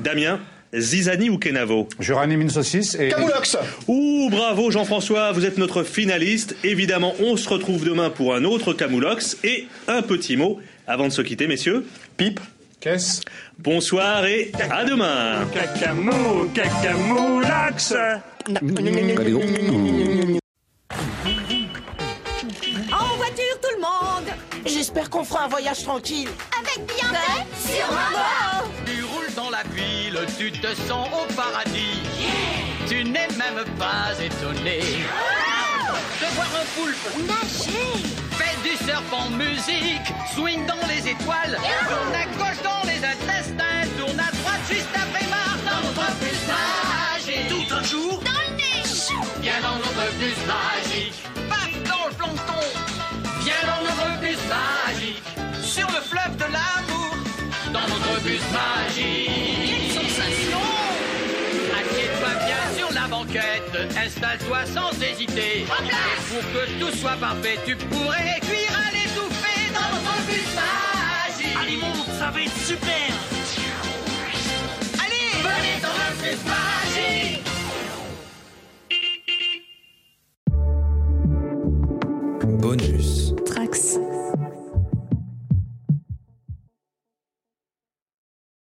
Speaker 8: Damien, Zizani ou Kenavo
Speaker 9: Je ranime une saucisse et...
Speaker 10: Camoulox
Speaker 8: Ouh, bravo Jean-François, vous êtes notre finaliste. Évidemment, on se retrouve demain pour un autre Camoulox. Et un petit mot avant de se quitter, messieurs.
Speaker 10: Pipe
Speaker 9: Qu'est-ce
Speaker 8: Bonsoir et à demain
Speaker 11: En voiture, tout le monde J'espère qu'on fera un voyage tranquille. Avec bien sur un bord
Speaker 12: que tu te sens au paradis. Tu n'es même pas étonné. De voir un poulpe nager. Fais du surf en musique. Swing dans les étoiles. Tourne à gauche dans les intestins. Tourne à droite juste après marre. Dans notre bus magique. Tout un jour. Dans le nez. Viens dans notre bus magique. Paf dans le plancton. Viens dans notre bus magique. Sur le fleuve de l'amour. Dans notre bus magique. Quelle sensation! Assieds-toi bien sur la banquette, installe-toi sans hésiter. Et pour que tout soit parfait, tu pourrais cuire à l'étouffée dans notre bus magique. Allez, monte, ça va être super. Allez, venez dans notre bus magique.
Speaker 13: Bonus.